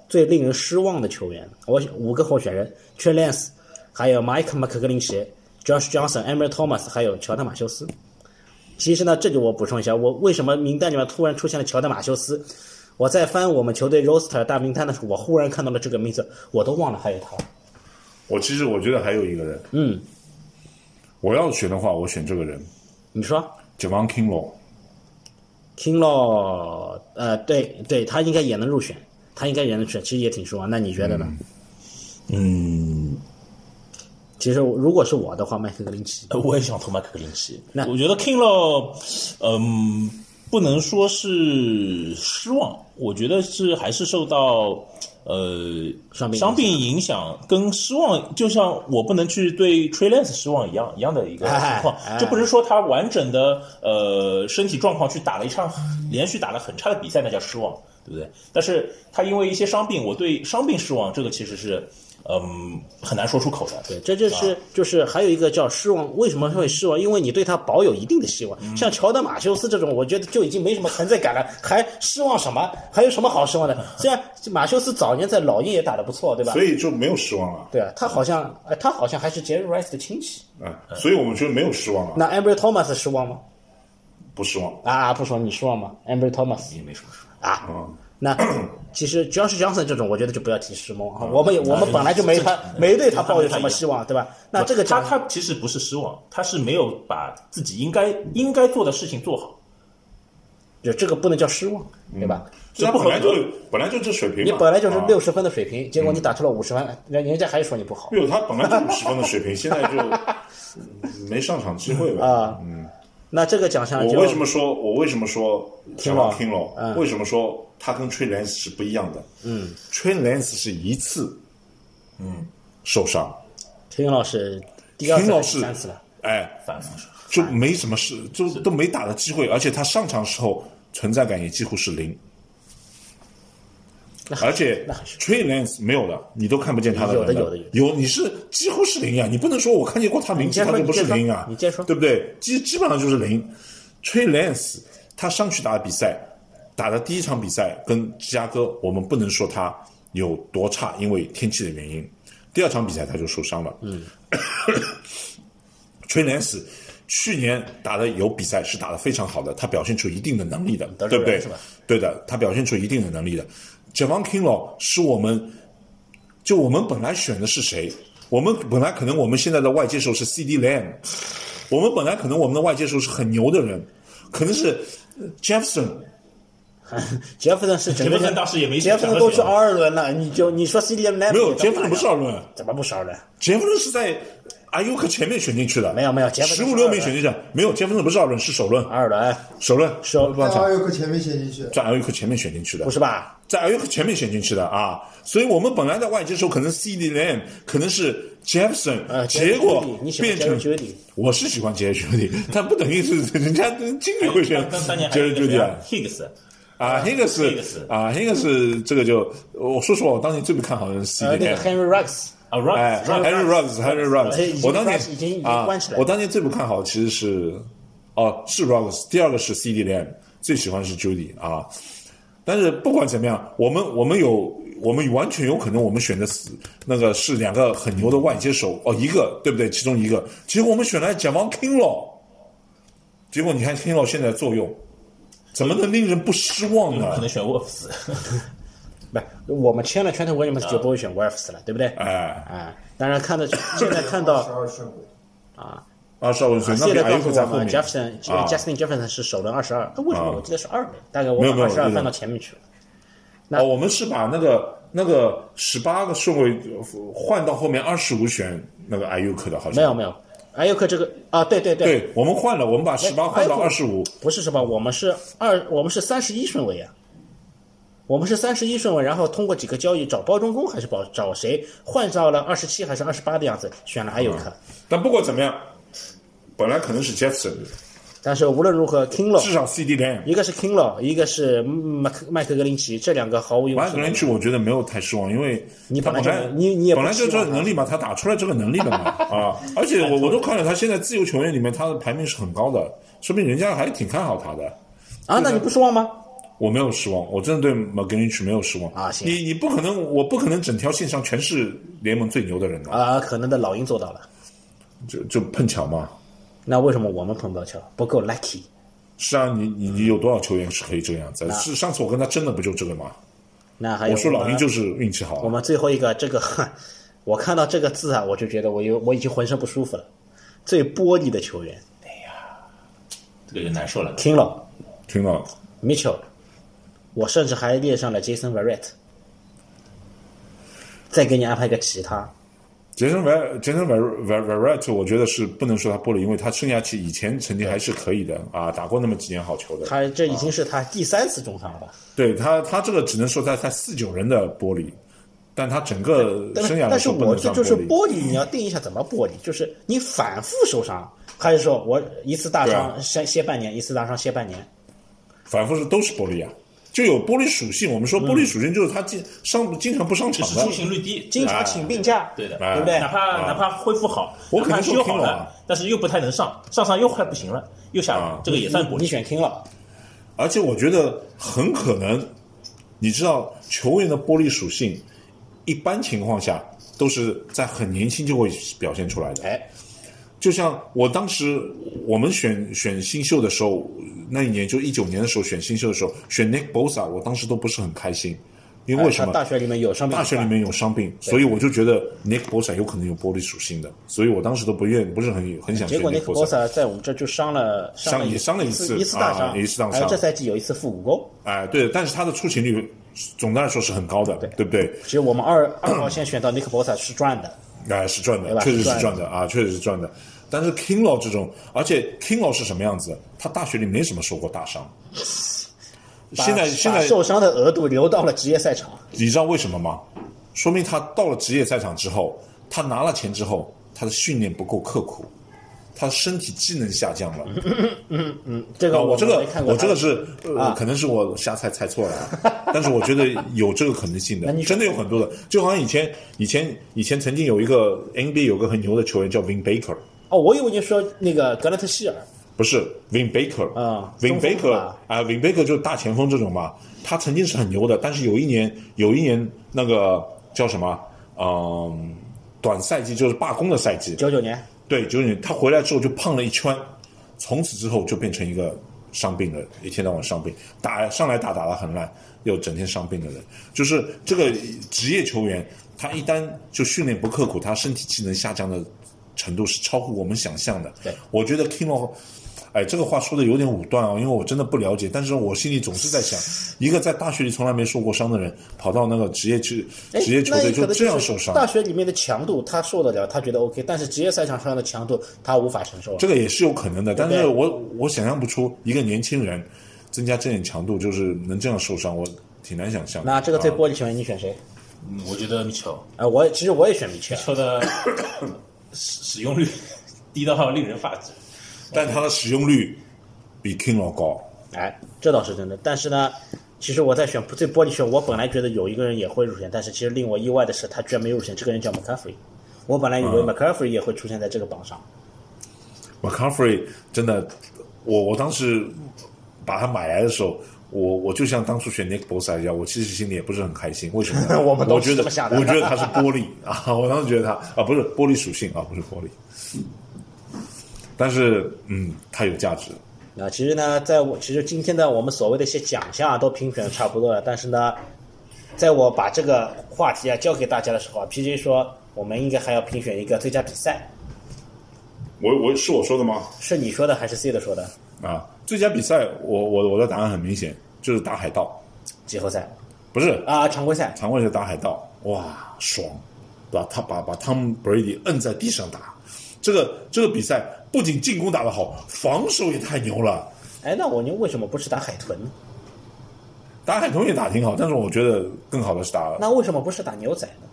Speaker 2: 最令人失望的球员，我选五个候选人 t r e l a n c e 还有 Mike McGlinchey、Josh Johnson、e m e r Thomas，还有乔丹马修斯。其实呢，这里我补充一下，我为什么名单里面突然出现了乔丹马修斯？我在翻我们球队 roster 大名单的时候，我忽然看到了这个名字，我都忘了还有他。
Speaker 3: 我其实我觉得还有一个人，
Speaker 2: 嗯，
Speaker 3: 我要选的话，我选这个人
Speaker 2: 你说？
Speaker 3: ，Javon Kinlaw。
Speaker 2: 听了，呃，对对，他应该也能入选，他应该也能入选，其实也挺失望。那你觉得呢？
Speaker 5: 嗯，
Speaker 2: 其实如果是我的话，麦克格林奇，
Speaker 5: *laughs* 呃我也想投麦克格林奇。
Speaker 2: 那
Speaker 5: 我觉得 Kinlo，嗯，不能说是失望，我觉得是还是受到呃
Speaker 2: 伤病
Speaker 5: 伤病影响跟失望，就像我不能去对 Trey Lance 失望一样一样的一个情况
Speaker 2: 哎哎，
Speaker 5: 这不是说他完整的呃身体状况去打了一场连续打了很差的比赛，那叫失望，对不对？但是他因为一些伤病，我对伤病失望，这个其实是嗯很难说出口的。
Speaker 2: 对，这就是
Speaker 3: 啊
Speaker 2: 就是还有一个叫失望，为什么会失望？因为你对他保有一定的希望。
Speaker 3: 嗯
Speaker 2: 像乔丹、马修斯这种，我觉得就已经没什么存在感了，还失望什么？还有什么好失望的？虽然马修斯早年在老鹰也打得不错，对吧
Speaker 3: 所？以就没有失望了
Speaker 2: 对啊，他好像呃，他好像还是杰瑞 Rice 的亲戚。
Speaker 3: 啊、所以我们觉得没有失望了，
Speaker 2: 那 Amber Thomas 失望吗？
Speaker 3: 不失望。
Speaker 2: 啊，不说你失望吗？Amber Thomas
Speaker 5: 也没什么说。
Speaker 2: 啊，
Speaker 3: 嗯， *clears throat*
Speaker 2: 那其实 Josh Johnson 这种，我觉得就不要提失望啊。
Speaker 3: 嗯
Speaker 2: 我们也我们本来就没他
Speaker 5: 这
Speaker 2: 没对他抱有什么希望，对吧？那这个
Speaker 5: 他
Speaker 2: 讲
Speaker 5: 他其实不是失望，他是没有把自己应该应该做的事情做好。
Speaker 2: 就这个不能叫失望，
Speaker 3: 嗯
Speaker 2: 对吧？
Speaker 3: 这
Speaker 5: 不
Speaker 3: 本
Speaker 5: 合
Speaker 3: 来就
Speaker 5: 格
Speaker 3: 本来就这水平嘛，
Speaker 2: 你本来就是
Speaker 3: 啊
Speaker 2: 六十分的水平，结果你打出了五十分，人人家还说你不好
Speaker 3: 没有，他本来就五十分的水平，现在就嗯 *laughs* 没上场机会吧？
Speaker 2: 啊。那这个奖项
Speaker 3: 我
Speaker 2: 就
Speaker 3: 为什么说，我为什么说讲到
Speaker 2: Kinlaw，
Speaker 3: King
Speaker 2: 嗯
Speaker 3: 为什么说他跟 Trey Lance 是不一样的？嗯，Trey Lance 是一次，嗯，受伤
Speaker 2: 田老师第二
Speaker 3: ，King
Speaker 2: 次
Speaker 3: Law
Speaker 2: 还是
Speaker 3: 是
Speaker 2: 第三次了？，
Speaker 3: 哎，
Speaker 5: 反复
Speaker 3: *laughs*
Speaker 5: 说，
Speaker 3: 就没什么事，就都没打的机会，而且他上场时候存在感也几乎是零。而且
Speaker 2: 那很是
Speaker 3: Trey Lance 没有的，你都看不见他的
Speaker 2: 有的
Speaker 3: 人
Speaker 2: 有的有的
Speaker 3: 有你是几乎是零啊呀，你不能说我看见过他名字，
Speaker 2: 你先
Speaker 3: 他
Speaker 2: 说
Speaker 3: 就不是
Speaker 2: 你先说
Speaker 3: 零啊，
Speaker 2: 你先说
Speaker 3: 对不对？基基本上就是零。Trey Lance 他上去打的比赛，打的第一场比赛跟芝加哥，我们不能说他有多差，因为天气的原因。第二场比赛他就受伤了，嗯，崔莱斯去年打的有比赛是打得非常好的，他表现出一定的能力的，
Speaker 2: 德州
Speaker 3: 对不
Speaker 2: 嗯
Speaker 3: 对
Speaker 2: 人是吧？
Speaker 3: 对的，他表现出一定的能力的。Javon Kinlaw 是我们，就我们本来选的是谁？我们本来可能我们现在的外接手是 CD Lamb，我们本来可能我们的外接手是很牛的人，可能是呃 Jefferson，
Speaker 2: 杰弗森是整个
Speaker 5: 杰弗森当时也没
Speaker 2: 杰弗森都去二轮了，你就你说 C D M 来
Speaker 3: 没有 Jefferson 不是二轮，
Speaker 2: 怎么不是二轮？
Speaker 3: Jefferson 是在阿尤克前面选进去的，
Speaker 2: 没有没有，Jefferson
Speaker 3: 十
Speaker 2: 是
Speaker 3: 五
Speaker 2: 二
Speaker 3: 轮没
Speaker 2: 轮
Speaker 3: 选进去，没有 Jefferson 不是二轮是首轮，
Speaker 2: 二轮
Speaker 3: 首轮
Speaker 2: 首
Speaker 3: 乱
Speaker 1: 还
Speaker 3: 场
Speaker 1: 有个前面写进去，
Speaker 3: 在阿尤克前面选进去的
Speaker 2: 不，是吧？
Speaker 3: 在阿尤克前面选进去的啊，所以我们本来在外接手可能 CD Lamb 可能是 Jefferson，、
Speaker 2: 呃
Speaker 3: 结果
Speaker 2: Jerry Judy，你喜欢
Speaker 3: 变成
Speaker 2: Jerry Judy
Speaker 3: 我是喜欢 j e r r y Judy，但不等于是人家经理会选
Speaker 5: 当当年还
Speaker 3: j e r
Speaker 5: 有
Speaker 3: r y
Speaker 5: 一个
Speaker 3: Judy
Speaker 5: 谁。Higgs，
Speaker 3: 啊啊，那个是
Speaker 5: Higgs
Speaker 3: 啊，那个是这个就我说实话，我当年最不看好的是 C
Speaker 2: 呃，
Speaker 3: D
Speaker 2: 那
Speaker 3: M，
Speaker 2: 个 Henry Ruggs
Speaker 5: 啊 r o
Speaker 3: 哎
Speaker 5: c
Speaker 2: *laughs*
Speaker 3: ，Henry Ruggs，Henry Ruggs，
Speaker 2: 哎已经
Speaker 3: 我当年
Speaker 2: Ruggs 已经已经
Speaker 3: 啊
Speaker 2: 关起来了
Speaker 3: 我当年最不看好的其实是，哦，是 Ruggs，第二个是 CD Lamb，最喜欢是 Judy 啊。但是不管怎么样，我们我们有我们完全有可能我们选的是那个是两个很牛的外接手哦，一个对不对？其中一个，结果我们选来蒋王 King 了，结果你看 King 了现在作用，怎么能令人不失望呢？
Speaker 5: 嗯可能选沃夫斯，
Speaker 2: 不是，我们签了 Trent Williams 就不会选 w e l s 了，对不对？
Speaker 3: 啊哎，
Speaker 2: 啊，当然看到 *coughs* 现在看
Speaker 1: 十
Speaker 2: 到
Speaker 1: 二顺位，
Speaker 3: 二十二岁，那
Speaker 2: 现
Speaker 3: 比
Speaker 2: 在
Speaker 3: 阿尤
Speaker 2: 告诉
Speaker 3: 克在
Speaker 2: 我
Speaker 3: 后
Speaker 2: 们
Speaker 3: 面。
Speaker 2: ，Jefferson、
Speaker 3: 啊
Speaker 2: Justin Jefferson 是首轮二十二，那为什么我记得是二轮？大概我
Speaker 3: 没有
Speaker 2: 把
Speaker 3: 没有
Speaker 2: 二十二
Speaker 3: 这个
Speaker 2: 放到前面去了。
Speaker 3: 哦，我们是把那个那个十八个顺位呃换到后面二十五选那个 IU 克的，好像
Speaker 2: 没有没有，艾尤克这个啊，对对对，
Speaker 3: 对，我们换了，我们把十八换到
Speaker 2: 哎
Speaker 3: 二十五。
Speaker 2: 不是什么，我们是二，我们是三十一顺位啊，我们是三十一顺位，然后通过几个交易找包装工还是保找谁换到了二十七还是二十八的样子，选了艾尤
Speaker 3: 啊
Speaker 2: 克。
Speaker 3: 但不管怎么样，本来可能是 Jefferson，
Speaker 2: 但是无论如何
Speaker 3: 至
Speaker 2: ，Kinlo
Speaker 3: 少 CD Lamb。
Speaker 2: 一个是 Kinlo，一个是麦克麦克格林奇，这两个毫无疑问
Speaker 3: 完
Speaker 2: 是
Speaker 3: 格林去，我觉得没有太失望，因为
Speaker 2: 你
Speaker 3: 他
Speaker 2: 本来
Speaker 3: 本
Speaker 2: 就你你也不
Speaker 3: 本来就
Speaker 2: 希
Speaker 3: 这
Speaker 2: 望他
Speaker 3: 能力嘛，他打出来这个能力了
Speaker 2: *laughs*
Speaker 3: 嘛啊！而且我我都看了，他现在自由球员里面他的排名是很高的，说明人家还挺看好他的。
Speaker 2: 啊，那你不失望吗？
Speaker 3: 我没有失望，我真的对 McGlinch 没有失望
Speaker 2: 啊行
Speaker 3: 你你不可能，我不可能整条线上全是联盟最牛的人的，
Speaker 2: 啊，可能的老鹰做到了。
Speaker 3: 就就碰巧嘛。
Speaker 2: 那为什么我们碰不到球？不够 lucky。
Speaker 3: 是啊，你你你有多少球员是可以这个样
Speaker 2: 啊
Speaker 3: 子？是上次我跟他争的不就这个吗？
Speaker 2: 那还有
Speaker 3: 我说老
Speaker 2: 们
Speaker 3: 鹰就是运气好啊
Speaker 2: 我，们最后一个这个， *laughs* 我看到这个字啊，我就觉得我有我已经浑身不舒服了。最玻璃的球员
Speaker 5: *laughs* 这个就难受了。
Speaker 2: k i n l o
Speaker 3: 听到
Speaker 2: Mitchell，我甚至还列上了 Jason Verrett。再给你安排一个其他，
Speaker 3: 杰森维杰森维维维瑞特，我觉得是不能说他玻璃，因为他生涯期以前成绩还是可以的啊，打过那么几年好球的。
Speaker 2: 他
Speaker 3: 啊
Speaker 2: 这已经是他第三次中伤了吧？
Speaker 3: 对他，他这个只能说在他四九人的玻璃，但他整个
Speaker 2: 但
Speaker 3: 生
Speaker 2: 是
Speaker 3: 涯来
Speaker 2: 但是
Speaker 3: 说不
Speaker 2: 我
Speaker 3: 能
Speaker 2: 这
Speaker 3: 算
Speaker 2: 就是
Speaker 3: 玻璃。
Speaker 2: 剥离，你要定一下怎么剥离，就是你反复受伤，还是说我一次大
Speaker 3: 对啊
Speaker 2: 伤歇歇半年，一次大伤歇半年？
Speaker 3: 反复是都是玻璃啊，就有玻璃属性。我们说玻璃属性就是他经上经常不上
Speaker 5: 只
Speaker 3: 场
Speaker 5: 是
Speaker 3: 的
Speaker 5: 出，勤率低，啊
Speaker 2: 经
Speaker 3: 啊
Speaker 2: 常请病假，
Speaker 5: 对的，
Speaker 3: 哎
Speaker 2: 对不对
Speaker 5: 哪？怕哪怕恢复好，
Speaker 3: 我
Speaker 5: 哪怕
Speaker 3: 肯定说
Speaker 5: 修好
Speaker 3: King 了
Speaker 5: 了，但是又不太能上，上上又快不行了，又下来
Speaker 3: 啊，
Speaker 5: 这个也算玻
Speaker 2: 你
Speaker 5: 璃。
Speaker 2: 选 King 了，
Speaker 3: 而且我觉得很可能，你知道球员的玻璃属性，一般情况下都是在很年轻就会表现出来的。
Speaker 2: 哎，
Speaker 3: 就像我当时我们选选新秀的时候，那一年就一九年的时候选新秀的时候，选 Nick Bosa，我当时都不是很开心，因为为什
Speaker 2: 哎他
Speaker 3: 么？
Speaker 2: 大学里面有伤病
Speaker 3: 大
Speaker 2: 的话，
Speaker 3: 学里面有伤病，所以我就觉得 Nick Bosa 有可能有玻璃属性的，所以我当时都不愿不是很很想
Speaker 2: 结
Speaker 3: 选
Speaker 2: 果
Speaker 3: Nick
Speaker 2: 那个
Speaker 3: Bosa。
Speaker 2: Bosa 在我们这就伤了，
Speaker 3: 伤
Speaker 2: 了
Speaker 3: 也
Speaker 2: 一
Speaker 3: 伤了一次
Speaker 2: 一次大
Speaker 3: 啊
Speaker 2: 伤，
Speaker 3: 一次大伤
Speaker 2: 还有这赛季有一次负五勾。
Speaker 3: 哎，对，但是他的出勤率总的来说是很高的，对不对？
Speaker 2: 其实我们二二号线选到 Nick Bosa 啊是赚的，
Speaker 3: 哎，是赚的
Speaker 2: 对，吧
Speaker 3: 确
Speaker 2: 是
Speaker 3: 实是
Speaker 2: 赚
Speaker 3: 赚的啊，确实是赚的。但是 Kinlaw 这种，而且 Kinlaw 是什么样子？他大学里没什么受过大伤，
Speaker 2: 把
Speaker 3: 现在
Speaker 2: 把
Speaker 3: 现在
Speaker 2: 受伤的额度留到了职业赛场。
Speaker 3: 你知道为什么吗？说明他到了职业赛场之后，他拿了钱之后，他的训练不够刻苦，他的身体机能下降了。
Speaker 2: 这个
Speaker 3: 啊，我
Speaker 2: 们
Speaker 3: 这个
Speaker 2: 哦没看过啊
Speaker 3: 我
Speaker 2: 他
Speaker 3: 这个是呃，可能是我瞎猜猜错了啊，但是我觉得有这个可
Speaker 2: *laughs*
Speaker 3: 能性的，
Speaker 2: 你说
Speaker 3: 真的有很多的。就好像以前以前以前曾经有一个 NBA 有个很牛的球员叫 Vin Baker，
Speaker 2: 哦，我以为你说那个格兰特希尔，
Speaker 3: 不是 Vin Baker
Speaker 2: 啊
Speaker 3: v i
Speaker 2: 中锋
Speaker 3: n Baker
Speaker 2: 吧
Speaker 3: 啊，Vin Baker 就是大前锋这种嘛，他曾经是很牛的，但是有一年有一年那个叫什么，嗯，短赛季就是罢工的赛季，
Speaker 2: 九九年
Speaker 3: 对，九九年他回来之后就胖了一圈，从此之后就变成一个伤病的人，一天到晚伤病，打上来打打得很烂，又整天伤病的人，就是这个职业球员，他一旦就训练不刻苦，他身体机能下降的程度是超乎我们想象的。
Speaker 2: 对，
Speaker 3: 我觉得 Kino。哎，这个话说的有点武断啊、因为我真的不了解，但是我心里总是在想，
Speaker 2: 哎
Speaker 3: 一个在大学里从来没受过伤的人，跑到那个职业职
Speaker 2: 哎
Speaker 3: 职业球
Speaker 2: 那
Speaker 3: 队
Speaker 2: 也可能
Speaker 3: 这样
Speaker 2: 是
Speaker 3: 受伤，
Speaker 2: 大学里面的强度他受得了，他觉得 OK，但是职业赛场上的强度他无法承受啊。
Speaker 3: 这个也是有可能的，但
Speaker 2: 对
Speaker 3: 是我我想象不出一个年轻人增加这点强度，就是能这样受伤，我挺难想象的。
Speaker 2: 那这个最
Speaker 3: 啊
Speaker 2: 玻璃球员你选谁？
Speaker 5: 嗯我觉得米球
Speaker 2: 啊，我也其实我也选米切尔，
Speaker 5: 车
Speaker 3: *coughs*
Speaker 5: 的使使用率 *laughs* 低到令人发指。
Speaker 3: 但他的使用率比 King 老高，
Speaker 2: 哎，这倒是真的。但是呢，其实我在选最玻璃球员，我本来觉得有一个人也会入选，但是其实令我意外的是，他居然没入选。这个人叫 McCaffrey，我本来以为
Speaker 3: 嗯
Speaker 2: McCaffrey 也会出现在这个榜上。
Speaker 3: McCaffrey 真的，我我当时把他买来的时候，我我就像当初选 Nick Bosa 一样，我其实心里也不是很开心。为什么
Speaker 2: *laughs*
Speaker 3: 呢？
Speaker 2: 我们都
Speaker 3: 我觉
Speaker 2: 是这
Speaker 3: 得
Speaker 2: 么想的
Speaker 3: 我觉得他是玻璃啊，我当时觉得他啊不是玻璃属性啊，不是玻璃。但是嗯，他有价值，
Speaker 2: 那啊其实呢，在我其实今天的我们所谓的一些奖项啊，都评选的差不多了，但是呢，在我把这个话题啊交给大家的时候啊，PJ 说我们应该还要评选一个最佳比赛，
Speaker 3: 我我是我说的吗？
Speaker 2: 是你说的还是 C 的说的？
Speaker 3: 啊，最佳比赛，我我我的答案很明显，就是打海盗，
Speaker 2: 季后赛
Speaker 3: 不是
Speaker 2: 啊，常规赛，
Speaker 3: 常规赛打海盗，哇，爽，把他把把汤姆布雷迪摁在地上打，这个这个比赛不仅进攻打得好，防守也太牛了，
Speaker 2: 哎，那我们为什么不是打海豚呢？
Speaker 3: 打海豚也打挺好，但是我觉得更好的是打
Speaker 2: 那为什么不是打牛仔呢？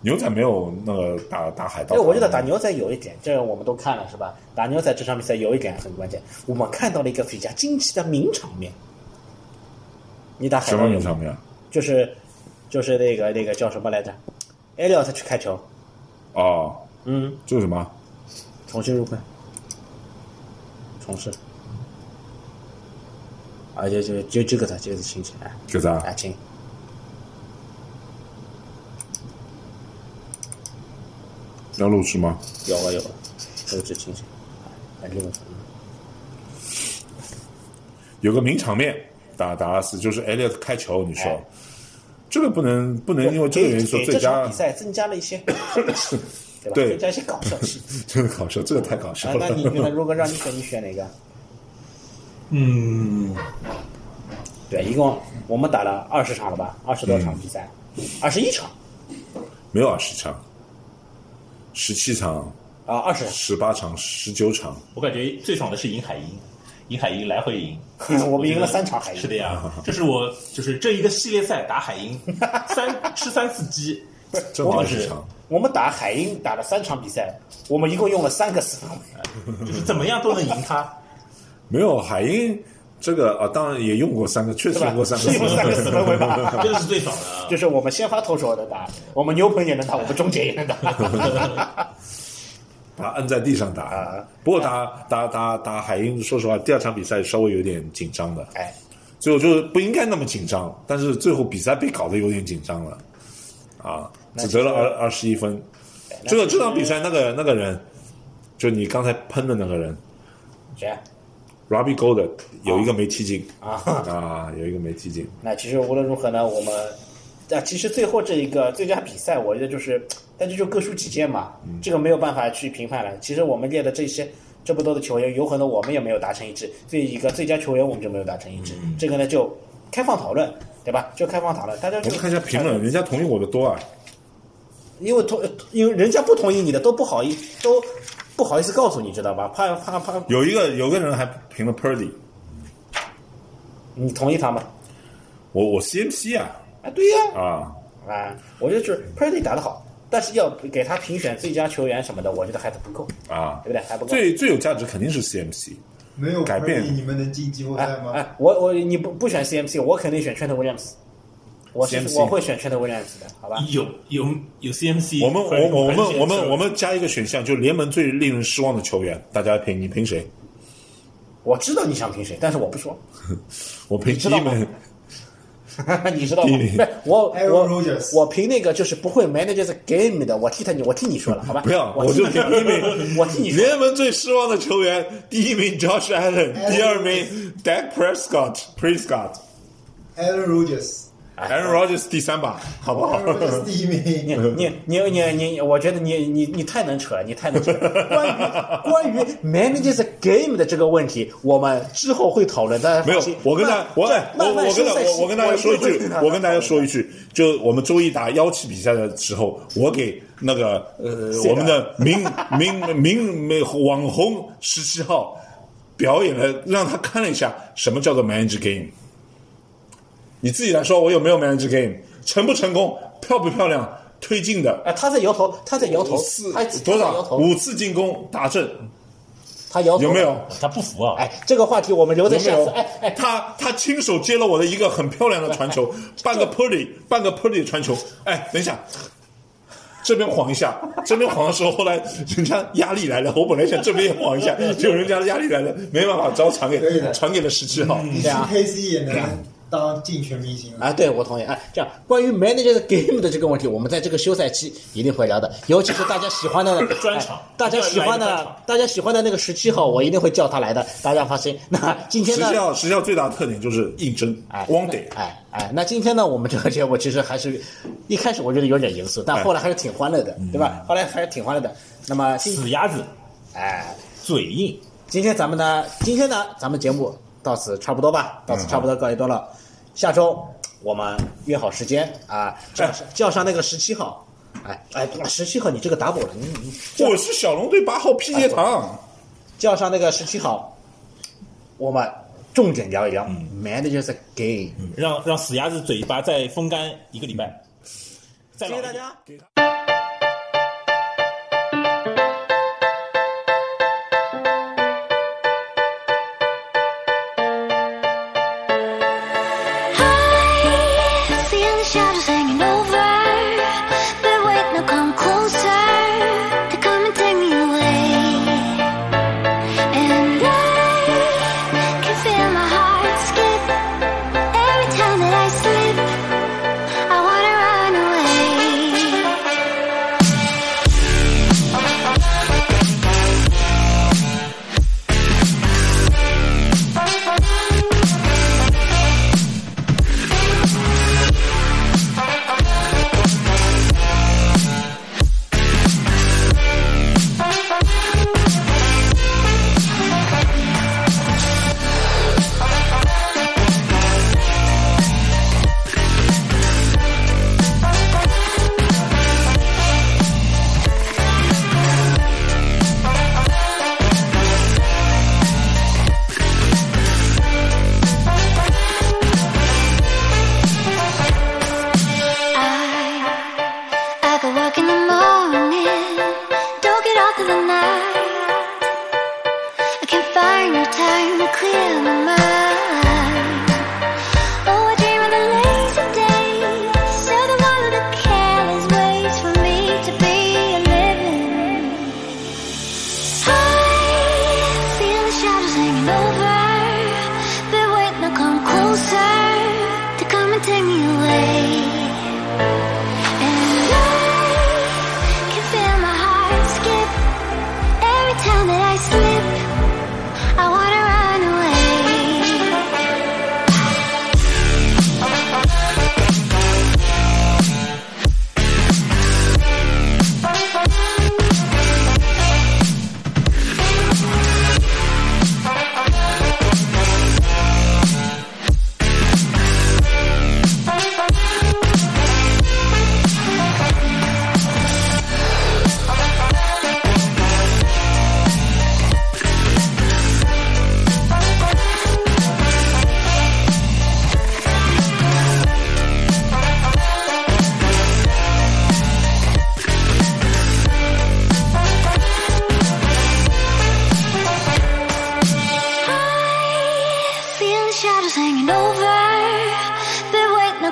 Speaker 3: 牛仔没有那个打打海盗，
Speaker 2: 哎，我觉得打牛仔有一点，这我们都看了是吧？打牛仔这场比赛有一点很关键，我们看到了一个比较惊奇的名场面。你打海
Speaker 3: 什
Speaker 2: 盗
Speaker 3: 么
Speaker 2: 有
Speaker 3: 名
Speaker 2: 吗
Speaker 3: 场面啊？
Speaker 2: 就是就是那个那个叫什么来着？埃利奥特去开球，
Speaker 3: 哦，
Speaker 2: 嗯，
Speaker 3: 这个什么？
Speaker 2: 重新入会，重试，啊，就就就这个的，这个的情节，哎
Speaker 3: 就这样
Speaker 2: 哎，请，
Speaker 3: 要录制吗？
Speaker 2: 有了有了，这个这情节，哎，另外怎么了？
Speaker 3: 有个名场面，打达拉斯就是 Elliot 开球，你说、
Speaker 2: 哎
Speaker 3: 这个不能不能因为这个元素
Speaker 2: 给给
Speaker 3: 最
Speaker 2: 这场
Speaker 3: 佳
Speaker 2: 比，赛增加了一些乐趣，对吧？
Speaker 3: 对
Speaker 2: 增加一些搞笑
Speaker 3: *laughs*
Speaker 2: 气氛。
Speaker 3: *laughs* 这个搞笑，这个太搞笑
Speaker 2: 啊，
Speaker 3: 了。
Speaker 2: 那你觉得如果让你选，你选哪个？
Speaker 5: 嗯，
Speaker 2: 对，一共我们打了二十场了吧？二十多场比赛，二十一场
Speaker 3: *laughs* 没有二十场，十七场、
Speaker 2: 啊，二十场。
Speaker 3: 十八场、十九场，
Speaker 5: 我感觉最爽的是尹海英，尹海英来回赢。
Speaker 2: 我们赢了三场海鹰
Speaker 5: 是的
Speaker 3: *laughs*
Speaker 5: 呀，这是我就是这一个系列赛打海鹰， *laughs* 三吃三次鸡，
Speaker 3: 正
Speaker 2: 我
Speaker 3: 好
Speaker 2: 们
Speaker 3: 是
Speaker 2: 是
Speaker 3: 场。，
Speaker 2: 我们打海鹰打了三场比赛，我们一共用了三个四分
Speaker 3: 啊
Speaker 2: 卫，
Speaker 5: 就是怎么样都能赢他。
Speaker 3: *laughs* 没有海鹰这个啊，当然也用过三个，确实
Speaker 2: 对
Speaker 3: 用
Speaker 2: 吧
Speaker 3: 过？三个
Speaker 2: 是，用三个四分卫吧？
Speaker 5: 这个是最爽的啊。
Speaker 2: *laughs* 就是我们先发投手能打，我们牛棚也能打，我们终结也能
Speaker 3: *laughs*
Speaker 2: 打。
Speaker 3: *laughs* 把他摁在地上打
Speaker 2: 啊。
Speaker 3: 不过打打打打海鹰，说实话，第二场比赛稍微有点紧张的，
Speaker 2: 哎，
Speaker 3: 最后就是不应该那么紧张，但是最后比赛被搞得有点紧张了，啊，只得了二二十一分。这个这场比赛那个那个人，就你刚才喷的那个人
Speaker 2: 谁啊？
Speaker 3: ，Robbie Gold 有一个没踢进
Speaker 2: 啊
Speaker 3: 啊，有一个没踢进，
Speaker 2: 那其实无论如何呢，我们啊，其实最后这一个最佳比赛，我觉得就是，但这就各抒己见嘛，
Speaker 3: 嗯
Speaker 2: 这个没有办法去评判了。其实我们列的这些这么多的球员，有很多我们也没有达成一致，最一个最佳球员我们就没有达成一致，
Speaker 3: 嗯
Speaker 2: 这个呢就开放讨论，对吧？就开放讨论，大家
Speaker 3: 我
Speaker 2: 就呃
Speaker 3: 们看一下评论，人家同意我的多啊。
Speaker 2: 因为同因为人家不同意你的都不好意都不好意思告诉你，知道吧？怕怕怕
Speaker 3: 有一个有个人还评了 Purdy，
Speaker 2: 你同意他吗？
Speaker 3: 我我 CMC 啊
Speaker 2: 啊，对呀、
Speaker 3: 啊，
Speaker 2: 啊，我觉得就是 Purdy 打得好，但是要给他评选最佳球员什么的，我觉得还不够
Speaker 3: 啊
Speaker 2: 对不对？还不够。
Speaker 3: 最最有价值肯定是 CMC，
Speaker 1: 没有
Speaker 3: 改变
Speaker 1: Purdy，你们能进季后
Speaker 2: 哎
Speaker 1: 赛吗？
Speaker 2: 哎，我我你不不选 CMC，我肯定选 Trent Williams，我是
Speaker 3: CMC
Speaker 2: 我会选 Trent Williams 的，好吧？
Speaker 5: 啊有有有 CMC，
Speaker 3: 我们
Speaker 5: 或者是
Speaker 3: 我我
Speaker 5: 还是
Speaker 3: 们我们
Speaker 5: CMC
Speaker 3: 我们加一个选项，就联盟最令人失望的球员，大家评你评谁？
Speaker 2: 我知道你想评谁，但是我不说， *laughs*
Speaker 3: 我评
Speaker 2: 知
Speaker 3: 第
Speaker 2: 道
Speaker 3: 一
Speaker 2: 吗
Speaker 3: 名，
Speaker 2: 你知道吗？
Speaker 3: 你
Speaker 2: 不是我
Speaker 1: Aaron
Speaker 2: 我
Speaker 1: Rodgers
Speaker 2: 我评那个就是不会 manage the game 的，我替他你我替你说了，好吧？
Speaker 3: 不要，
Speaker 2: 我
Speaker 3: 我
Speaker 2: 替
Speaker 3: 就
Speaker 2: 你
Speaker 3: 评第一名。
Speaker 2: 我替你说，
Speaker 3: 联盟最失望的球员，第一名 Josh Allen，第二名 Dak Prescott，Prescott，Aaron
Speaker 1: Aaron Rodgers，Aaron
Speaker 3: Rodgers 第三把，好不好？
Speaker 1: Rodgers 第一
Speaker 2: 你
Speaker 1: 名，
Speaker 2: 你你你你，我觉得你你你太能扯，你太能扯。
Speaker 3: *laughs*
Speaker 2: 关于关于 manage the game 的这个问题，我们之后会讨论，大家
Speaker 3: 没有
Speaker 2: 放心，
Speaker 3: 我跟大
Speaker 2: 慢
Speaker 3: 我哎我
Speaker 2: 慢慢
Speaker 3: 我跟大
Speaker 2: 收在
Speaker 3: 我我跟大家说一
Speaker 2: 我
Speaker 3: 句
Speaker 2: 定会跟大，家
Speaker 3: 我跟大家说一句，就我们周一打幺七比赛的时候，我给那个呃
Speaker 2: 啊
Speaker 3: 我们的名名名名网红十七号表演了，让他看了一下什么叫做 manage game。你自己来说，我有没有 manage game？成不成功？漂不漂亮？推进的
Speaker 2: 哎，他在摇头，他在摇头
Speaker 3: 四，
Speaker 2: 他他在
Speaker 3: 多
Speaker 2: 摇
Speaker 3: 少
Speaker 2: 头，
Speaker 3: 五次进攻打正
Speaker 2: 他摇头
Speaker 3: 有没有？？
Speaker 5: 他不服啊，
Speaker 2: 哎，这个话题我们留在
Speaker 3: 有没
Speaker 2: 下次。
Speaker 3: 有
Speaker 2: 哎哎，？
Speaker 3: 他他亲手接了我的一个很漂亮的
Speaker 2: *laughs*
Speaker 3: 传球，半个 Purdy 半个 Purdy 传球。哎，等一下，这边晃一下，这边晃的时候，后来人家压力来了，我本来想这边也晃
Speaker 2: *laughs*
Speaker 3: 一下，结果人家压力来了，没办法，只好传给
Speaker 1: 可以的
Speaker 3: 传给了十七号。
Speaker 1: 你
Speaker 2: 对啊
Speaker 1: KC 也能当进全明星了。
Speaker 2: 啊，对，我同意。哎，这样关于 manager 的 game 的这个问题，我们在这个休赛期一定会聊的，尤其是大家喜欢的
Speaker 5: *coughs* 专场
Speaker 2: 哎大家喜
Speaker 5: 来一
Speaker 2: 欢
Speaker 5: 个专
Speaker 2: 的
Speaker 5: 场，
Speaker 2: 大家喜欢的那个十七号，我一定会叫他来的，大家放心。那今天
Speaker 3: 十
Speaker 2: 呢
Speaker 3: 七？号，十七号最大的特点就是硬争
Speaker 2: 哎，
Speaker 3: 汪得。
Speaker 2: 哎哎，那今天呢，我们这个节目其实还是一开始我觉得有点严肃，但后来还是挺欢乐的，对吧？后来还是挺欢乐的。那么今
Speaker 5: 死鸭子
Speaker 2: 哎，
Speaker 5: 嘴硬，
Speaker 2: 今天咱们呢，今天呢，咱们节目到此差不多吧，到此差不多告一段落。下周我们约好时间啊，叫上叫上那个十七号，哎哎，十七号你这个打补了，你你
Speaker 3: 我是小龙队八号 P
Speaker 2: 哎
Speaker 3: 叶堂，
Speaker 2: 叫上那个十七号，我们重点聊一聊 managers game。
Speaker 5: 让让死鸭子嘴巴再风干一个礼拜。再
Speaker 2: 谢
Speaker 5: 老
Speaker 2: 谢
Speaker 5: 一
Speaker 2: 大
Speaker 5: 点
Speaker 2: 家。
Speaker 8: I see the shadows hanging over, but wait, now come closer. They're coming, take me away, and I can feel my heart skip every time that I slip. I wanna run away. Oh,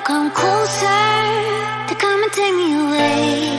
Speaker 8: come closer to come and take me away.